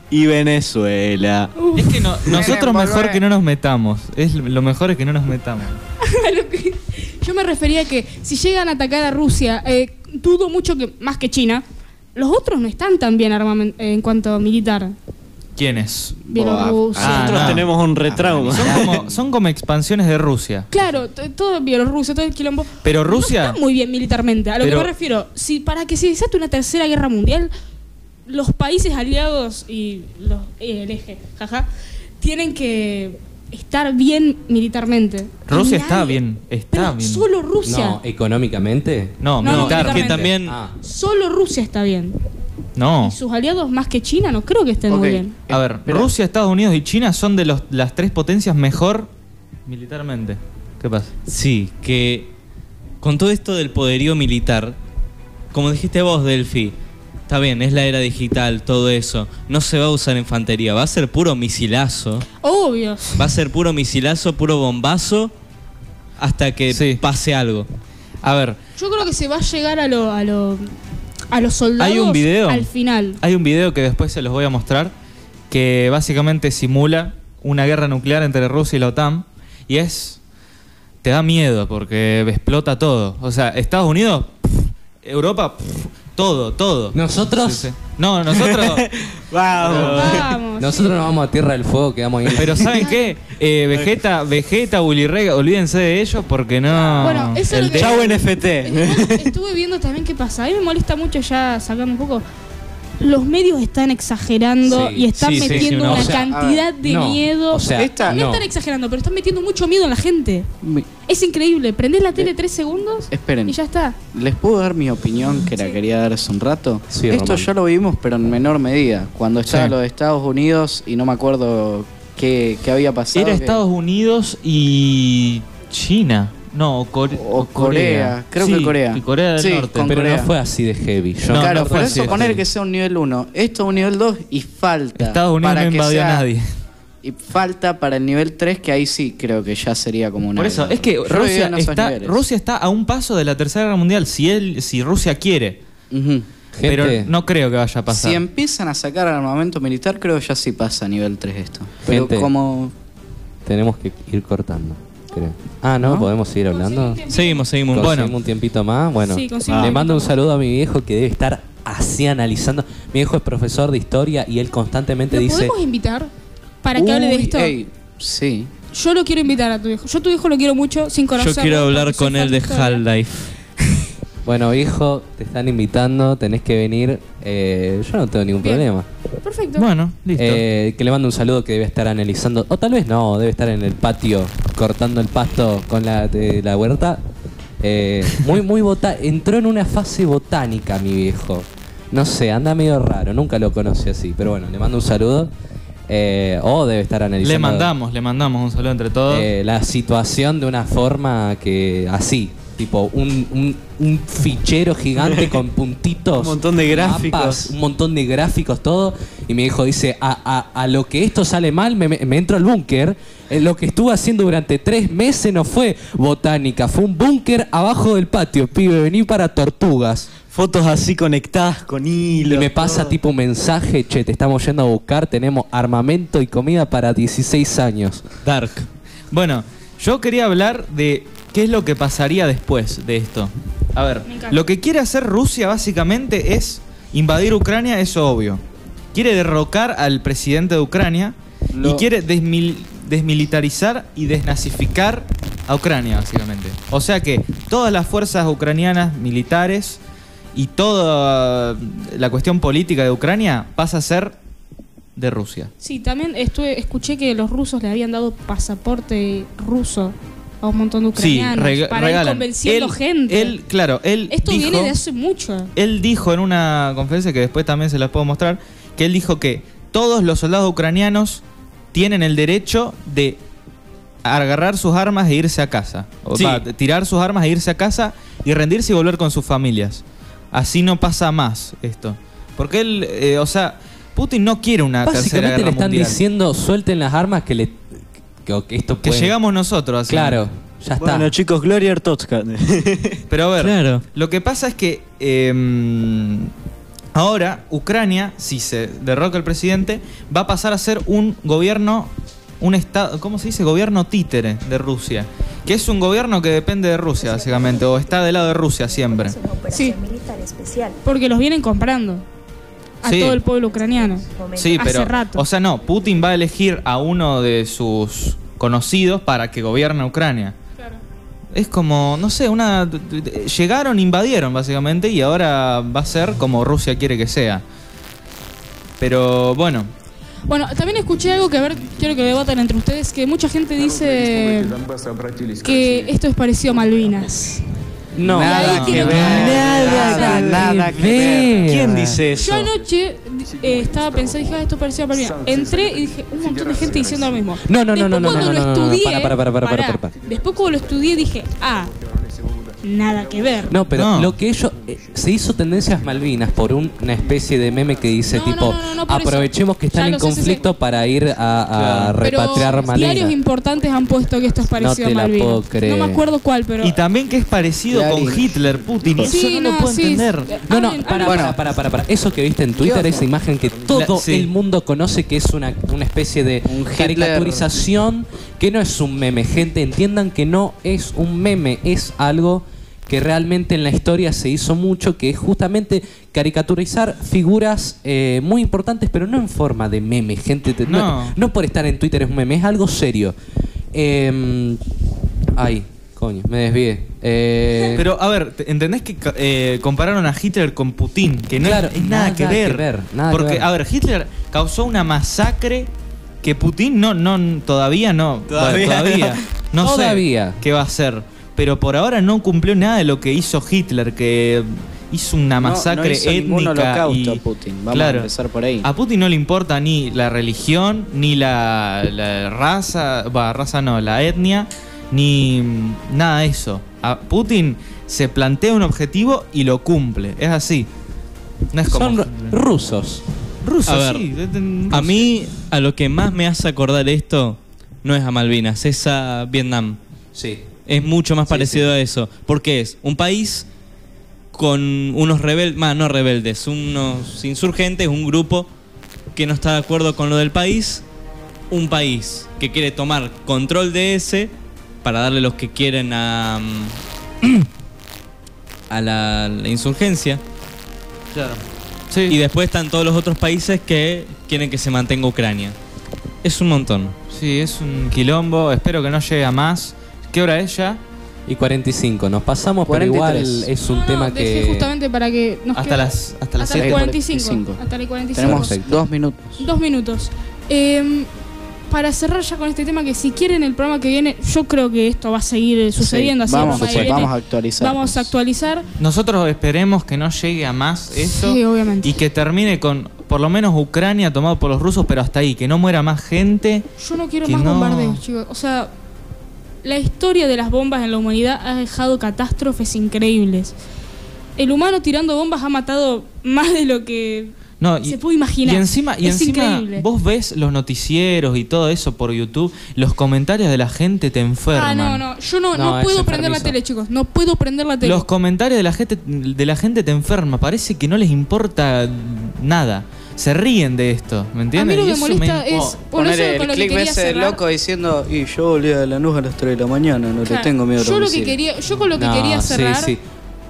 S8: Y Venezuela.
S4: Es que no- nosotros
S11: Miren,
S4: mejor
S11: volvé.
S4: que no nos metamos. Es lo mejor es que no nos metamos.
S6: Lo que- Yo me refería a que si llegan a atacar a Rusia, eh, dudo mucho que, más que China, los otros no están tan bien armamen- en cuanto militar.
S4: ¿Quiénes?
S6: Bielorrusia.
S4: Ah,
S8: Nosotros
S4: no.
S8: tenemos un retrauma.
S4: Son como, son como expansiones de Rusia.
S6: Claro, t- todo Bielorrusia, todo el quilombo.
S4: Pero
S6: No
S4: Rusia.
S6: está muy bien militarmente. A lo
S4: Pero-
S6: que me refiero, si para que se desate una tercera guerra mundial, los países aliados y los, eh, el eje, jaja, tienen que estar bien militarmente.
S4: Rusia
S6: Y
S4: está
S6: nadie-
S4: bien, está
S6: pero
S4: bien.
S6: Solo Rusia.
S1: No, eh. económicamente.
S4: No,
S6: No, no,
S4: militar.
S3: es que
S6: claramente.
S3: también
S1: Ah,
S6: Solo Rusia está bien.
S4: No.
S6: Y sus aliados más que China no creo que estén muy
S7: Ok.
S6: bien.
S4: A ver,
S7: Espera.
S4: Rusia, Estados Unidos y China son de los- las tres potencias mejor militarmente. ¿Qué pasa?
S3: Sí, que con todo esto del poderío militar, como dijiste vos, Delphi, está bien, es la era digital, todo eso, no se va a usar infantería, va a ser puro misilazo,
S6: Obvio.
S3: va a ser puro misilazo, puro bombazo, hasta que
S4: Sí.
S3: pase algo.
S4: A ver,
S6: Yo creo que se va a llegar a lo, a lo, a los soldados
S4: Hay un video.
S6: al final.
S4: hay un video que después se los voy a mostrar que básicamente simula una guerra nuclear entre Rusia y la OTAN y es te da miedo porque explota todo. O sea, Estados Unidos, pf, Europa, pf, todo, todo.
S1: Nosotros.
S4: Sí, sí. No, nosotros.
S8: Vamos.
S6: Vamos.
S1: Nosotros nos vamos a Tierra del Fuego, quedamos ahí.
S4: Pero ¿saben qué? Eh, Vegeta, Vegeta, Willy Rega, olvídense de ellos porque no.
S6: Bueno, eso es
S4: Ah, el
S6: lo que-
S4: de-
S8: Chau NFT.
S6: Estuve viendo también qué pasa. A mí me molesta mucho ya sacando un poco. los medios están exagerando
S1: Sí,
S6: y están
S3: sí, sí,
S6: metiendo
S3: sí, no.
S6: una
S3: O
S1: sea,
S6: cantidad de
S1: no,
S6: miedo.
S1: O sea,
S7: Esta-
S6: no,
S1: no.
S6: están exagerando, pero están metiendo mucho miedo a la gente.
S7: Mi-
S6: Es increíble. Prendés la tele tres segundos
S7: Esperen.
S6: y ya está.
S7: ¿Les puedo dar mi opinión que la
S6: Sí.
S7: quería dar hace un rato?
S1: Sí,
S7: Esto
S1: Román.
S7: ya lo vimos, pero en menor medida. Cuando estaba
S4: Sí.
S7: lo de Estados Unidos y no me acuerdo qué, qué había pasado.
S4: Era
S7: que-
S4: Estados Unidos y China. No, o, Core-
S7: O Corea. Creo
S4: Sí,
S7: que Corea.
S4: y Corea del
S7: Sí,
S4: Norte.
S7: con
S1: pero
S7: Corea.
S1: no fue así de heavy. Yo
S4: No,
S7: claro,
S4: no fue
S7: por
S4: así,
S7: eso poner
S4: sí.
S7: que sea un nivel 1. Esto es un nivel 2 y falta.
S4: Estados Unidos
S7: para
S4: no
S7: que
S4: invadió a
S7: sea-
S4: nadie.
S7: Y falta para el nivel 3, que ahí sí creo que ya sería como una.
S4: Por eso, es que
S7: Yo vivía
S4: Rusia
S7: en esos
S4: está,
S7: niveles.
S4: Rusia está a un paso de la Tercera Guerra Mundial, si, él, si Rusia quiere.
S7: Ujú.
S1: Gente,
S4: Pero no creo que vaya a pasar.
S7: Si empiezan a sacar armamento militar, creo que ya sí pasa a nivel 3 esto. Pero
S1: Gente.
S7: como.
S1: tenemos que ir cortando, creo. Ah, ¿no?
S7: ¿No?
S1: ¿Podemos seguir hablando?
S3: Seguimos, seguimos.
S1: Conseguimos
S3: Bueno,
S1: un tiempito más. Bueno,
S6: Sí, conseguimos
S1: le
S6: un
S1: mando un
S6: tiempito
S1: saludo a mi viejo que debe estar así analizando. Mi viejo es profesor de historia y él constantemente
S6: ¿Lo
S1: dice.
S6: podemos invitar para que hable de
S7: Uy,
S6: esto?
S7: ey, sí.
S6: Yo lo quiero invitar a tu hijo. Yo a tu hijo lo quiero mucho sin conocerlo.
S3: yo quiero hablar
S6: porque
S3: con
S6: soy
S3: él de
S6: fan historia.
S3: Half-Life.
S1: Bueno, viejo, te están invitando, tenés que venir. Eh, yo no tengo ningún
S6: Bien.
S1: problema.
S6: Perfecto.
S4: Bueno, listo.
S1: Eh, que le mando un saludo que debe estar analizando, o tal vez no, debe estar en el patio cortando el pasto con la, de la huerta. Eh, muy, muy bota entró en una fase botánica, mi viejo. No sé, anda medio raro, nunca lo conocí así, pero bueno, le mando un saludo. Eh, o debe estar analizando
S4: le mandamos, le mandamos un saludo entre todos.
S1: eh, la situación de una forma que así, tipo un, un- un fichero gigante con puntitos,
S8: Un montón de gráficos.
S1: un montón de gráficos, todo. Y mi hijo dice, a, a- a lo que esto sale mal, me, me- me entro al búnker. Eh, Lo que estuve haciendo durante tres meses no fue botánica, fue un búnker abajo del patio, pibe, vení para tortugas.
S8: Fotos así conectadas con hilo.
S1: Y me pasa tipo un mensaje, che, te estamos yendo a buscar, tenemos armamento y comida para 16 años.
S4: Dark. Bueno, yo quería hablar de qué es lo que pasaría después de esto. A ver,
S6: Me encanta.
S4: lo que quiere hacer Rusia básicamente es invadir Ucrania, eso obvio. Quiere derrocar al presidente de Ucrania y
S7: Lo-
S4: quiere desmil- desmilitarizar y desnazificar a Ucrania, básicamente. O sea que todas las fuerzas ucranianas militares y toda la cuestión política de Ucrania pasa a ser de Rusia.
S6: Sí, también estuve, escuché que los rusos le habían dado pasaporte ruso a un montón de
S4: Sí,
S6: ucranianos
S4: reg-
S6: para ir
S4: regalan.
S6: convenciendo
S4: Él-
S6: gente.
S4: Él, claro, él
S6: Esto
S4: dijo,
S6: viene de hace mucho.
S4: él dijo en una conferencia que después también se las puedo mostrar, que él dijo que todos los soldados ucranianos tienen el derecho de agarrar sus armas e irse a casa. O
S3: Sí.
S4: va, de tirar sus armas e irse a casa y rendirse y volver con sus familias. Así no pasa más esto. Porque él, eh, o sea, Putin no quiere una tercera
S1: Básicamente
S4: guerra
S1: le están
S4: mundial.
S1: diciendo suelten las armas que le que, que esto
S4: que
S1: puede-
S4: llegamos nosotros. así.
S1: Claro, ya está.
S8: Bueno, chicos, Gloria Artotska.
S4: Pero a ver,
S3: Claro.
S4: lo que pasa es que eh, ahora Ucrania, si se derroca el presidente, va a pasar a ser un gobierno, un estado, ¿cómo se dice? Gobierno títere de Rusia. Que es un gobierno que depende de Rusia, básicamente, o está del lado de Rusia siempre.
S11: Es una operación militar especial.
S6: Porque los vienen comprando a
S4: Sí.
S6: todo el pueblo ucraniano.
S11: Momento.
S4: Sí,
S6: Hace
S4: pero.
S6: rato.
S4: O sea, no, Putin va a elegir a uno de sus conocidos para que gobierne Ucrania. Es como, no sé, una. Llegaron, invadieron básicamente y ahora va a ser como Rusia quiere que sea. Pero bueno,
S6: Bueno, también escuché algo que a ver, quiero que debatan entre ustedes, que mucha gente dice que esto es parecido a Malvinas.
S1: no,
S6: Nada que ver.
S7: Nada, Ah, nada que ver.
S8: ¿Quién dice
S6: Yo
S8: eso?
S6: anoche eh, estaba pensando, dije, ah, esto parecía a Malvinas. Entré y dije, un montón de gente diciendo lo mismo.
S1: No, no,
S6: Después
S1: no, no, no,
S6: cuando lo
S1: no, no, no, no, no,
S6: estudié,
S1: para, para, para, para,
S6: pará.
S1: para, para.
S6: Después cuando lo estudié dije, ah, nada que ver.
S1: no, pero
S4: No.
S1: lo que ellos eh, se hizo tendencias Malvinas por un- una especie de meme que dice
S6: No, no, no,
S1: tipo
S6: no, no, por eso.
S1: aprovechemos
S6: Ya
S1: que están en
S6: lo sé, sí,
S1: conflicto para ir a, a
S6: Pero
S1: repatriar
S6: diarios
S1: Malvinas.
S6: importantes han puesto que esto es parecido
S1: te
S6: a
S1: la
S6: Malvinas.
S1: puedo creer.
S6: No me acuerdo cuál, pero...
S4: y también que es parecido con
S7: Clarín.
S4: Hitler, Putin, y eso
S6: Sí,
S4: no, lo puedo
S6: sí,
S4: entender.
S6: eh,
S1: No, no,
S6: hablen,
S1: para,
S6: hablen.
S1: para, para, para, para. Eso que viste en Twitter, esa imagen que todo
S4: La- sí.
S1: el mundo conoce que es una, una especie de
S7: Un Hitler.
S1: caricaturización, que no es un meme, gente. Entiendan que no es un meme, es algo que realmente en la historia se hizo mucho, que es justamente caricaturizar figuras eh, muy importantes, pero no en forma de meme, gente. Te- No,
S4: No.
S1: no por estar en Twitter es un meme, es algo serio. Eh, Em, ay, Coño, me desvié. Eh,
S4: Pero, a ver, ¿te- ¿entendés que ca- eh, compararon a Hitler con Putin? Que no
S1: Claro,
S4: es, es nada,
S1: nada
S4: que ver.
S1: que ver, nada que
S4: porque,
S1: ver.
S4: a ver, Hitler causó una masacre que Putin no, no, todavía no.
S8: Todavía
S4: Bueno, todavía. No,
S1: no.
S4: sé
S1: Todavía.
S4: qué va a hacer. Pero por ahora no cumplió nada de lo que hizo Hitler, que hizo una
S7: No, no
S4: masacre
S7: hizo ningún
S4: étnica
S7: holocausto
S4: y-
S7: Putin. Vamos a
S4: Claro.
S7: empezar por ahí.
S4: A Putin no le importa ni la religión, ni la, la raza, va, raza no, la etnia, ni mm, nada de eso. A Putin se plantea un objetivo y lo cumple, es así. No es como
S1: son ru- rusos.
S4: ruso,
S3: A ver,
S4: sí.
S3: A mí, a lo que más me hace acordar esto, no es a Malvinas, es a Vietnam.
S1: Sí.
S3: Es mucho más parecido a eso. Porque es un país con unos rebeldes, más no rebeldes, unos insurgentes, un grupo que no está de acuerdo con lo del país. Un país que quiere tomar control de ese para darle los que quieren a. mm, a la- la insurgencia.
S4: Claro.
S3: Y
S4: Sí,
S3: después están todos los otros países que quieren que se mantenga Ucrania. Es un montón.
S4: sí, es un quilombo, espero que no llegue a más. ¿Qué hora es ya?
S1: Y 45, nos pasamos, pero
S7: 43.
S1: igual es un
S6: No, no,
S1: tema
S6: dejé
S1: que.
S6: justamente para que nos
S4: Hasta
S6: quede-
S4: las, hasta las
S6: hasta las
S7: siete.
S6: 45,
S7: 45.
S6: Hasta las 45.
S7: Tenemos
S1: Perfecto.
S7: dos minutos.
S6: Dos minutos. Eh, para cerrar ya con este tema, que si quieren el programa que viene, yo creo que esto va a seguir eh, sucediendo.
S7: Sí,
S6: así el
S7: vamos,
S6: programa que viene
S7: vamos a actualizar.
S6: vamos a actualizar.
S4: Nosotros esperemos que no llegue a más eso
S6: Sí, obviamente.
S4: y que termine con por lo menos Ucrania tomado por los rusos, pero hasta ahí, que no muera más gente.
S6: Yo no quiero
S4: que
S6: más
S4: no-
S6: bombardeos, chicos. O sea, la historia de las bombas en la humanidad ha dejado catástrofes increíbles. El humano tirando bombas ha matado más de lo que
S4: No,
S6: se puede imaginar.
S4: Y encima, y
S6: es
S4: encima
S6: increíble.
S4: vos ves los noticieros y todo eso por YouTube, los comentarios de la gente te
S6: ah,
S4: enferman.
S6: no, no. Yo no, no,
S1: No, es
S6: puedo prender la
S1: enfermizo.
S6: tele, chicos. No puedo prender la tele.
S4: Los comentarios de la gente de la gente te enferma, parece que no les importa nada. Se ríen de esto, ¿me entiendes?
S6: A mí lo
S4: Y
S6: que
S4: eso
S6: molesta
S4: me-
S6: es. Bueno,
S7: Poner
S6: eso
S7: el
S6: con lo que
S7: clip
S6: quería
S7: ese
S6: cerrar.
S7: loco diciendo, y yo volví a la luz a las 3 de la mañana, no
S6: Claro,
S7: le tengo miedo a los
S6: yo lo que
S7: misiles".
S6: quería Yo con lo que
S1: No,
S6: quería
S1: sí,
S6: cerrar.
S1: sí.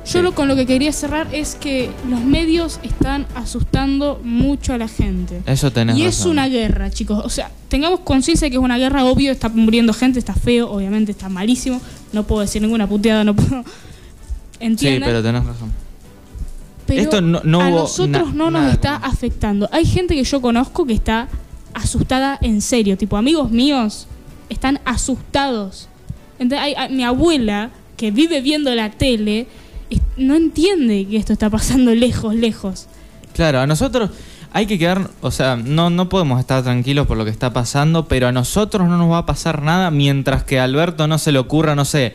S6: Yo lo, con lo que quería cerrar es que los medios están asustando mucho a la gente.
S4: Eso Eh, tenés
S6: Y es
S4: razón.
S6: una guerra, chicos. O sea, tengamos conciencia de que es una guerra, obvio, está muriendo gente, está feo, obviamente está malísimo. No puedo decir ninguna puteada, no puedo.
S4: Sí,
S6: ¿Entiendan?
S4: pero tenés razón.
S6: Pero
S4: Esto no- no
S6: a
S4: hubo
S6: nosotros
S4: na-
S6: no nos
S4: nada.
S6: está afectando. Hay gente que yo conozco que está asustada en serio. Tipo, amigos míos están asustados. Ente- hay- hay- mi abuela, que vive viendo la tele, es- no entiende que esto está pasando lejos, lejos.
S4: Claro, a nosotros hay que quedar, o sea, no, no podemos estar tranquilos por lo que está pasando, pero a nosotros no nos va a pasar nada mientras que a Alberto no se le ocurra, no sé,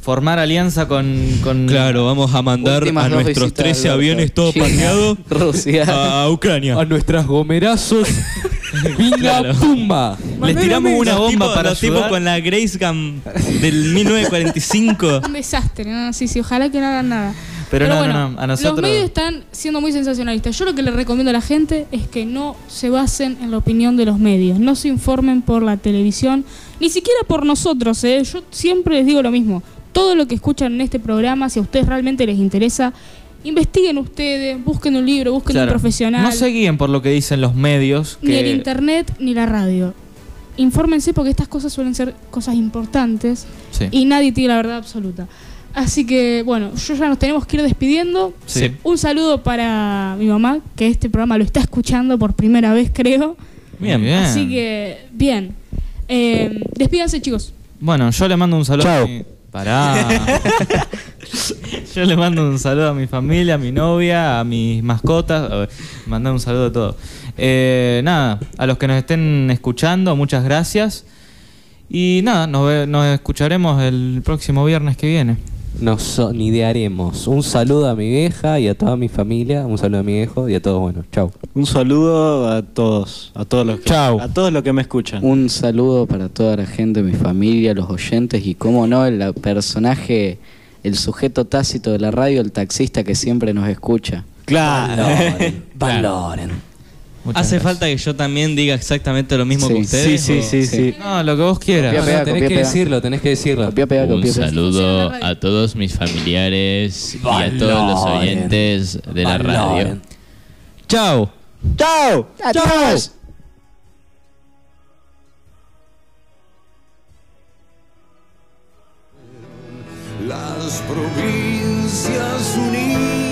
S4: formar alianza con... con-
S3: Claro, vamos a mandar
S7: Últimas
S3: a
S7: dos
S3: nuestros
S7: visitas,
S3: 13
S7: Alberto.
S3: aviones Ah, todos
S7: China,
S3: pateados
S7: Rusia.
S3: a Ucrania.
S1: A nuestras gomerazos. ¡Vinga
S3: Claro.
S1: pumba!
S4: Les tiramos una
S3: Los
S4: bomba
S3: tipos-
S4: para
S3: los tipos
S4: ayudar.
S3: con la Grace Gun del 1945.
S6: Un desastre, ¿no? Sí, sí, ojalá que no hagan nada.
S4: Pero no, no, no, a nosotros-
S6: Los medios están siendo muy sensacionalistas. Yo lo que les recomiendo a la gente es que no se basen en la opinión de los medios. No se informen por la televisión, ni siquiera por nosotros. ¿eh? Yo siempre les digo lo mismo. Todo lo que escuchan en este programa, si a ustedes realmente les interesa, investiguen ustedes, busquen un libro, busquen
S4: Claro.
S6: un profesional.
S4: No se guíen por lo que dicen los medios.
S6: Ni el
S4: que-
S6: internet, ni la radio. Infórmense porque estas cosas suelen ser cosas importantes
S4: Sí.
S6: y nadie tiene la verdad absoluta. Así que, bueno, yo ya nos tenemos que ir despidiendo.
S4: Sí.
S6: Un saludo para mi mamá, que este programa lo está escuchando por primera vez, creo.
S4: Bien.
S6: Así que, bien. Eh, despídanse, chicos.
S4: Bueno, yo le mando un saludo a mi... Pará. yo le mando un saludo a mi familia, a mi novia, a mis mascotas. A ver, Mandar un saludo a todos. Eh, nada, a los que nos estén escuchando, muchas gracias. Y nada, nos, ve- nos escucharemos el próximo viernes que viene.
S1: Nos idearemos. Un saludo a mi vieja y a toda mi familia. Un saludo a mi viejo y a todos. Bueno, chau.
S8: Un saludo a todos, a todos los que,
S4: Chau.
S8: a todos los que me escuchan.
S7: Un saludo para toda la gente, mi familia, los oyentes y, como no, el personaje, el sujeto tácito de la radio, el taxista que siempre nos escucha.
S8: Claro.
S1: Valoren.
S4: Muchas
S3: ¿Hace
S4: gracias.
S3: falta que yo también diga exactamente lo mismo
S7: Sí,
S3: que
S8: Sí,
S3: ustedes?
S8: sí, sí, sí.
S4: No, lo que vos
S1: No,
S4: quieras.
S1: no,
S7: Copia, pega,
S1: tenés
S7: copia,
S1: que
S7: pega.
S1: decirlo, tenés que decirlo.
S7: Copia, pega,
S14: Un
S7: copia, pega.
S6: Funciona
S14: saludo
S6: la radio.
S14: a todos mis familiares y a todos los oyentes de la radio.
S1: Valoren.
S4: Chao.
S8: ¡Chao! ¡Chao!
S2: las provincias unidas.